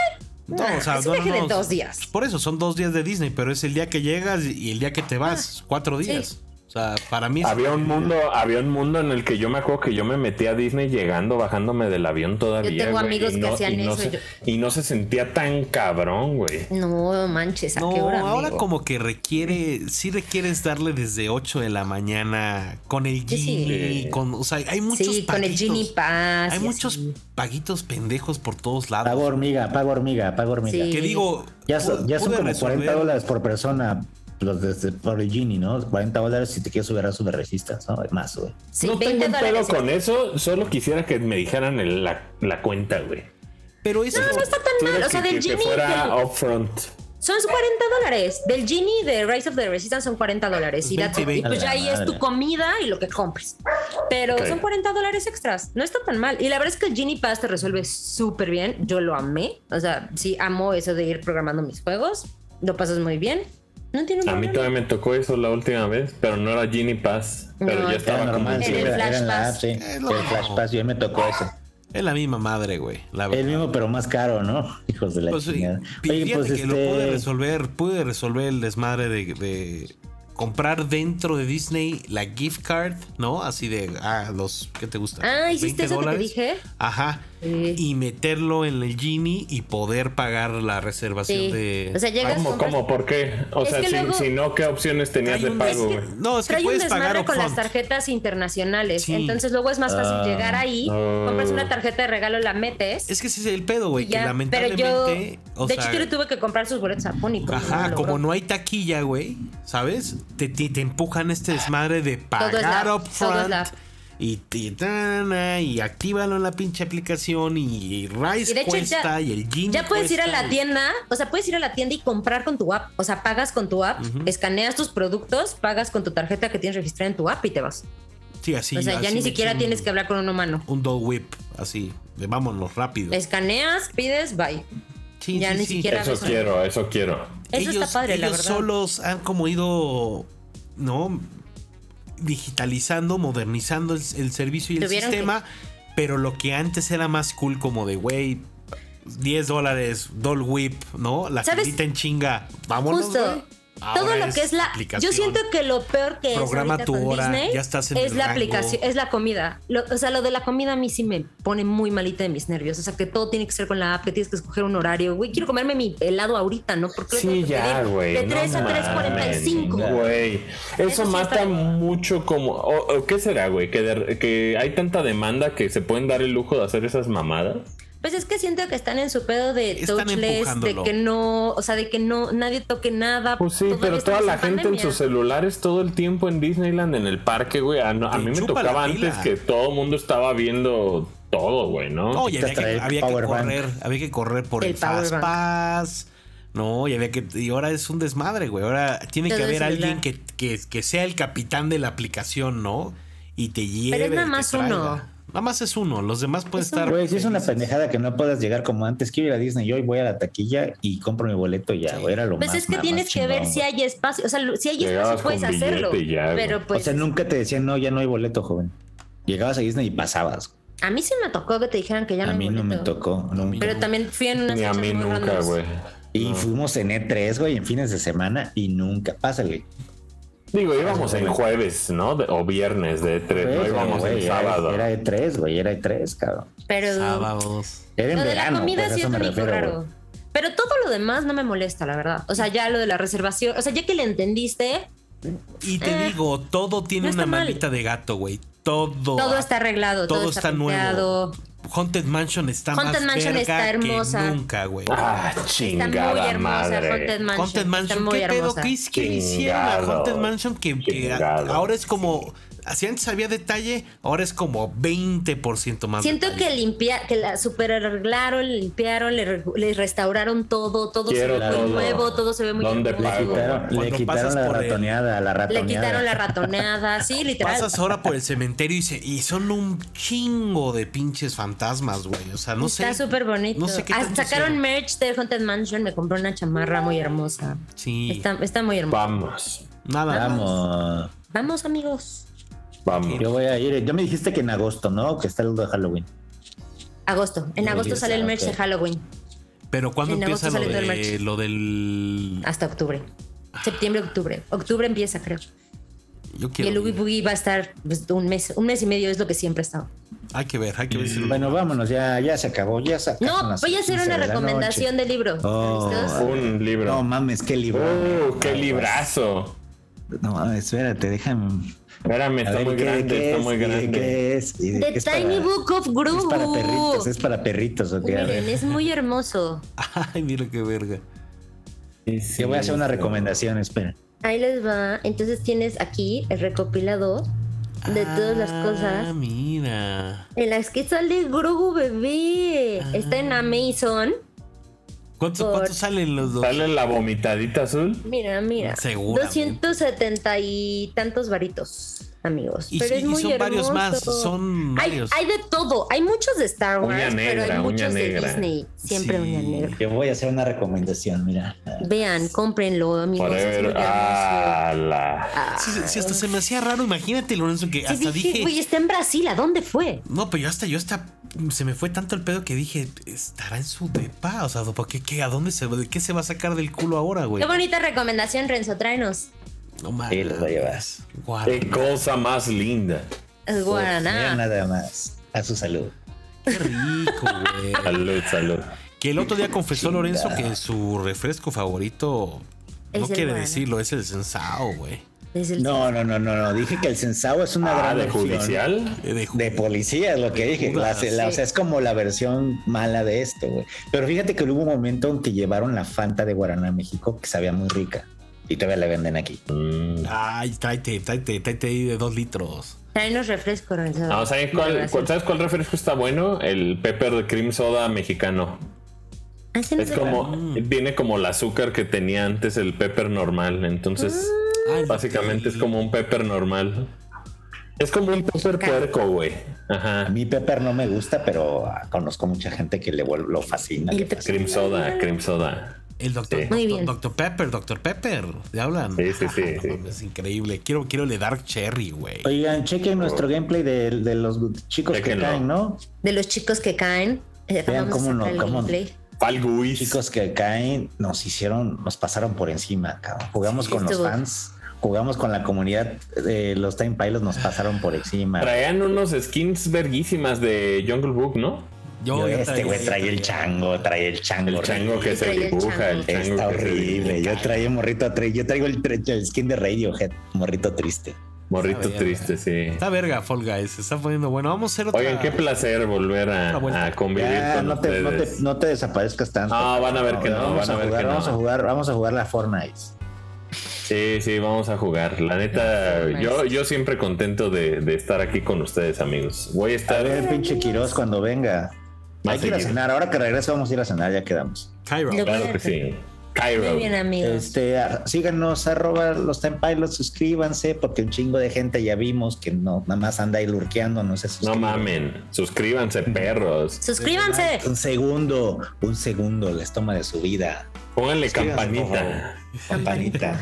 Speaker 2: No,
Speaker 3: Ah,
Speaker 2: o sea,
Speaker 3: es un
Speaker 2: no, no,
Speaker 3: viaje de
Speaker 2: no.
Speaker 3: dos días. Ah,
Speaker 2: Por eso son dos días de Disney, pero es el día que llegas y el día que te vas, cuatro días. sea, para mí es-
Speaker 4: Había un mundo, había un mundo en el que yo me acuerdo que yo me metí a Disney llegando, bajándome del avión todavía.
Speaker 3: tengo
Speaker 4: güey,
Speaker 3: amigos
Speaker 4: y
Speaker 3: que
Speaker 4: no-
Speaker 3: hacían
Speaker 4: y no
Speaker 3: eso,
Speaker 4: se-
Speaker 3: yo-
Speaker 4: y no se sentía tan cabrón, güey.
Speaker 3: No manches, ¿a
Speaker 2: No,
Speaker 3: Ah, qué hora?
Speaker 2: ahora
Speaker 3: amigo?
Speaker 2: como que requiere, sí requieres darle desde 8 de la mañana con el
Speaker 3: Sí, sí.
Speaker 2: Genie, con, o sea, hay muchos
Speaker 3: Sí, con el
Speaker 2: paguitos-
Speaker 3: Genie Pass.
Speaker 2: Hay
Speaker 3: y
Speaker 2: muchos
Speaker 3: así.
Speaker 2: paguitos pendejos por todos lados.
Speaker 1: Pago hormiga, pago hormiga, pago hormiga.
Speaker 3: Sí.
Speaker 2: Que digo,
Speaker 1: Ah, Ya, son- ya son
Speaker 2: pude
Speaker 1: como
Speaker 2: resolver-
Speaker 1: 40 dólares por persona los de, de- por el Gini, ¿no? 40 dólares si te quieres subir a subregistas, ¿no? Es más, güey.
Speaker 3: Sí,
Speaker 4: no
Speaker 3: 20
Speaker 4: tengo un pedo
Speaker 3: dólares. ¿eh?
Speaker 4: con eso, solo quisiera que me dijeran el- la, la cuenta, güey.
Speaker 2: Pero eso
Speaker 3: No, no está tan
Speaker 4: Quisiera
Speaker 3: mal. O sea,
Speaker 4: que,
Speaker 3: del
Speaker 4: que- que
Speaker 3: Genie.
Speaker 4: fuera
Speaker 3: del-
Speaker 4: upfront.
Speaker 3: Son 40 dólares. Del Genie de Rise of the Resistance son 40 dólares. Y,
Speaker 2: Es
Speaker 3: that's it.
Speaker 2: 20,
Speaker 3: Y pues ya
Speaker 1: A la
Speaker 3: ahí es tu
Speaker 1: madre.
Speaker 3: comida y lo que compres. Pero
Speaker 4: Ok.
Speaker 3: son 40 dólares extras. No está tan mal. Y la verdad es que el Genie Pass te resuelve súper bien. Yo lo amé. O sea, sí, amo eso de ir programando mis juegos. Lo pasas muy bien. No tiene
Speaker 4: A mí
Speaker 3: problema.
Speaker 4: todavía me tocó eso la última vez, pero no era Genie Pass, pero
Speaker 3: No,
Speaker 4: ya
Speaker 1: Era
Speaker 4: estaba como
Speaker 1: normal, sí,
Speaker 3: el
Speaker 4: encima.
Speaker 1: era, era en la
Speaker 3: Flash
Speaker 1: app,
Speaker 3: Pass.
Speaker 1: sí.
Speaker 2: Es
Speaker 1: El
Speaker 2: lo mismo.
Speaker 1: Flash Pass, yo me tocó ese.
Speaker 2: es la misma madre, güey. La
Speaker 1: El
Speaker 2: verdad.
Speaker 1: mismo, pero más caro, ¿no? Hijos de la
Speaker 2: Pues,
Speaker 1: chingada.
Speaker 2: y-
Speaker 1: Oye,
Speaker 2: fíjate
Speaker 1: pues
Speaker 2: que lo pude
Speaker 1: este.
Speaker 2: resolver, pude resolver el desmadre de, de comprar dentro de Disney la gift card, ¿no? Así de, ah, los, ¿qué te gusta?
Speaker 3: Ah, ¿hiciste
Speaker 2: 20
Speaker 3: eso que te
Speaker 2: dólares.
Speaker 3: dije?
Speaker 2: Ajá.
Speaker 3: Sí.
Speaker 2: Y meterlo en el Genie y poder pagar la reservación
Speaker 3: Sí.
Speaker 2: de...
Speaker 3: O sea, llegas
Speaker 4: ¿Cómo,
Speaker 3: compras-
Speaker 4: cómo, por qué? O
Speaker 3: Es
Speaker 4: sea,
Speaker 3: que
Speaker 4: si,
Speaker 3: luego-
Speaker 4: si no, ¿qué opciones tenías
Speaker 2: Hay
Speaker 4: de
Speaker 2: un
Speaker 4: pago,
Speaker 2: des-
Speaker 4: güey?
Speaker 2: No, es que
Speaker 3: Trae un
Speaker 2: puedes pagar
Speaker 3: desmadre con las
Speaker 2: upfront.
Speaker 3: tarjetas internacionales.
Speaker 2: Sí.
Speaker 3: Entonces luego es más fácil
Speaker 1: Ah.
Speaker 3: llegar ahí,
Speaker 4: Ah.
Speaker 3: compras una tarjeta de regalo, la metes.
Speaker 2: Es que ese es el pedo, güey,
Speaker 3: y
Speaker 2: que
Speaker 3: ya.
Speaker 2: lamentablemente...
Speaker 3: Pero yo,
Speaker 2: o
Speaker 3: de
Speaker 2: sea,
Speaker 3: hecho, yo le tuve que comprar sus boletos a Pony. porque no
Speaker 2: Ajá,
Speaker 3: lo
Speaker 2: como
Speaker 3: logró.
Speaker 2: no hay taquilla, güey, ¿sabes? Te, te, te empujan este desmadre de
Speaker 3: es
Speaker 2: pagar
Speaker 3: la- Ah. todo es
Speaker 2: upfront.
Speaker 3: la-
Speaker 2: Y, y, tana, y actívalo en la pinche aplicación y, y Rice
Speaker 3: Y de hecho
Speaker 2: cuesta
Speaker 3: ya-
Speaker 2: y el Genie
Speaker 3: Ya puedes ir a
Speaker 2: cuesta,
Speaker 3: la
Speaker 2: y-
Speaker 3: tienda, o sea, puedes ir a la tienda y comprar con tu app. O sea, pagas con tu app, escaneas tus productos, pagas con tu tarjeta que tienes registrada en tu app y te vas.
Speaker 2: Sí, así.
Speaker 3: o sea,
Speaker 2: así
Speaker 3: ya
Speaker 2: me
Speaker 3: ni siquiera
Speaker 2: eché un-
Speaker 3: tienes que hablar con un humano.
Speaker 2: Un dog whip, así. de vámonos rápido.
Speaker 3: Escaneas, pides, bye.
Speaker 2: Sí,
Speaker 3: ya
Speaker 2: sí,
Speaker 3: ni
Speaker 2: sí.
Speaker 3: siquiera-
Speaker 4: Eso
Speaker 3: eso.
Speaker 4: quiero, eso quiero.
Speaker 3: Eso
Speaker 2: Ellos-
Speaker 3: está padre, la
Speaker 2: ellos
Speaker 3: verdad.
Speaker 2: solos han como ido, ¿no? Digitalizando, modernizando el, el servicio y el
Speaker 3: Tuvieron
Speaker 2: sistema. Pero lo que antes era más cool, como de, güey, 10 dólares, Doll Whip, ¿no? La
Speaker 3: ¿Sabes?
Speaker 2: filita en chinga. Vámonos,
Speaker 3: Justo.
Speaker 2: güey.
Speaker 3: Todo
Speaker 2: Ahora
Speaker 3: lo que es la. Yo
Speaker 2: aplicación.
Speaker 3: siento que lo peor que
Speaker 2: Programa
Speaker 3: es ahorita
Speaker 2: tu
Speaker 3: con
Speaker 2: hora,
Speaker 3: Disney
Speaker 2: ya estás en
Speaker 3: es
Speaker 2: el
Speaker 3: la
Speaker 2: rango.
Speaker 3: aplicación, es la comida. Lo- o sea, lo de la comida a mí sí me pone muy malita de mis nervios. O sea, que todo tiene que ser con la app, que tienes que escoger un horario. Güey, quiero comerme mi helado ahorita, ¿no? Porque lo
Speaker 4: Sí,
Speaker 3: tengo que
Speaker 4: ya,
Speaker 3: pedir
Speaker 4: güey.
Speaker 3: De
Speaker 4: no
Speaker 3: 3 a 3.45.
Speaker 4: mames, Güey. Eso,
Speaker 3: Eso sí
Speaker 4: mata
Speaker 3: está-
Speaker 4: mucho como... o- o ¿Qué será, güey? ¿Que, de- que hay tanta demanda que se pueden dar el lujo de hacer esas mamadas.
Speaker 3: Pues es que siento que están en su pedo de
Speaker 2: Están
Speaker 3: touchless, de
Speaker 2: empujándolo.
Speaker 3: que no, o sea, de que no, nadie toque nada.
Speaker 4: Pues sí,
Speaker 3: Todavía
Speaker 4: pero toda
Speaker 3: estamos
Speaker 4: la
Speaker 3: en
Speaker 4: gente en
Speaker 3: pandemia.
Speaker 4: sus celulares todo el tiempo en Disneyland, en el parque, güey. A, no- a
Speaker 2: Te
Speaker 4: mí me
Speaker 2: chupa la
Speaker 4: tocaba
Speaker 2: pila.
Speaker 4: antes que todo el mundo estaba viendo todo, güey, ¿no?
Speaker 2: No, y había que,
Speaker 1: traer
Speaker 2: había que
Speaker 1: power bank.
Speaker 2: correr, había que correr por el,
Speaker 3: El power
Speaker 2: Fast
Speaker 3: bank.
Speaker 2: Pass. No, y había que. Y ahora es un desmadre, güey. Ahora tiene que
Speaker 3: Todo
Speaker 2: haber
Speaker 3: es
Speaker 2: alguien
Speaker 3: celular.
Speaker 2: que, que- que sea el capitán de la aplicación, ¿no? Y te lleve.
Speaker 3: Pero es nada
Speaker 2: y te
Speaker 3: más
Speaker 2: traiga.
Speaker 3: uno.
Speaker 2: Nada más es uno. Los demás pueden
Speaker 3: Es
Speaker 2: estar.
Speaker 1: Güey, si es una pendejada que no puedas llegar como antes, quiero ir a Disney, yo voy a la taquilla y compro mi boleto y ya, güey, era lo
Speaker 3: Pues
Speaker 1: más
Speaker 3: es que
Speaker 1: nada más
Speaker 3: tienes que ver
Speaker 1: chingón,
Speaker 3: si
Speaker 1: güey.
Speaker 3: hay espacio. O sea, lo- si hay
Speaker 4: Llegabas
Speaker 3: espacio puedes
Speaker 4: con billete
Speaker 3: hacerlo.
Speaker 4: y ya, güey.
Speaker 3: pero pues.
Speaker 1: O sea, nunca te decían, no, ya no hay boleto, joven. Llegabas a Disney y pasabas. güey.
Speaker 3: A mí sí me tocó que te dijeran que ya no
Speaker 1: a
Speaker 3: hay
Speaker 1: mí no me
Speaker 3: boleto.
Speaker 1: tocó. nunca.
Speaker 3: Pero también fui en unas
Speaker 4: Ni a
Speaker 3: fechas
Speaker 4: mí
Speaker 3: muy
Speaker 4: nunca,
Speaker 3: randoms.
Speaker 4: güey.
Speaker 1: Y fuimos en E3, güey, en fines de semana y nunca. Pásale.
Speaker 4: Digo, íbamos en jueves, ¿no? De- o viernes de tres, no
Speaker 1: Güey,
Speaker 4: íbamos
Speaker 1: güey,
Speaker 4: en
Speaker 1: era-
Speaker 4: sábado.
Speaker 1: Era E3, güey, era E3, cabrón.
Speaker 3: Pero
Speaker 2: Ah, Sábados.
Speaker 1: Era en
Speaker 3: lo de
Speaker 1: verano.
Speaker 3: la comida
Speaker 1: pues, a
Speaker 3: sí es
Speaker 1: eso
Speaker 3: lo
Speaker 1: me
Speaker 3: único
Speaker 1: refiero,
Speaker 3: raro.
Speaker 1: güey.
Speaker 3: Pero todo lo demás no me molesta, la verdad. O sea, ya lo de la reservación, o sea, ya que le entendiste,
Speaker 2: Y te
Speaker 3: Eh,
Speaker 2: digo, todo tiene
Speaker 3: no está
Speaker 2: una
Speaker 3: mal.
Speaker 2: maldita de gato, güey. Todo.
Speaker 3: todo está arreglado, todo,
Speaker 2: Oh, todo
Speaker 3: está,
Speaker 2: está nuevo.
Speaker 3: pinteado.
Speaker 2: Haunted Mansion está
Speaker 3: Haunted
Speaker 2: más
Speaker 3: Mansion está
Speaker 2: verga que
Speaker 3: hermosa.
Speaker 2: nunca, güey.
Speaker 4: Ah,
Speaker 3: Está
Speaker 4: chingada
Speaker 3: muy hermosa Haunted
Speaker 4: madre.
Speaker 3: Mansion.
Speaker 2: Haunted
Speaker 3: está
Speaker 2: Mansion,
Speaker 3: muy
Speaker 2: ¿qué pedo?
Speaker 3: hermosa.
Speaker 2: ¿Qué es que le hicieron a
Speaker 4: Chingado,
Speaker 2: Haunted Mansion? Que, que
Speaker 4: chingado,
Speaker 2: ahora es como. Así antes había detalle, ahora es como 20% más.
Speaker 3: Siento
Speaker 2: detalle.
Speaker 3: que limpia, que la super arreglaron, limpiaron, le, re- le restauraron todo, todo se
Speaker 4: Quiero
Speaker 3: ve
Speaker 4: todo.
Speaker 3: muy nuevo, todo se ve muy
Speaker 4: ¿Dónde
Speaker 1: Le
Speaker 3: hermoso.
Speaker 4: pago?
Speaker 1: quitaron, le
Speaker 2: Cuando Pues pasas
Speaker 1: quitaron la
Speaker 2: por el-
Speaker 1: ratoneada, la ratoneada.
Speaker 3: Le quitaron la ratonada, sí, literal.
Speaker 2: Pasas ahora por el cementerio y, se- y son un chingo de pinches fantasmas, güey. O sea, no sé.
Speaker 3: Está súper bonito.
Speaker 2: no sé qué
Speaker 3: Ah,
Speaker 2: tanto
Speaker 3: Sacaron
Speaker 2: sea.
Speaker 3: merch de Haunted Mansion, me compré una chamarra muy hermosa.
Speaker 2: Sí,
Speaker 3: Está, está muy hermosa.
Speaker 4: Vamos,
Speaker 2: nada más.
Speaker 1: Vamos.
Speaker 3: Vamos, amigos.
Speaker 4: vamos.
Speaker 1: Yo voy a ir. Ya me dijiste que en agosto, ¿no? Que está el de Halloween.
Speaker 3: Agosto. En
Speaker 1: Muy
Speaker 3: agosto
Speaker 1: bien,
Speaker 3: sale el merch
Speaker 1: ok.
Speaker 3: de Halloween.
Speaker 2: Pero cuando
Speaker 3: En
Speaker 2: empieza
Speaker 3: agosto
Speaker 2: lo,
Speaker 3: sale todo el Ah,
Speaker 2: de-
Speaker 3: merch.
Speaker 2: lo del.
Speaker 3: Hasta octubre. Septiembre, octubre. Octubre empieza, creo.
Speaker 2: Yo
Speaker 3: Y
Speaker 2: quiero.
Speaker 3: el Oogie Boogie va a estar pues, un mes, un mes y medio es lo que siempre ha estado.
Speaker 2: Hay que ver, hay que ver si lo-
Speaker 1: Bueno, vámonos, ya, ya se acabó. Ya se acabó.
Speaker 3: No, voy a hacer una recomendación de libro.
Speaker 1: Oh,
Speaker 3: ¿Listos?
Speaker 4: Un
Speaker 1: No
Speaker 4: libro.
Speaker 1: mames, qué libro.
Speaker 4: ¡Uh, qué librazo!
Speaker 1: No mames, espérate, déjame.
Speaker 4: Espérame,
Speaker 1: A
Speaker 4: está
Speaker 1: ver,
Speaker 4: muy
Speaker 1: ¿qué-
Speaker 4: grande,
Speaker 1: qué
Speaker 4: está
Speaker 1: es?
Speaker 4: muy
Speaker 1: ¿Y de
Speaker 4: grande.
Speaker 1: qué es? ¿Y de
Speaker 3: The
Speaker 1: qué es
Speaker 3: Tiny
Speaker 1: para-
Speaker 3: Book of
Speaker 1: Es para
Speaker 3: Groove.
Speaker 1: perritos, es para perritos. ok, a
Speaker 3: Miren,
Speaker 1: ver.
Speaker 3: es muy hermoso.
Speaker 2: Ay, mira qué verga.
Speaker 1: Yo voy a hacer una recomendación, espera.
Speaker 5: Ahí les va. Entonces tienes aquí el recopilado de todas las
Speaker 2: Ah,
Speaker 5: cosas
Speaker 2: mira.
Speaker 5: en las que sale Grogu bebé.
Speaker 3: Está
Speaker 2: Ah.
Speaker 3: en Amazon.
Speaker 2: ¿Cuánto,
Speaker 5: Por-
Speaker 2: cuánto salen los dos?
Speaker 4: ¿Sale la vomitadita azul?
Speaker 5: Mira, mira.
Speaker 2: Seguramente.
Speaker 5: 270 y tantos varitos, amigos.
Speaker 2: Y,
Speaker 5: Pero
Speaker 2: sí,
Speaker 5: es
Speaker 2: y
Speaker 5: muy
Speaker 2: son varios
Speaker 5: hermoso.
Speaker 2: más, son
Speaker 5: Hay,
Speaker 2: varios.
Speaker 5: hay de todo. Hay muchos de Star
Speaker 4: Uña
Speaker 5: Wars, pero
Speaker 4: negra,
Speaker 5: hay
Speaker 4: uña
Speaker 5: muchos de
Speaker 4: negra.
Speaker 5: Disney. Siempre
Speaker 2: Sí.
Speaker 5: uña negra.
Speaker 1: Yo voy a hacer una recomendación, mira.
Speaker 5: Vean, cómprenlo, amigos. es muy
Speaker 4: Forever.
Speaker 5: hermoso.
Speaker 4: Ah, la.
Speaker 5: Ah.
Speaker 2: Sí, sí, hasta se me hacía raro, imagínate, Lorenzo,
Speaker 5: Sí,
Speaker 2: que hasta
Speaker 5: dije,
Speaker 2: dije.
Speaker 5: güey, está en Brasil, ¿a dónde fue?
Speaker 2: No, pero yo hasta, yo hasta se me fue tanto el pedo que dije, estará en su depa. O sea, ¿por qué, qué, ¿a dónde se, de qué se va a sacar del culo ahora, güey?
Speaker 5: Qué bonita recomendación, Renzo, tráenos. eh,
Speaker 2: No mames.
Speaker 1: Sí, los voy a llevar.
Speaker 2: Guau.
Speaker 4: Qué cosa más linda.
Speaker 2: Pues,
Speaker 5: El
Speaker 1: Mira
Speaker 5: Guaraná.
Speaker 1: nada más. A su salud.
Speaker 2: Qué rico, güey.
Speaker 4: Salud, salud.
Speaker 2: Que el otro día confesó Lorenzo que su refresco favorito
Speaker 5: Es
Speaker 2: no
Speaker 5: el
Speaker 2: quiere
Speaker 5: guaraná.
Speaker 2: decirlo, es el sensao, güey.
Speaker 5: Es el-
Speaker 1: No, no, no, no, no. Dije que el sensao es una
Speaker 4: Ah,
Speaker 1: gran
Speaker 4: de
Speaker 1: versión
Speaker 4: judicial.
Speaker 2: Eh, de ju-
Speaker 1: De policía es lo que dije. La- la- o sea, es como la versión mala de esto, güey. Pero fíjate que hubo un momento en que llevaron la Fanta de Guaraná a México que sabía muy rica. Y todavía la venden aquí.
Speaker 4: Mm.
Speaker 2: Ay, tráete, tráete, tráete ahí de dos litros.
Speaker 5: Tráenos refresco, Renzo.
Speaker 4: Ah, ¿saben cuál, cuál- ¿Sabes cuál refresco está bueno? El pepper de cream soda mexicano.
Speaker 5: Ah, sí, no
Speaker 4: Es
Speaker 5: sé.
Speaker 4: como,
Speaker 1: Mm.
Speaker 4: viene como el azúcar que tenía antes el pepper normal. Entonces,
Speaker 5: Ah,
Speaker 2: Ay,
Speaker 4: básicamente es como un pepper normal. Es como un pepper puerco, güey.
Speaker 1: A
Speaker 4: Ajá.
Speaker 1: mí Pepper no me gusta, pero ah, conozco mucha gente que le vuel- lo fascina.
Speaker 5: El
Speaker 4: Cream soda, cream soda.
Speaker 2: El doctor,
Speaker 4: Sí.
Speaker 5: Muy bien.
Speaker 2: doctor Pepper, doctor Pepper. ¿Le hablan?
Speaker 4: Sí, sí, sí,
Speaker 2: No
Speaker 4: sí.
Speaker 2: mames, Es increíble. Quiero, quiero le dar cherry, güey.
Speaker 1: Oigan, chequen nuestro gameplay de, de los chicos
Speaker 4: Chequenlo.
Speaker 1: que caen, ¿no?
Speaker 5: de los chicos que caen. Eh, vamos
Speaker 1: Vean
Speaker 5: a
Speaker 1: cómo no,
Speaker 5: sacar el
Speaker 1: cómo no.
Speaker 5: gameplay.
Speaker 4: Falguis.
Speaker 1: Chicos que caen nos hicieron, nos pasaron por encima, cabrón. Jugamos
Speaker 5: Sí,
Speaker 1: con los
Speaker 5: estuvo.
Speaker 1: fans, jugamos con la comunidad de los Time Pilots, nos pasaron por encima.
Speaker 4: Traían unos skins verguísimas de Jungle Book, ¿no?
Speaker 1: Yo,
Speaker 2: yo
Speaker 1: este
Speaker 2: traía-
Speaker 1: güey trae el chango, trae el chango.
Speaker 4: El chango que se
Speaker 5: traía el
Speaker 4: dibuja, el
Speaker 5: chango.
Speaker 4: chango
Speaker 1: Está
Speaker 4: que se dibuja.
Speaker 1: horrible. Yo traía morrito triste. Yo traigo el, tre- el skin de Radiohead, morrito triste.
Speaker 4: Morrito
Speaker 2: Está
Speaker 4: triste, sí.
Speaker 2: Está verga, Fall Guys. Se está poniendo bueno. Vamos a hacer otra.
Speaker 4: Oigan, qué placer volver
Speaker 2: Otra
Speaker 4: a,
Speaker 2: vuelta.
Speaker 4: a convivir
Speaker 1: Ya,
Speaker 4: con
Speaker 1: no te, no, te,
Speaker 4: ustedes.
Speaker 1: no te desaparezcas tanto.
Speaker 4: Ah, van a ver que no,
Speaker 1: Vamos
Speaker 4: van a ver
Speaker 1: jugar,
Speaker 4: que no.
Speaker 1: Vamos a jugar, vamos a jugar la Fortnite.
Speaker 4: Sí, sí, vamos a jugar. La neta, yo, yo siempre contento de, de estar aquí con ustedes, amigos. Voy a
Speaker 1: A
Speaker 4: estar
Speaker 1: ver, pinche Quiroz, cuando venga.
Speaker 4: más
Speaker 1: Hay que ir a
Speaker 4: seguido.
Speaker 1: cenar. Ahora que regreso, vamos a ir a cenar. Ya quedamos.
Speaker 2: Cairo.
Speaker 5: Lo-
Speaker 4: Claro que sí. Cairo.
Speaker 5: Muy bien, amigos.
Speaker 1: Este, a- síganos, arroba los Time Pilots, suscríbanse, porque un chingo de gente ya vimos que no, nada más anda ahí lurqueando, no sé
Speaker 4: No mamen. Suscríbanse, perros.
Speaker 5: Suscríbanse.
Speaker 1: Un segundo, un segundo les toma de su vida.
Speaker 4: Pónganle
Speaker 1: Suscríbanse,
Speaker 4: campanita.
Speaker 1: por favor. Campanita.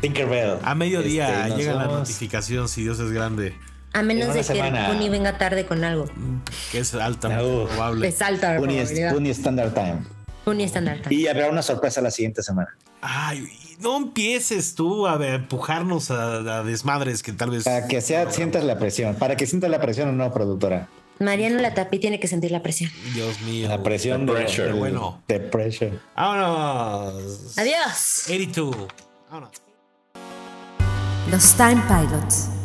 Speaker 1: Tinkerbell.
Speaker 2: A mediodía
Speaker 1: Este, nos
Speaker 2: llega la
Speaker 1: vemos.
Speaker 2: notificación, si Dios es grande.
Speaker 5: A menos
Speaker 1: una
Speaker 5: de que
Speaker 1: semana.
Speaker 5: el Puni venga tarde con algo.
Speaker 2: Que es alta,
Speaker 1: No.
Speaker 2: probable.
Speaker 5: Les alta la
Speaker 1: Puni,
Speaker 5: probabilidad.
Speaker 1: Puni Standard Time.
Speaker 5: Puni estándar.
Speaker 1: Y habrá una sorpresa la siguiente semana.
Speaker 2: Ay, no empieces tú a ver, empujarnos a, a desmadres que tal vez.
Speaker 1: Para Ah, que sea, sientas la presión. Para que sientas la presión o no, productora.
Speaker 5: Mariano Latapí tiene que sentir la presión.
Speaker 2: Dios mío.
Speaker 1: La presión
Speaker 4: The
Speaker 1: de,
Speaker 4: pressure.
Speaker 1: del-
Speaker 2: Bueno.
Speaker 1: de pressure.
Speaker 2: Vámonos.
Speaker 5: Adiós.
Speaker 2: 82. Vámonos.
Speaker 6: Los Time Pilots.